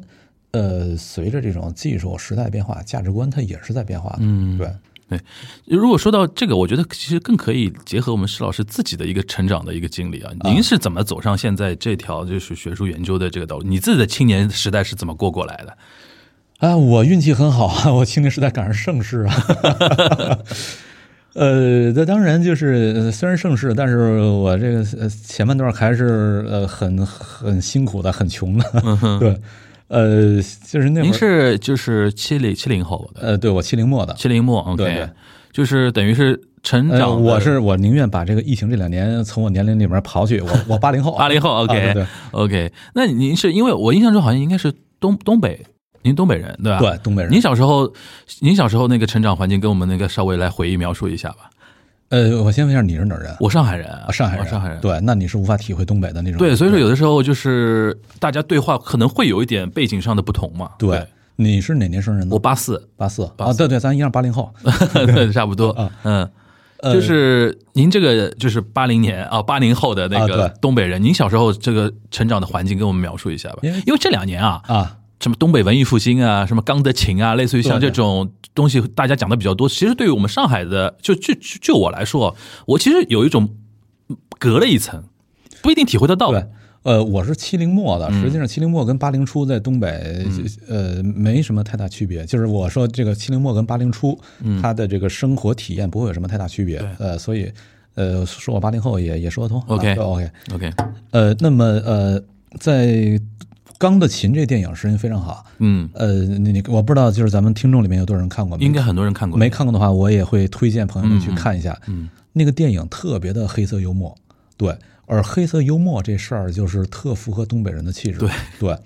Speaker 3: 呃，随着这种技术时代变化，价值观它也是在变化的。嗯，对，
Speaker 2: 对，如果说到这个，我觉得其实更可以结合我们施老师自己的一个成长的一个经历啊。您是怎么走上现在这条就是学术研究的这个道路？你自己的青年时代是怎么过过来的？
Speaker 3: 啊，我运气很好啊，我 *laughs* 青年时代赶上盛世啊。 *laughs* 呃，那当然就是呃虽然盛世，但是我这个呃前半段还是呃很很辛苦的，很穷的。 *laughs* 对，呃，就是那会
Speaker 2: 嗯您
Speaker 3: 儿，
Speaker 2: 是就是七零七零后的，
Speaker 3: 呃，对我七零末的。
Speaker 2: 七零末，OK，
Speaker 3: 对对
Speaker 2: 就是等于是成长的、
Speaker 3: 呃，我是我宁愿把这个疫情这两年从我年龄里面刨去，我我八零后啊，
Speaker 2: *laughs* 八零后
Speaker 3: 啊对
Speaker 2: ，OK，OK、
Speaker 3: 对
Speaker 2: OK 那您是因为我印象中好像应该是东东北，您东北人对吧？
Speaker 3: 对，。东北人
Speaker 2: 您。小时候，您小时候那个成长环境，跟我们那个稍微来回忆描述一下吧。
Speaker 3: 呃，我先问一下你是哪儿人？
Speaker 2: 我上海人
Speaker 3: 啊，上海
Speaker 2: 我
Speaker 3: 人，
Speaker 2: 上海人，
Speaker 3: 对，那你是无法体会东北的那种。
Speaker 2: 对，所以说有的时候就是大家对话可能会有一点背景上的不同嘛。
Speaker 3: 对，，你是哪年生人呢？
Speaker 2: 我八四，
Speaker 3: 八四啊，对对，咱一样八
Speaker 2: *laughs*
Speaker 3: 零后。
Speaker 2: 对差不
Speaker 3: 啊
Speaker 2: 多，嗯。就是您这个就是八零年啊，八零后的那个
Speaker 3: 啊对
Speaker 2: 东北人，您小时候这个成长的环境，跟我们描述一下吧。
Speaker 3: 因为
Speaker 2: 因为这两年啊，
Speaker 3: 啊，
Speaker 2: 什么东北文艺复兴啊，什么钢的琴啊，类似于像
Speaker 3: 对
Speaker 2: 这种东西，大家讲的比较多。其实对于我们上海的，就就就就我来说，我其实有一种嗯隔了一层，不一定体会得到。
Speaker 3: 对，呃，我是七零末
Speaker 2: 嗯
Speaker 3: 的，实际上七零末跟八零初在东北、呃没什么太大区别。就是我说这个七零末跟八零初，
Speaker 2: 嗯
Speaker 3: 他的这个生活体验不会有什么太大区别。呃，所以呃，说我八零后也也说得通。
Speaker 2: OK
Speaker 3: 啊对 OK，
Speaker 2: OK，
Speaker 3: 呃，那么呃，在《钢的琴》这电影声音非常好。
Speaker 2: 嗯，
Speaker 3: 呃，你你我不知道，就是咱们听众里面有多少人看过没？
Speaker 2: 应该很多人看过。
Speaker 3: 没看过的话，我也会推荐朋友们去看一下。嗯，那个电影特别的黑色幽默，对，而黑色幽默这事儿就是特符合东北人的气质，对对，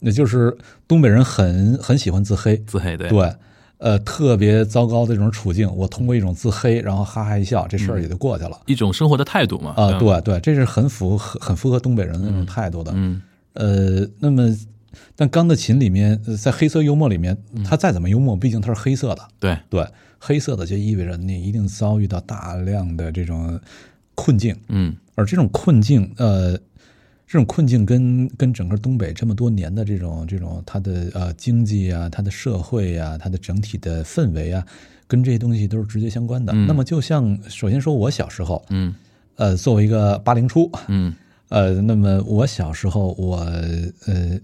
Speaker 3: 那就是东北人很很喜欢自黑，
Speaker 2: 自黑对，
Speaker 3: 对，呃，特别糟糕的这种处境，我通过一种自黑，然后哈哈一笑，这事儿也就过去了。
Speaker 2: 一种生活的态度嘛。
Speaker 3: 啊，
Speaker 2: 嗯
Speaker 3: 对对，这是很符合很符合东北人的那种态度的。嗯，呃，那么但钢的琴里面，呃在黑色幽默里面，它再怎么幽默，毕竟它是黑色的，
Speaker 2: 对，
Speaker 3: 对，黑色的就意味着你一定遭遇到大量的这种困境，
Speaker 2: 嗯
Speaker 3: 而这种困境，呃，这种困境跟跟整个东北这么多年的这种这种它的呃经济啊、它的社会啊、它的整体的氛围啊，跟这些东西都是直接相关的。那么，就像首先说我小时候，
Speaker 2: 嗯
Speaker 3: 呃，作为一个八零初，
Speaker 2: 嗯
Speaker 3: 呃，那么我小时候我呃。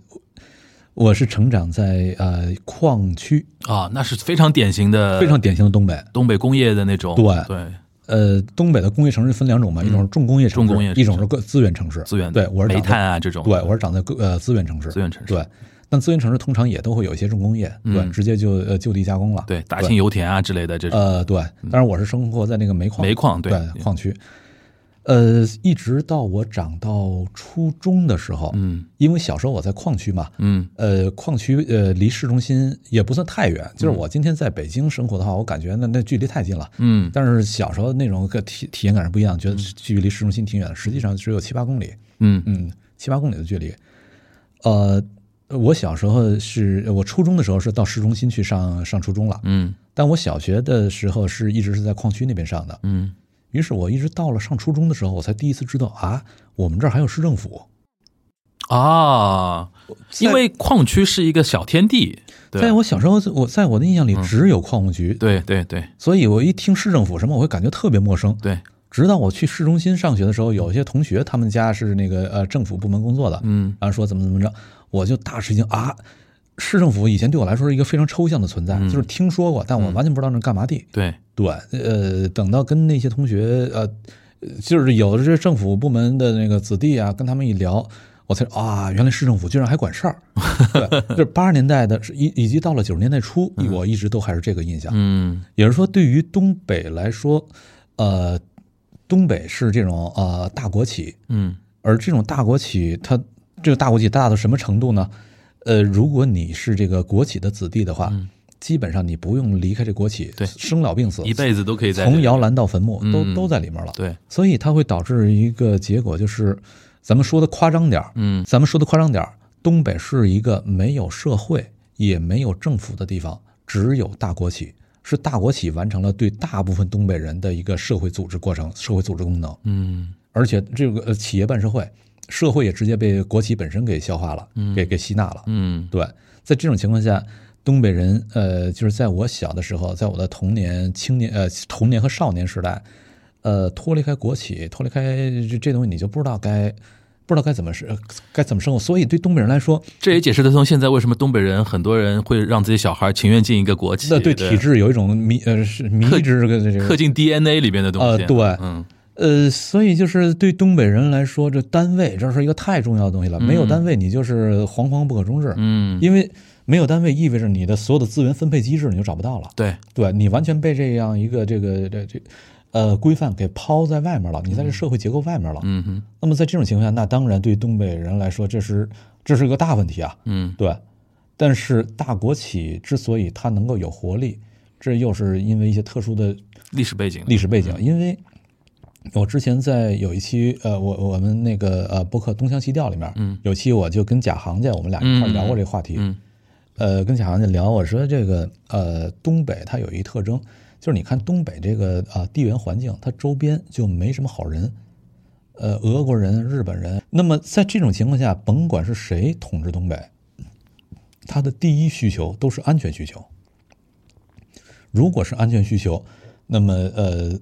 Speaker 3: 我是成长在呃矿区，
Speaker 2: 啊，那是非常典型的，
Speaker 3: 非常典型的东北。
Speaker 2: 东北工业的那种
Speaker 3: 对
Speaker 2: 对
Speaker 3: 呃，东北的工业城市分两种嘛，一种是重工业城市，
Speaker 2: 嗯重工业城市
Speaker 3: 一种是个资源城市。
Speaker 2: 资源
Speaker 3: 对，我是
Speaker 2: 煤
Speaker 3: 长
Speaker 2: 炭
Speaker 3: 在，
Speaker 2: 啊这种
Speaker 3: 对，我是长在个呃资源城市。
Speaker 2: 资源城市嗯
Speaker 3: 对，但资源城市通常也都会有一些重工业，对，直接就呃就地加工了。
Speaker 2: 对大庆油田啊之类的这种
Speaker 3: 呃，对，当然我是生活在那个煤矿
Speaker 2: 嗯煤矿对
Speaker 3: 对矿区。呃，一直到我长到初中的时候，嗯，因为小时候我在矿区嘛，
Speaker 2: 嗯
Speaker 3: 呃，矿区呃离市中心也不算太远，就是我今天在北京生活的话，我感觉那那距离太近了，
Speaker 2: 嗯
Speaker 3: 但是小时候那种个体体验感是不一样，觉得距离市中心挺远的，实际上只有七八公里，
Speaker 2: 嗯
Speaker 3: 嗯，七八公里的距离。呃，我小时候是我初中的时候是到市中心去上上初中了，
Speaker 2: 嗯
Speaker 3: 但我小学的时候是一直是在矿区那边上的，
Speaker 2: 嗯
Speaker 3: 于是我一直到了上初中的时候，我才第一次知道啊，我们这儿还有市政府。
Speaker 2: 啊，因为矿区是一个小天地，对嗯
Speaker 3: 在我小时候，我在我的印象里只有矿务局，
Speaker 2: 对对对
Speaker 3: 所以我一听市政府什么，我会感觉特别陌生。
Speaker 2: 对，
Speaker 3: 直到我去市中心上学的时候，有一些同学他们家是那个呃政府部门工作的，
Speaker 2: 嗯
Speaker 3: 然后说怎么怎么着，我就大吃一惊啊！市政府以前对我来说是一个非常抽象的存在，
Speaker 2: 嗯
Speaker 3: 就是听说过，但我完全不知道那是干嘛的。
Speaker 2: 对
Speaker 3: 对，呃，等到跟那些同学，呃，呃就是有的这政府部门的那个子弟啊，跟他们一聊，我才啊，原来市政府居然还管事儿。对， *laughs* 就是八十年代的，以以及到了九十年代初，我一直都还是这个印象。
Speaker 2: 嗯
Speaker 3: 也就是说，对于东北来说，呃，东北是这种呃大国企，
Speaker 2: 嗯
Speaker 3: 而这种大国企，它这个大国企大到什么程度呢？呃，如果你是这个国企的子弟的话，基本上你不用离开这国企，
Speaker 2: 嗯对
Speaker 3: 生老病死，
Speaker 2: 一辈子都可以在这
Speaker 3: 从
Speaker 2: 里
Speaker 3: 摇篮到坟墓都、
Speaker 2: 嗯
Speaker 3: 都在里面了。
Speaker 2: 对
Speaker 3: 所以它会导致一个结果，就是咱们说的夸张点儿，
Speaker 2: 嗯
Speaker 3: 咱们说的夸张点儿，东北是一个没有社会也没有政府的地方，只有大国企。是大国企完成了对大部分东北人的一个社会组织过程、社会组织功能，
Speaker 2: 嗯
Speaker 3: 而且这个呃企业办社会，社会也直接被国企本身给消化了，给给吸纳了。
Speaker 2: 嗯
Speaker 3: 对，在这种情况下，东北人呃，就是在我小的时候，在我的童年、青年呃童年和少年时代，呃，脱离开国企，脱离开这这东西，你就不知道该不知道该怎么是呃该怎么生活。所以对东北人来说，
Speaker 2: 这也解释得通现在为什么东北人很多人会让自己小孩情愿进一个国企，
Speaker 3: 那对体制有一种迷呃是迷之这个这
Speaker 2: 刻
Speaker 3: 个
Speaker 2: 进 DNA 里面的东
Speaker 3: 呃
Speaker 2: 西。
Speaker 3: 对
Speaker 2: 嗯，
Speaker 3: 呃，所以就是对东北人来说，这单位这是一个太重要的东西了。没有单位，你就是惶惶不可终日。
Speaker 2: 嗯，
Speaker 3: 因为没有单位意味着你的所有的资源分配机制你就找不到了。
Speaker 2: 对，
Speaker 3: 对你完全被这样一个这个这这呃规范给抛在外面了，你在这社会结构外面了。
Speaker 2: 嗯哼，
Speaker 3: 那么在这种情况下，那当然对东北人来说，这是这是个大问题啊。
Speaker 2: 嗯
Speaker 3: 对，但是大国企之所以它能够有活力，这又是因为一些特殊的
Speaker 2: 历史背景，嗯
Speaker 3: 历史背景，因为。我之前在有一期，呃，我我们那个呃播客《东腔西调》里面，嗯，有期我就跟贾行家我们俩一块儿聊过这个话题，
Speaker 2: 嗯
Speaker 3: 呃，跟小行家聊，我说这个呃，东北它有一特征，就是你看东北这个啊、呃地缘环境，它周边就没什么好人，呃，俄国人、日本人。那么在这种情况下，甭管是谁统治东北，他的第一需求都是安全需求。如果是安全需求，那么呃，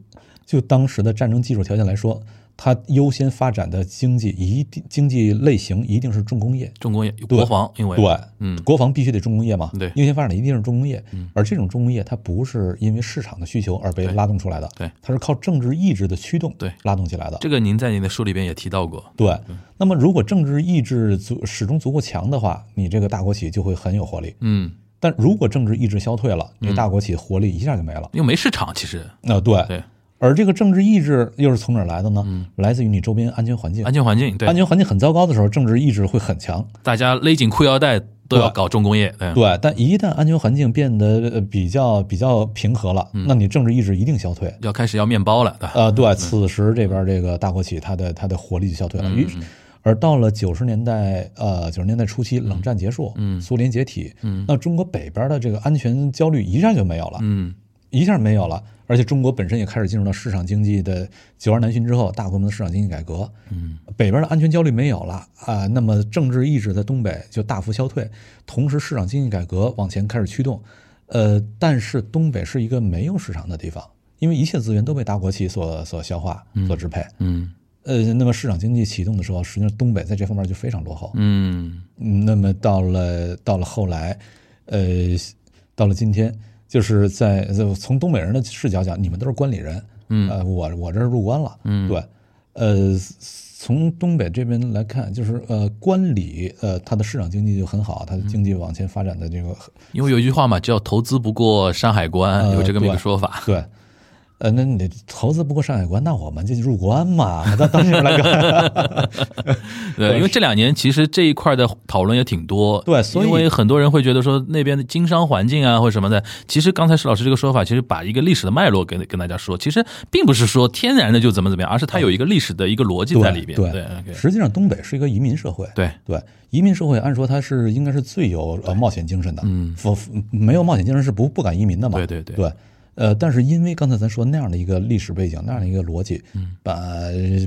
Speaker 3: 就当时的战争技术条件来说，它优先发展的经济一定经济类型一定是重工业。
Speaker 2: 重工业、国防，因为
Speaker 3: 对，
Speaker 2: 嗯
Speaker 3: 国防必须得重工业嘛，
Speaker 2: 对嗯
Speaker 3: 优先发展的一定是重工业，而这种重工业它不是因为市场的需求而被拉动出来的，
Speaker 2: 对
Speaker 3: 它是靠政治意志的驱动，
Speaker 2: 对嗯
Speaker 3: 拉动起来的，
Speaker 2: 这个您在您的书里边也提到过，
Speaker 3: 对。那么如果政治意志足始终足够强的话，你这个大国企就会很有活力。
Speaker 2: 嗯，
Speaker 3: 但如果政治意志消退了，你大国企活力一下就没了。
Speaker 2: 因为没市场，其实
Speaker 3: 那啊对，
Speaker 2: 对嗯
Speaker 3: 而这个政治意志又是从哪儿来的呢？来自于你周边安全环境
Speaker 2: 安。全环境，对嗯
Speaker 3: 安全环境很糟糕的时候，政治意志会很强。
Speaker 2: 大家勒紧裤腰带都要
Speaker 3: 对
Speaker 2: 搞重工业，对
Speaker 3: 对，但一旦安全环境变得呃比较比较平和了，
Speaker 2: 嗯
Speaker 3: 那你政治意志一定消退。
Speaker 2: 要开始要面包了，对吧？
Speaker 3: 呃，对，此时这边这个大国企它的它的活力就消退了。于是而到了九十年代，呃，九十年代初期，冷战结束，嗯，苏联解体，嗯，那中国北边的这个安全焦虑一下就没有了，
Speaker 2: 嗯，
Speaker 3: 一下没有了。而且中国本身也开始进入到市场经济的九二南巡之后，大规模的市场经济改革，嗯，北边的安全焦虑没有了啊、那么政治意志在东北就大幅消退，同时市场经济改革往前开始驱动，呃，但是东北是一个没有市场的地方，因为一切资源都被大国企所所消化、所支配。
Speaker 2: 嗯
Speaker 3: 呃，那么市场经济启动的时候，实际上东北在这方面就非常落后。
Speaker 2: 嗯
Speaker 3: 嗯那么到了到了后来，呃，到了今天，就是在呃从东北人的视角讲，你们都是关里人，嗯，呃，我我这儿入关了，嗯，对，呃，从东北这边来看，就是呃，关里呃，它的市场经济就很好，它
Speaker 2: 嗯
Speaker 3: 的经济往前发展的这个 *laughs*
Speaker 2: 因为有一句话嘛，叫投资不过山海关，
Speaker 3: 呃
Speaker 2: 有这么一个
Speaker 3: 对
Speaker 2: 说
Speaker 3: *laughs*
Speaker 2: 法。
Speaker 3: 对，呃，那你投资不过上海关，那我们就入关嘛。那当时来看，
Speaker 2: 对，因为这两年其实这一块的讨论也挺多，
Speaker 3: 对所以
Speaker 2: 因为很多人会觉得说那边的经商环境啊或者什么的，其实刚才石老师这个说法，其实把一个历史的脉络跟跟大家说，其实并不是说天然的就怎么怎么样，而是它有一个历史的一个逻辑 *laughs* 在里边。
Speaker 3: 对
Speaker 2: 对 OK
Speaker 3: 实际上东北是一个移民社会，
Speaker 2: 对
Speaker 3: 对，移民社会按说它是应该是最有呃冒险精神的，嗯，否没有冒险精神是不不敢移民的嘛，
Speaker 2: 对对对
Speaker 3: 对。呃，但是因为刚才咱说那样的一个历史背景，那样的一个逻辑，
Speaker 2: 嗯
Speaker 3: 把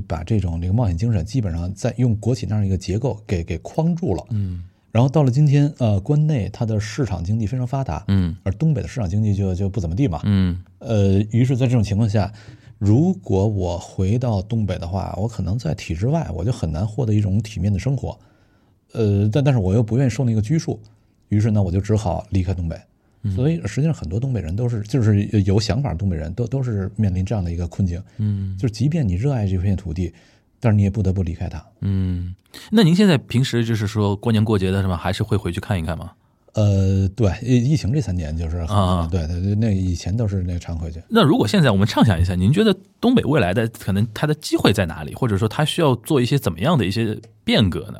Speaker 3: 把这种这个冒险精神，基本上在用国企那样一个结构给给框住了，嗯，然后到了今天，呃，关内它的市场经济非常发达，
Speaker 2: 嗯，
Speaker 3: 而东北的市场经济就就不怎么地嘛，
Speaker 2: 嗯
Speaker 3: 呃，于是，在这种情况下，如果我回到东北的话，我可能在体制外，我就很难获得一种体面的生活。呃，但但是我又不愿意受那个拘束，于是呢，我就只好离开东北。
Speaker 2: 嗯
Speaker 3: 所以，实际上很多东北人都是，就是有想法的东北人都都是面临这样的一个困境。嗯，就是即便你热爱这片土地，但是你也不得不离开它。
Speaker 2: 嗯。那您现在平时就是说过年过节的什么，还是会回去看一看吗？
Speaker 3: 呃，对，疫疫情这三年就是很
Speaker 2: 啊
Speaker 3: 对对对，那以前都是那个常回去。
Speaker 2: 那如果现在我们畅想一下，您觉得东北未来的可能它的机会在哪里，或者说它需要做一些怎么样的一些变革呢？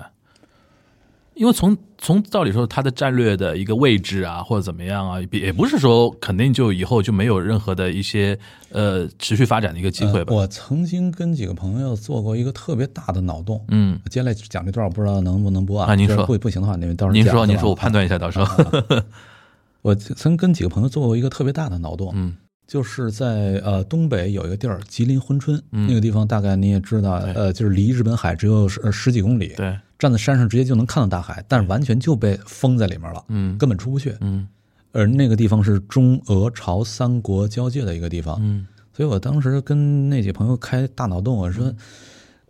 Speaker 2: 因为从从道理说，它的战略的一个位置啊，或者怎么样啊，也也不是说肯定就以后就没有任何的一些呃持续发展的一个机会吧
Speaker 3: 呃。我曾经跟几个朋友做过一个特别大的脑洞，
Speaker 2: 嗯，
Speaker 3: 接下来讲这段，我不知道能不能播啊？
Speaker 2: 啊您
Speaker 3: 就是
Speaker 2: 说
Speaker 3: 不不行的话，你们到时候
Speaker 2: 您
Speaker 3: 讲
Speaker 2: 说
Speaker 3: 是吧
Speaker 2: 您说，我判断一下，到时候
Speaker 3: 啊我曾跟几个朋友做过一个特别大的脑洞，
Speaker 2: 嗯，
Speaker 3: 就是在呃东北有一个地儿，吉林珲春、
Speaker 2: 嗯
Speaker 3: 那个地方，大概你也知道，呃，就是离日本海只有十十几公里，
Speaker 2: *laughs* 对，
Speaker 3: 站在山上直接就能看到大海，但是完全就被封在里面了，
Speaker 2: 嗯
Speaker 3: 根本出不去。
Speaker 2: 嗯
Speaker 3: 而那个地方是中俄朝三国交界的一个地方，
Speaker 2: 嗯
Speaker 3: 所以我当时跟那几朋友开大脑洞，我说，
Speaker 2: 嗯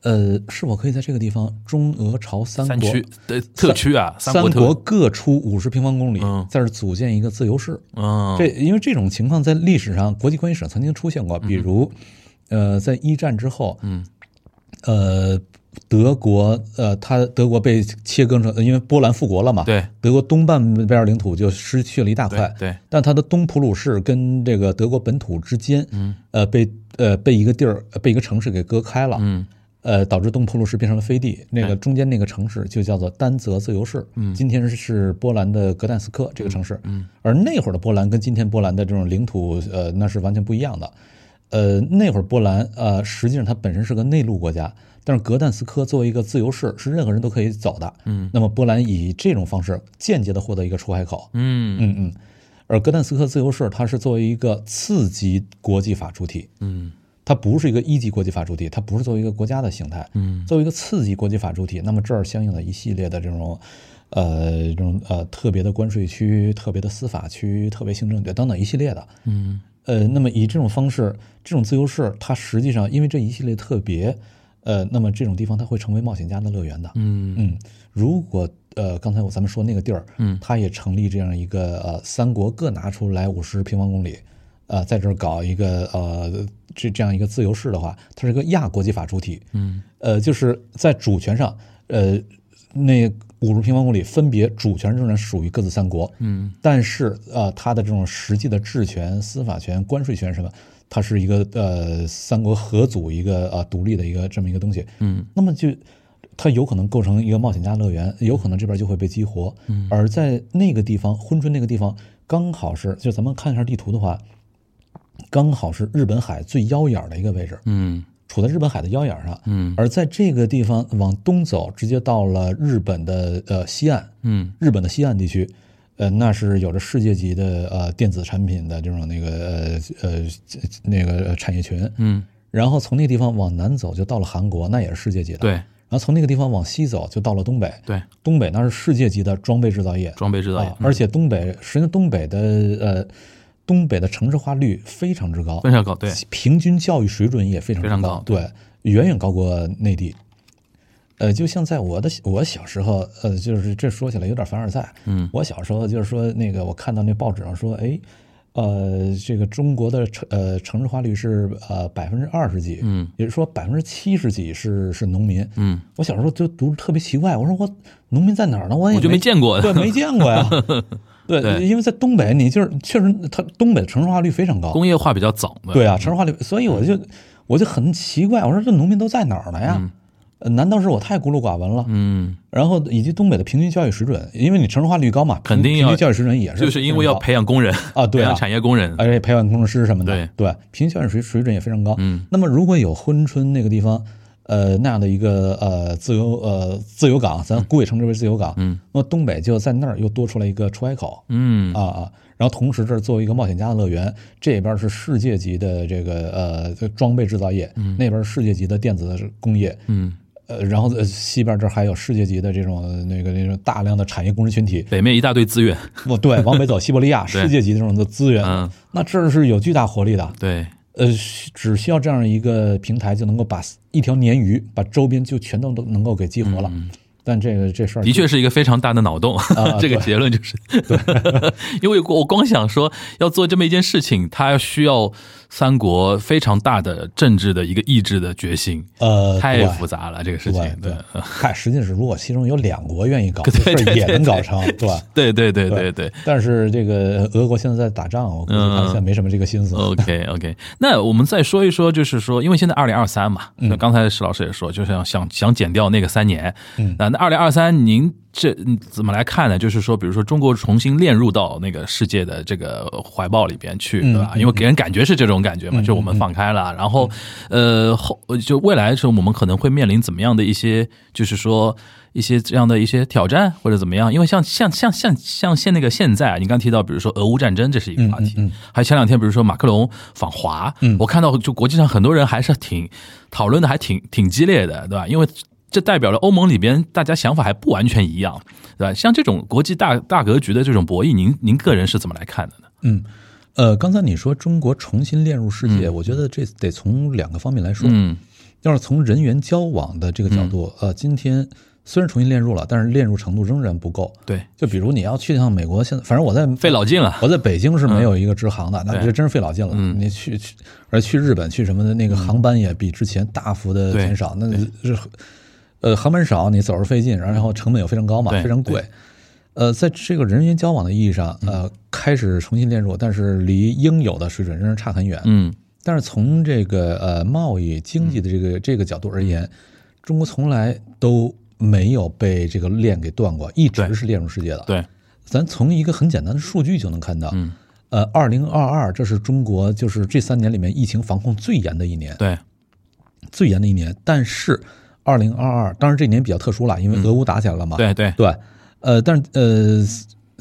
Speaker 3: 呃，是否可以在这个地方中俄朝三
Speaker 2: 三
Speaker 3: 国
Speaker 2: 区的特区啊，
Speaker 3: 三
Speaker 2: 国
Speaker 3: 国
Speaker 2: 特，
Speaker 3: 各出五十平方公里，
Speaker 2: 嗯
Speaker 3: 在这儿组建一个自由市。
Speaker 2: 嗯，
Speaker 3: 这因为这种情况在历史上国际关系史曾经出现过，比如，呃，在一战之后，
Speaker 2: 嗯，
Speaker 3: 呃，德国，呃，它德国被切割成，因为波兰复国了嘛，
Speaker 2: 对，
Speaker 3: 德国东半边领土就失去了一大块，
Speaker 2: 对对
Speaker 3: 但它的东普鲁士跟这个德国本土之间，嗯，呃，被呃被一个地儿呃被一个城市给割开了，
Speaker 2: 嗯，
Speaker 3: 呃，导致东普鲁士变成了飞地，那个中间那个城市就叫做丹泽自由市，哎嗯，今天是波兰的格但斯克这个城市，嗯，而那会儿的波兰跟今天波兰的这种领土，呃，那是完全不一样的。呃，那会儿波兰，呃，实际上它本身是个内陆国家，但是格但斯科作为一个自由市，是任何人都可以走的。嗯，那么波兰以这种方式间接的获得一个出海口。
Speaker 2: 嗯
Speaker 3: 嗯嗯，而格但斯克自由市它是作为一个次级国际法主体，
Speaker 2: 嗯
Speaker 3: 它不是一个一级国际法主体，它不是作为一个国家的形态。
Speaker 2: 嗯
Speaker 3: 作为一个次级国际法主体，那么这儿相应的一系列的这种，呃，这种呃特别的关税区、特别的司法区、特别行政区等等一系列的，
Speaker 2: 嗯
Speaker 3: 呃，那么以这种方式，这种自由市，它实际上因为这一系列特别，呃，那么这种地方它会成为冒险家的乐园的。
Speaker 2: 嗯
Speaker 3: 嗯，如果呃刚才我咱们说那个地儿，
Speaker 2: 嗯
Speaker 3: 它也成立这样一个呃三国各拿出来五十平方公里，呃，在这儿搞一个呃这这样一个自由市的话，它是一个亚国际法主体，
Speaker 2: 嗯
Speaker 3: 呃，就是在主权上，呃，那五十平方公里分别主权仍然属于各自三国，
Speaker 2: 嗯
Speaker 3: 但是呃，它的这种实际的治权、司法权、关税权什么，它是一个呃三国合组一个呃独立的一个这么一个东西。
Speaker 2: 嗯，
Speaker 3: 那么就它有可能构成一个冒险家乐园，有可能这边就会被激活。嗯，而在那个地方，珲春那个地方刚好是，就咱们看一下地图的话，刚好是日本海最腰眼儿的一个位置，
Speaker 2: 嗯
Speaker 3: 处在日本海的腰眼儿上。
Speaker 2: 嗯
Speaker 3: 而在这个地方往东走，直接到了日本的呃西岸。
Speaker 2: 嗯
Speaker 3: 日本的西岸地区，呃，那是有着世界级的呃电子产品的这种那个呃呃那个产业群。
Speaker 2: 嗯，
Speaker 3: 然后从那个地方往南走就到了韩国，那也是世界级的。。
Speaker 2: 对
Speaker 3: 然后从那个地方往西走就到了东北，
Speaker 2: 对，
Speaker 3: 东北那是世界级的装备制造业，
Speaker 2: 装备制造业
Speaker 3: 啊，而且东北实际上东北的呃东北的城市化率非常之高，
Speaker 2: 非常高，对，
Speaker 3: 平均教育水准也非常
Speaker 2: 非
Speaker 3: 之
Speaker 2: 常高
Speaker 3: 对，远远高过内地。呃，就像在我的我小时候，呃，就是这说起来有点凡尔赛。
Speaker 2: 嗯
Speaker 3: 我小时候就是说，那个我看到那报纸上说，哎，呃，这个中国的城呃城市化率是呃百分之二十几，
Speaker 2: 嗯
Speaker 3: 也就是说百分之七十几是是农民。
Speaker 2: 嗯，
Speaker 3: 我小时候就读着特别奇怪，我说我农民在哪儿呢？我也
Speaker 2: 我就没见过 *laughs*
Speaker 3: 对，没见过呀。对，
Speaker 2: 对
Speaker 3: 因为在东北，你就是确实它东北城市化率非常高，
Speaker 2: 工业化比较早的，
Speaker 3: 对啊，城市化率，所以我就
Speaker 2: 嗯
Speaker 3: 我就很奇怪，我说这农民都在哪儿呢呀？呃难道是我太孤陋寡闻了？
Speaker 2: 嗯，
Speaker 3: 然后以及东北的平均教育水准，因为你城市化率高嘛，
Speaker 2: 肯定
Speaker 3: 平平
Speaker 2: 要
Speaker 3: 均教育水准也是，
Speaker 2: 就是因为要，培养工人
Speaker 3: 啊
Speaker 2: 培
Speaker 3: 对啊
Speaker 2: 养产业工人，
Speaker 3: 而且培养工程师什么的，对，平均教育水水准也非常高。
Speaker 2: 嗯，
Speaker 3: 那么如果有珲春那个地方，呃，那样的一个呃自由呃自由港，咱姑且称之为自由港，
Speaker 2: 嗯，
Speaker 3: 那么东北就在那儿又多出来一个出海口，
Speaker 2: 嗯
Speaker 3: 啊啊，然后同时这儿作为一个冒险家的乐园，这边是世界级的这个呃这装备制造业，那边是世界级的电子工业，
Speaker 2: 嗯，
Speaker 3: 呃，然后呃西边这儿还有世界级的这种呃那个那种大量的产业工人群体，
Speaker 2: 北面一大堆资源， *laughs*
Speaker 3: 不对，往北走西伯利亚，
Speaker 2: 对
Speaker 3: 世界级这种的资源，
Speaker 2: 嗯
Speaker 3: 那这儿是有巨大活力的，
Speaker 2: 对，
Speaker 3: 呃，需只需要这样一个平台就能够把一条鲶鱼把周边就全都都能够给激活了，但这个这事儿
Speaker 2: 嗯的确是一个非常大的脑洞， *laughs*
Speaker 3: 啊
Speaker 2: 这个
Speaker 3: 对
Speaker 2: 结论就是， *laughs* 因为我光想说要做这么一件事情，它需要三国非常大的政治的一个意志的决心，
Speaker 3: 呃
Speaker 2: 太
Speaker 3: 对
Speaker 2: 复杂了，这个事
Speaker 3: 对啊
Speaker 2: 情，对，
Speaker 3: 嗨，实际上是如果其中有两国
Speaker 2: *laughs*
Speaker 3: 愿意搞，这事儿也能搞成，对吧？
Speaker 2: 对对对对对，
Speaker 3: 但是这个俄国现在在打仗，我估计他
Speaker 2: 嗯
Speaker 3: 现在没什么这个心思。
Speaker 2: OK OK，那我们再说一说，就是说，因为现在二零二三嘛，那刚才石老师也说，就想想想减掉那个三年，
Speaker 3: 嗯
Speaker 2: 那那二零二三您这嗯怎么来看呢？就是说，比如说中国重新炼入到那个世界的这个怀抱里边去，对吧？因为给人感觉是这种感觉嘛，就我们放开了，然后呃后就未来的时候，我们可能会面临怎么样的一些，就是说。一些这样的一些挑战或者怎么样，因为像像像像像现那个现在啊，你刚提到，比如说俄乌战争，这是一个话题，
Speaker 3: 嗯
Speaker 2: 还有前两天比如说马克龙访华，我看到就国际上很多人还是挺讨论的，还挺挺激烈的，对吧？因为这代表了欧盟里边大家想法还不完全一样，对吧？像这种国际大大格局的这种博弈，您您个人是怎么来看的呢？
Speaker 3: 嗯，呃，刚才你说中国重新炼入世界，我觉得这得从两个方面来说。
Speaker 2: 嗯
Speaker 3: 要是从人员交往的这个角度，呃，今天虽然重新炼入了，但是炼入程度仍然不够。
Speaker 2: 对，
Speaker 3: 就比如你要去趟美国，现在反正我在
Speaker 2: 费老劲了，嗯
Speaker 3: 我在北京是没有一个直航的，那
Speaker 2: 对嗯
Speaker 3: 这真是费老劲了。你去去，而去日本去什么的，那个航班也比之前大幅的
Speaker 2: 对
Speaker 3: 减少。那是呃，航班少，你走着费劲，然后成本又非常高嘛，
Speaker 2: 对嗯
Speaker 3: 非常贵。呃，在这个人员交往的意义上，呃，开始重新炼入，但是离应有的水准仍然差很远。
Speaker 2: 嗯
Speaker 3: 但是从这个呃贸易经济的这个这个角度
Speaker 2: 嗯
Speaker 3: 而言，中国从来都没有被这个链给断过，一直
Speaker 2: 对
Speaker 3: 是链入世界的。
Speaker 2: 对，
Speaker 3: 咱从一个很简单的数据就能看到，
Speaker 2: 嗯，
Speaker 3: 呃，二零二二这是中国就是这三年里面疫情防控最严的一年，
Speaker 2: 对
Speaker 3: 最严的一年。但是二零二二，当然这一年比较特殊了，因为俄乌打起来了嘛，
Speaker 2: 对对，
Speaker 3: 对，呃，但是呃，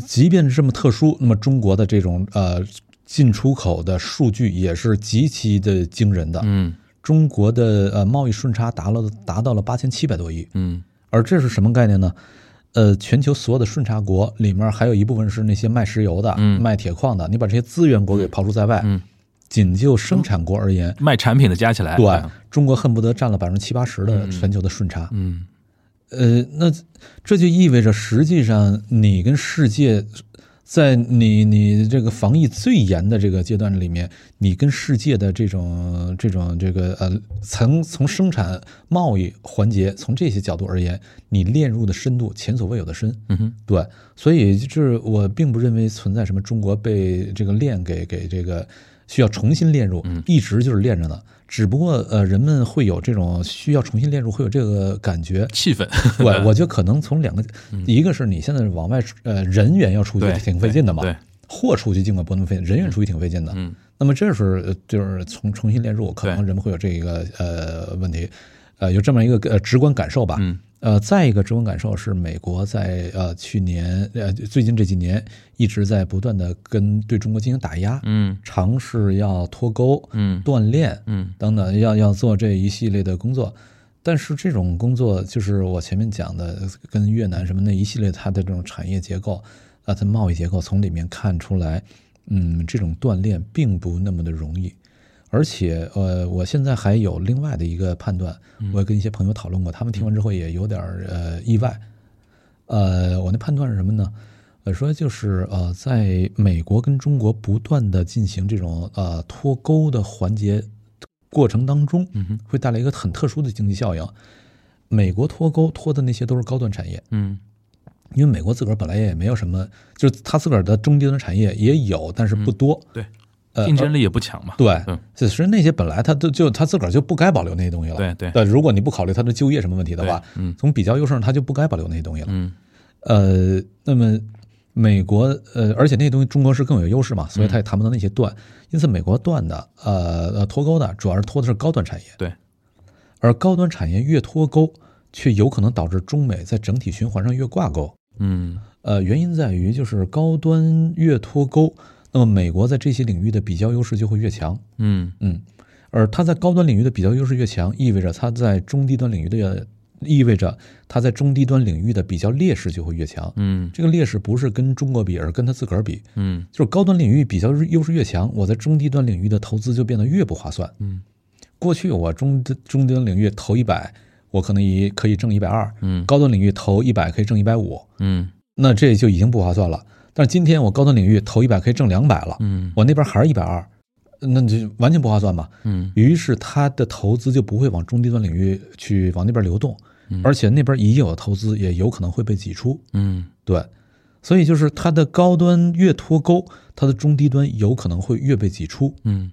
Speaker 3: 即便是这么特殊，那么中国的这种呃进出口的数据也是极其的惊人的。
Speaker 2: 嗯
Speaker 3: 中国的呃贸易顺差达了达到了八千七百多亿，
Speaker 2: 嗯
Speaker 3: 而这是什么概念呢？呃，全球所有的顺差国里面还有一部分是那些卖石油的、
Speaker 2: 嗯
Speaker 3: 卖铁矿的，你把这些资源国给刨除在外，
Speaker 2: 嗯
Speaker 3: 仅就生产国而言，
Speaker 2: 卖产品的加起来，
Speaker 3: 对中国恨不得占了百分之七八十的全球的顺差。
Speaker 2: 嗯
Speaker 3: 呃，那这就意味着，实际上你跟世界，在你你这个防疫最严的这个阶段里面，你跟世界的这种这种这个呃，从从生产贸易环节，从这些角度而言，你链入的深度前所未有的深。
Speaker 2: 嗯哼
Speaker 3: 对，所以就是我并不认为存在什么中国被这个链给给这个需要重新链入，
Speaker 2: 嗯
Speaker 3: 一直就是链着呢。只不过呃，人们会有这种需要重新链入，会有这个
Speaker 2: *laughs*
Speaker 3: 感觉。
Speaker 2: 气氛，
Speaker 3: 对，我觉得可能从两个，一个是你现在往外出呃人员要出去
Speaker 2: 嗯对
Speaker 3: 挺费劲的嘛，
Speaker 2: 对对
Speaker 3: 货出去尽管不那么费，人员出去挺费劲的。
Speaker 2: 嗯
Speaker 3: 那么这是呃就是从重新列入，可能
Speaker 2: 对
Speaker 3: 人们会有这个呃问题，呃有这么一个呃直观感受吧。
Speaker 2: 嗯
Speaker 3: 呃，再一个直观感受是美国在呃去年呃最近这几年一直在不断的跟对中国进行打压，
Speaker 2: 嗯
Speaker 3: 尝试要脱钩，
Speaker 2: 嗯
Speaker 3: 锻炼，
Speaker 2: 嗯
Speaker 3: 等等，要要做这一系列的工作。但是这种工作就是我前面讲的，跟越南什么那一系列它的这种产业结构啊，它贸易结构从里面看出来，嗯，这种锻炼并不那么的容易。而且，呃，我现在还有另外的一个判断，我也跟一些朋友讨论过，他们听完之后也有点儿呃意外。呃，我那判断是什么呢？呃，说就是呃，在美国跟中国不断的进行这种呃脱钩的环节过程当中，会带来一个很特殊的经济效应。美国脱钩脱的那些都是高端产业，
Speaker 2: 嗯
Speaker 3: 因为美国自个儿本来也没有什么，就是它自个儿的中低端产业也有，但是不多。
Speaker 2: 对，
Speaker 3: 呃
Speaker 2: 竞争力也不强嘛，
Speaker 3: 对
Speaker 2: 嗯，
Speaker 3: 其实那些本来它都就它自个儿就不该保留那些东西了。
Speaker 2: 对对
Speaker 3: 对，如果你不考虑它的就业什么问题的话，
Speaker 2: 对嗯
Speaker 3: 从比较优势上它就不该保留那些东西了。
Speaker 2: 嗯
Speaker 3: 呃，那么美国呃，而且那东西中国是更有优势嘛，
Speaker 2: 嗯
Speaker 3: 所以它也谈不到那些断。因此，美国断的呃呃脱钩的，主要是脱的是高端产业，
Speaker 2: 对，
Speaker 3: 而高端产业越脱钩，却有可能导致中美在整体循环上越挂钩。
Speaker 2: 嗯
Speaker 3: 呃，原因在于就是高端越脱钩，那么美国在这些领域的比较优势就会越强。
Speaker 2: 嗯
Speaker 3: 嗯，而它在高端领域的比较优势越强，意味着它在中低端领域的，意味着它在中低端领域的比较劣势就会越强。
Speaker 2: 嗯
Speaker 3: 这个劣势不是跟中国比，而是跟它自个儿比。
Speaker 2: 嗯
Speaker 3: 就是高端领域比较优势越强，我在中低端领域的投资就变得越不划算。
Speaker 2: 嗯，
Speaker 3: 过去我中低中低端领域投一百，我可能也可以挣一百二；
Speaker 2: 嗯
Speaker 3: 高端领域投一百可以挣一百五，
Speaker 2: 嗯
Speaker 3: 那这就已经不划算了。但是今天我高端领域投一百可以挣两百了，
Speaker 2: 嗯
Speaker 3: 我那边还是一百二，那就完全不划算嘛。
Speaker 2: 嗯
Speaker 3: 于是他的投资就不会往中低端领域去往那边流动，而且那边已有的投资也有可能会被挤出。
Speaker 2: 嗯
Speaker 3: 对，所以就是它的高端越脱钩，它的中低端有可能会越被挤出。
Speaker 2: 嗯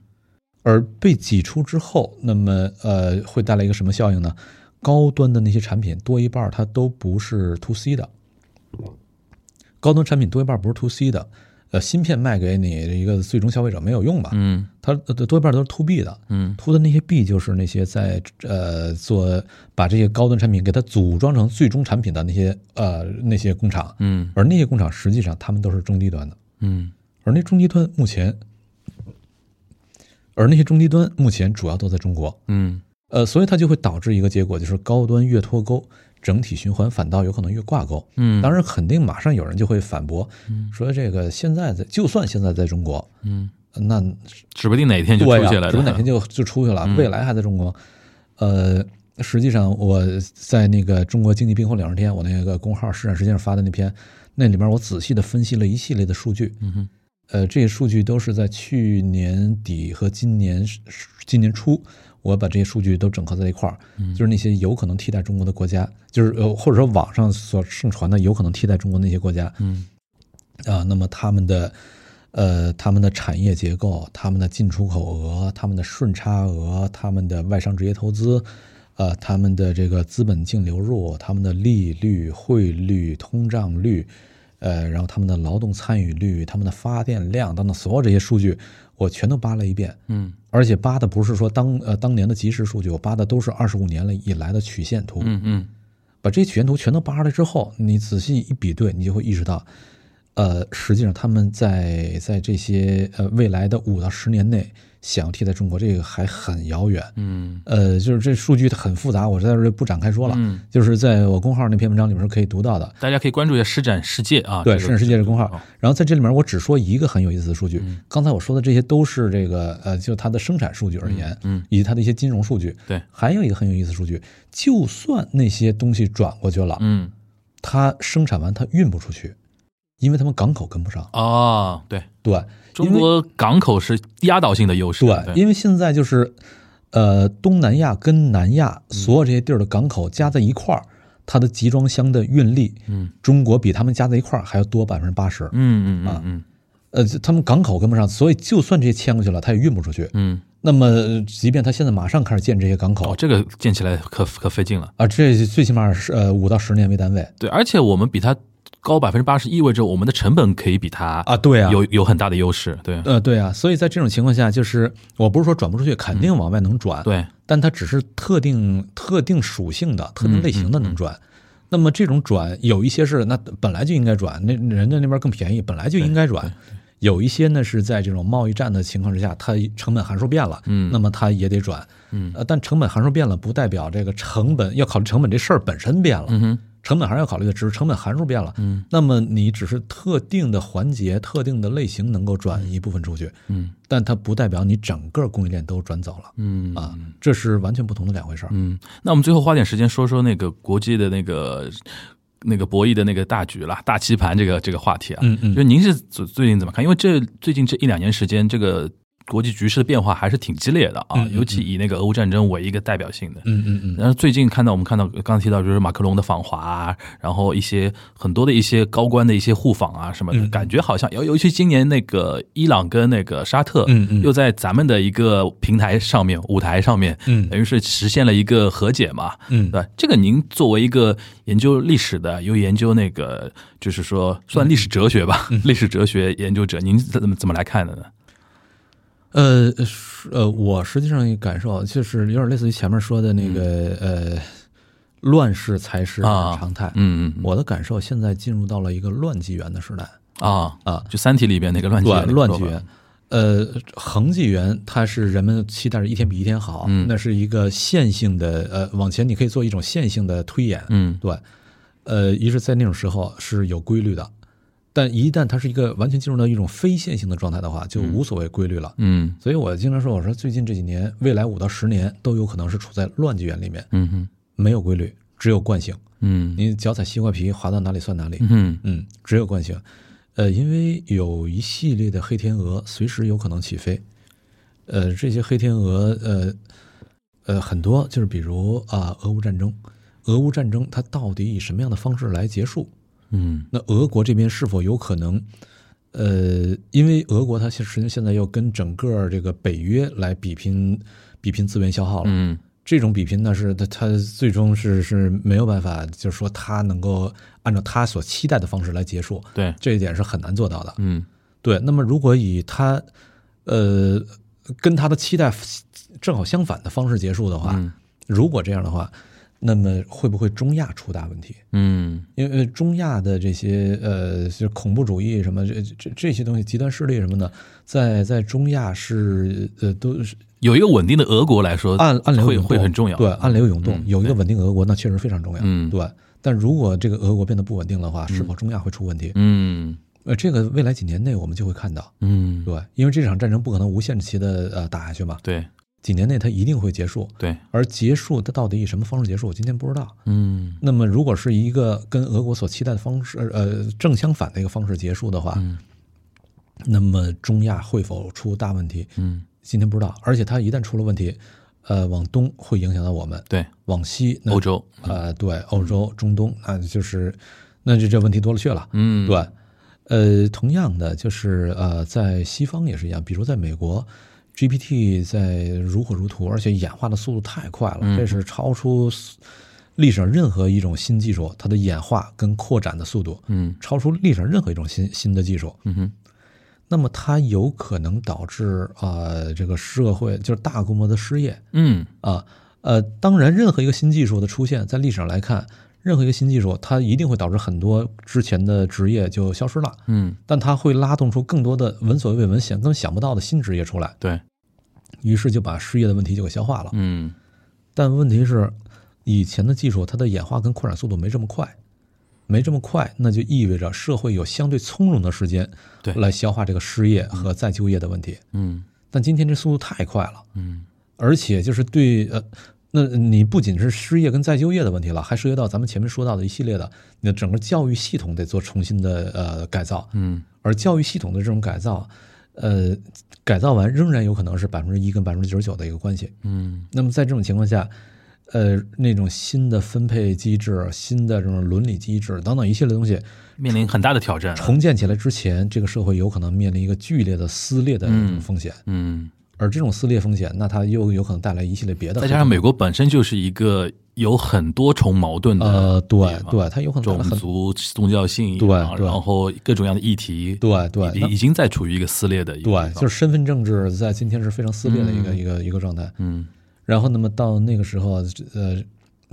Speaker 3: 而被挤出之后，那么呃，会带来一个什么效应呢？高端的那些产品多一半儿它都不是 to C 的，高端产品多一半儿不是 to C 的，呃，芯片卖给你一个最终消费者没有用吧？
Speaker 2: 嗯
Speaker 3: 它呃多一半儿都是 to B 的，
Speaker 2: 嗯
Speaker 3: ，to 的那些 B 就是那些在呃做把这些高端产品给它组装成最终产品的那些呃那些工厂，
Speaker 2: 嗯
Speaker 3: 而那些工厂实际上他们都是中低端的，
Speaker 2: 嗯
Speaker 3: 而那中低端目前，而那些中低端目前主要都在中国，
Speaker 2: 嗯
Speaker 3: 呃，所以它就会导致一个结果，就是高端越脱钩，整体循环反倒有可能越挂钩。
Speaker 2: 嗯
Speaker 3: 当然肯定马上有人就会反驳，说这个现在在就算现在在中国，呃
Speaker 2: 嗯，
Speaker 3: 那
Speaker 2: 指不定哪天就
Speaker 3: 对
Speaker 2: 出
Speaker 3: 呀、
Speaker 2: 去了，嗯
Speaker 3: 指不定哪天就就出去了，未来还在中国。呃，实际上我在那个中国经济冰火两重天，我那个公号市场实际上发的那篇，那里面我仔细的分析了一系列的数据。
Speaker 2: 嗯哼
Speaker 3: 呃，这些数据都是在去年底和今年今年初，我把这些数据都整合在一块儿，就是那些有可能替代中国的国家，就是呃或者说网上所盛传的有可能替代中国那些国家，
Speaker 2: 嗯
Speaker 3: 啊，那么他们的呃他们的产业结构、他们的进出口额、他们的顺差额、他们的外商直接投资，呃，他们的这个资本净流入、他们的利率、汇率、通胀率，呃，然后他们的劳动参与率、他们的发电量等等，所有这些数据我全都扒了一遍。
Speaker 2: 嗯
Speaker 3: 而且扒的不是说当呃当年的即时数据，我扒的都是二十五年了以来的曲线图。
Speaker 2: 嗯嗯
Speaker 3: 把这些曲线图全都扒出来之后，你仔细一比对，你就会意识到，呃，实际上他们在在这些呃未来的五到十年内想要替代中国，这个还很遥远。
Speaker 2: 嗯
Speaker 3: 呃，就是这数据很复杂，我在这儿就不展开说了。
Speaker 2: 嗯，啊
Speaker 3: 就是在我公号那篇文章里面是可以读到的。
Speaker 2: 大家可以关注一下施展世界啊，
Speaker 3: 对，
Speaker 2: 这
Speaker 3: 甚
Speaker 2: 个
Speaker 3: 至世界的公
Speaker 2: 哦
Speaker 3: 号。然后在这里面，我只说一个很有意思的数据。
Speaker 2: 嗯
Speaker 3: 刚才我说的这些都是这个呃，就它的生产数据而言，
Speaker 2: 嗯嗯
Speaker 3: 以及它的一些金融数据。
Speaker 2: 对
Speaker 3: 还有一个很有意思的数据，就算那些东西转过去了，
Speaker 2: 嗯
Speaker 3: 它生产完它运不出去，因为他们港口跟不上。
Speaker 2: 哦，对，
Speaker 3: 对，
Speaker 2: 中
Speaker 3: 因为
Speaker 2: 国港口是压倒性的优势，
Speaker 3: 对，因为现在就是，呃，东南亚跟南亚
Speaker 2: 嗯
Speaker 3: 所有这些地儿的港口加在一块儿，它的集装箱的运力，
Speaker 2: 嗯，
Speaker 3: 中国比他们加在一块儿还要多百分之八十。
Speaker 2: 嗯嗯嗯嗯
Speaker 3: 呃，这他们港口跟不上，所以就算这些迁过去了，它也运不出去。
Speaker 2: 嗯，
Speaker 3: 那么，呃即便他现在马上开始建这些港口
Speaker 2: 哦，这个建起来可可费劲了。
Speaker 3: 啊，这最起码是呃五到十年为单位
Speaker 2: 对，而且我们比它高百分之八十，意味着我们的成本可以比它
Speaker 3: 啊，对啊，
Speaker 2: 有有很大的优势。对
Speaker 3: 呃对啊，所以在这种情况下，就是我不是说转不出去，肯
Speaker 2: 嗯
Speaker 3: 定往外能转，
Speaker 2: 对，
Speaker 3: 但它只是特定特定属性的、特定类
Speaker 2: 嗯
Speaker 3: 型的能转。那么这种转有一些是那本来就应该转，那人家那边更便宜，本来就应该转。有一些呢是在这种贸易战的情况之下，它成本函数变了，
Speaker 2: 嗯
Speaker 3: 那么它也得转，
Speaker 2: 嗯
Speaker 3: 呃，但成本函数变了，不代表这个成本要考虑成本这事儿本身变了，
Speaker 2: 嗯哼，
Speaker 3: 成本还是要考虑的，只是成本函数变了。
Speaker 2: 嗯，
Speaker 3: 那么你只是特定的环节、特定的类型能够转一部分出去，
Speaker 2: 嗯
Speaker 3: 但它不代表你整个供应链都转走了
Speaker 2: 嗯
Speaker 3: 啊，这是完全不同的两回事儿。
Speaker 2: 嗯。那我们最后花点时间说说那个国际的那个那个博弈的那个大局啦，大棋盘这个这个话题啊。
Speaker 3: 嗯嗯
Speaker 2: 就您是最最近怎么看？因为这最近这一两年时间，这个国际局势的变化还是挺激烈的啊，
Speaker 3: 嗯嗯
Speaker 2: 尤其以那个俄乌战争为一个代表性的。
Speaker 3: 嗯嗯嗯，
Speaker 2: 然后最近看到我们看到刚刚提到就是马克龙的访华、啊，然后一些很多的一些高官的一些互访啊什么的，
Speaker 3: 嗯
Speaker 2: 感觉好像尤尤其今年那个伊朗跟那个沙特，
Speaker 3: 嗯嗯
Speaker 2: 又在咱们的一个平台上面舞台上面，
Speaker 3: 嗯
Speaker 2: 等于是实现了一个和解嘛，
Speaker 3: 嗯
Speaker 2: 对吧？这个您作为一个研究历史的，又研究那个就是说算历史哲学吧，历史哲学研究者，您怎么怎么来看的呢？
Speaker 3: 呃是呃，我实际上感受就是有点类似于前面说的那个、呃，乱世才是
Speaker 2: 啊
Speaker 3: 常态。
Speaker 2: 嗯嗯
Speaker 3: 我的感受现在进入到了一个乱纪元的时代。
Speaker 2: 啊
Speaker 3: 啊
Speaker 2: 就《三体》里边那个乱纪元
Speaker 3: 乱
Speaker 2: 那个
Speaker 3: 乱
Speaker 2: 说
Speaker 3: 纪
Speaker 2: 法
Speaker 3: 元，，呃，恒纪元它是人们期待着一天比一天好，
Speaker 2: 嗯
Speaker 3: 那是一个线性的，呃，往前你可以做一种线性的推演，
Speaker 2: 嗯
Speaker 3: 对，呃，一是在那种时候是有规律的，但一旦它是一个完全进入到一种非线性的状态的话，就无所谓规律了。
Speaker 2: 嗯
Speaker 3: 所以我经常说，我说最近这几年，未来五到十年都有可能是处在乱纪元里面，
Speaker 2: 嗯哼
Speaker 3: 没有规律，只有惯性，
Speaker 2: 嗯。
Speaker 3: 你脚踩西瓜皮，滑到哪里算哪里。
Speaker 2: 嗯
Speaker 3: 嗯，只有惯性。呃，因为有一系列的黑天鹅随时有可能起飞。呃，这些黑天鹅，呃，呃，很多就是比如啊、俄乌战争，俄乌战争它到底以什么样的方式来结束？
Speaker 2: 嗯
Speaker 3: 那俄国这边是否有可能？呃，因为俄国它现实际上现在要跟整个这个北约来比拼比拼资源消耗了。
Speaker 2: 嗯
Speaker 3: 这种比拼，那是它它最终是是没有办法，就是说它能够按照他所期待的方式来结束，
Speaker 2: 对，
Speaker 3: 这一点是很难做到的。
Speaker 2: 嗯，
Speaker 3: 对，那么如果以他呃跟他的期待正好相反的方式结束的话，
Speaker 2: 嗯
Speaker 3: 如果这样的话，那么会不会中亚出大问题？
Speaker 2: 嗯，
Speaker 3: 因为中亚的这些呃，就是恐怖主义什么这这这些东西，极端势力什么的，在在中亚是呃都是
Speaker 2: 有一个稳定的俄国来说，
Speaker 3: 暗暗流
Speaker 2: 会
Speaker 3: 涌动
Speaker 2: 会很重要。
Speaker 3: 对，暗流涌动，
Speaker 2: 嗯
Speaker 3: 有一个稳定俄国，那确实非常重要，
Speaker 2: 嗯
Speaker 3: 对。但如果这个俄国变得不稳定的话，是否中亚会出问题？
Speaker 2: 嗯
Speaker 3: 呃，这个未来几年内我们就会看到，
Speaker 2: 嗯，
Speaker 3: 对，因为这场战争不可能无限期的呃打下去嘛，
Speaker 2: 对
Speaker 3: 几年内它一定会结束，
Speaker 2: 对，
Speaker 3: 而结束它到底以什么方式结束，我今天不知道。
Speaker 2: 嗯
Speaker 3: 那么，如果是一个跟俄国所期待的方式，呃，正相反的一个方式结束的话，
Speaker 2: 嗯
Speaker 3: 那么中亚会否出大问题？
Speaker 2: 嗯，
Speaker 3: 今天不知道。而且它一旦出了问题，呃，往东会影响到我们，
Speaker 2: 对，
Speaker 3: 往西那
Speaker 2: 欧洲，
Speaker 3: 呃，对，欧洲、中东，那就是那就这问题多了去了，
Speaker 2: 嗯
Speaker 3: 对。呃，同样的，就是呃，在西方也是一样，比如在美国，GPT 在如火如荼，而且演化的速度太快了，这是超出历史上任何一种新技术它的演化跟扩展的速度，
Speaker 2: 嗯
Speaker 3: 超出历史上任何一种新新的技术。
Speaker 2: 嗯哼，
Speaker 3: 那么它有可能导致呃这个社会就是大规模的失业，
Speaker 2: 嗯
Speaker 3: 啊，呃，当然，任何一个新技术的出现，在历史上来看，任何一个新技术，它一定会导致很多之前的职业就消失了，
Speaker 2: 嗯，
Speaker 3: 但它会拉动出更多的闻所未闻、想根本想不到的新职业出来，
Speaker 2: 对，
Speaker 3: 于是就把失业的问题就给消化了。
Speaker 2: 嗯
Speaker 3: 但问题是，以前的技术它的演化跟扩展速度没这么快。没这么快，那就意味着社会有相对从容的时间，
Speaker 2: 对
Speaker 3: 来消化这个失业和再就业的问题。
Speaker 2: 嗯
Speaker 3: 但今天这速度太快了，
Speaker 2: 嗯，
Speaker 3: 而且就是对呃，那你不仅是失业跟再就业的问题了，还涉及到咱们前面说到的一系列的，你的整个教育系统得做重新的呃改造，
Speaker 2: 嗯
Speaker 3: 而教育系统的这种改造，呃，改造完仍然有可能是百分之一跟百分之九十九的一个关系。
Speaker 2: 嗯
Speaker 3: 那么在这种情况下，呃，那种新的分配机制、新的这种伦理机制等等一系列东西，
Speaker 2: 面临很大的挑战。
Speaker 3: 重建起来之前，这个社会有可能面临一个剧烈的撕裂的这种风险。
Speaker 2: 嗯，
Speaker 3: 而这种撕裂风险，那它又有可能带来一系列别的后
Speaker 2: 再
Speaker 3: 果。
Speaker 2: 加上美国本身就是一个有很多重矛盾的，
Speaker 3: 呃，对对，它有可能
Speaker 2: 种
Speaker 3: 带来很
Speaker 2: 族、宗教信仰，
Speaker 3: 对对
Speaker 2: 然后各种样的议题，
Speaker 3: 对对
Speaker 2: 已
Speaker 3: 那
Speaker 2: 已经在处于一个撕裂的一个地
Speaker 3: 对
Speaker 2: 方，，
Speaker 3: 就是身份政治在今天是非常撕裂的一个、一个一个状态。
Speaker 2: 嗯
Speaker 3: 然后，那么到那个时候，呃，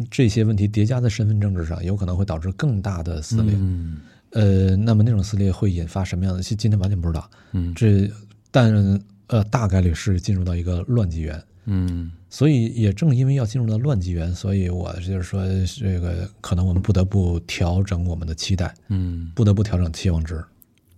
Speaker 3: 这些问题叠加在身份政治上，有可能会导致更大的撕裂。
Speaker 2: 嗯
Speaker 3: 呃，那么那种撕裂会引发什么样的？其今天完全不知道。
Speaker 2: 嗯
Speaker 3: 这但呃，大概率是进入到一个乱纪元。
Speaker 2: 嗯
Speaker 3: 所以也正因为要进入到乱纪元，所以我就是说，这个可能我们不得不调整我们的期待，
Speaker 2: 嗯，
Speaker 3: 不得不调整期望值。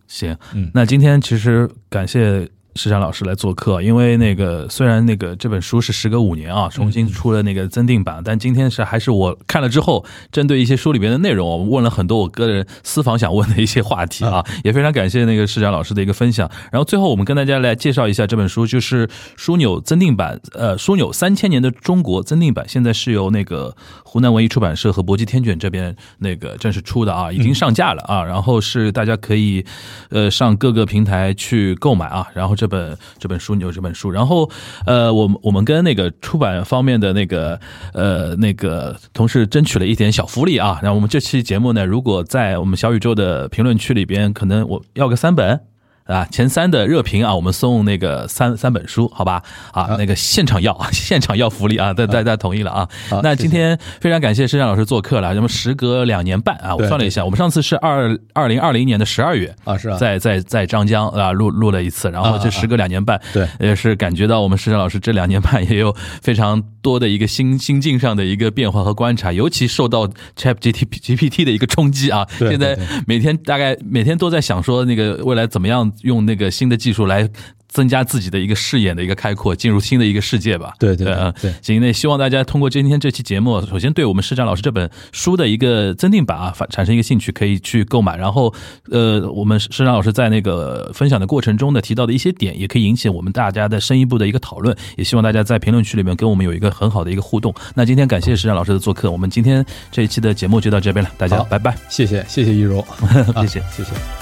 Speaker 2: 行
Speaker 3: 嗯，
Speaker 2: 那今天其实感谢。石山老师来做客，因为那个虽然那个这本书是时隔五年啊，重新出了那个增订版，但今天是还是我看了之后，针对一些书里面的内容，我们问了很多我个人私房想问的一些话题啊，也非常感谢那个施展老师的一个分享。然后最后我们跟大家来介绍一下这本书，就是《枢纽增订版》，呃，《枢纽三千年的中国》增订版，现在是由那个湖南文艺出版社和搏击天卷这边那个正式出的啊，已经上架了啊，然后是大家可以呃上各个平台去购买啊，然后这本这本枢纽这本书，然后呃，我们我们跟那个出版方面的那个呃那个同事争取了一点小福利啊，然后我们这期节目呢，如果在我们小宇宙的评论区里边，可能我要个三本。啊，前三的热评啊，我们送那个三三本书，好吧？啊，那个现场要，现场要福利啊，大大家同意了啊。
Speaker 3: 好
Speaker 2: 那
Speaker 3: 谢谢
Speaker 2: 今天非常感谢施展老师做客了，那么时隔两年半啊，我
Speaker 3: 对
Speaker 2: 算了一下，我们上次是二二零二零年的十二月
Speaker 3: 啊是啊
Speaker 2: 在在在张江啊录录了一次，然后
Speaker 3: 啊啊
Speaker 2: 这时隔两年半，
Speaker 3: 对
Speaker 2: 也是感觉到我们施展老师这两年半也有非常多的一个心心境上的一个变化和观察，尤其受到 Chat GPT GPT 的一个冲击啊，
Speaker 3: 对
Speaker 2: 现在
Speaker 3: 对
Speaker 2: 每天大概每天都在想说那个未来怎么样用那个新的技术来。增加自己的一个视野的一个开阔，进入新的一个世界吧。
Speaker 3: 对对对
Speaker 2: 嗯
Speaker 3: 对
Speaker 2: 行，那希望大家通过今天这期节目，首先对我们施展老师这本书的一个增订版啊，反产生一个兴趣，可以去购买。然后，呃，我们施展老师在那个呃分享的过程中呢，提到的一些点，也可以引起我们大家的深一步的一个讨论。也希望大家在评论区里面跟我们有一个很好的一个互动。那今天感谢施展老师的做客，我们今天这一期的节目就到这边了，大家
Speaker 3: 好
Speaker 2: 拜拜，
Speaker 3: *laughs* 谢谢谢谢一柔，
Speaker 2: 谢谢
Speaker 3: 啊谢谢。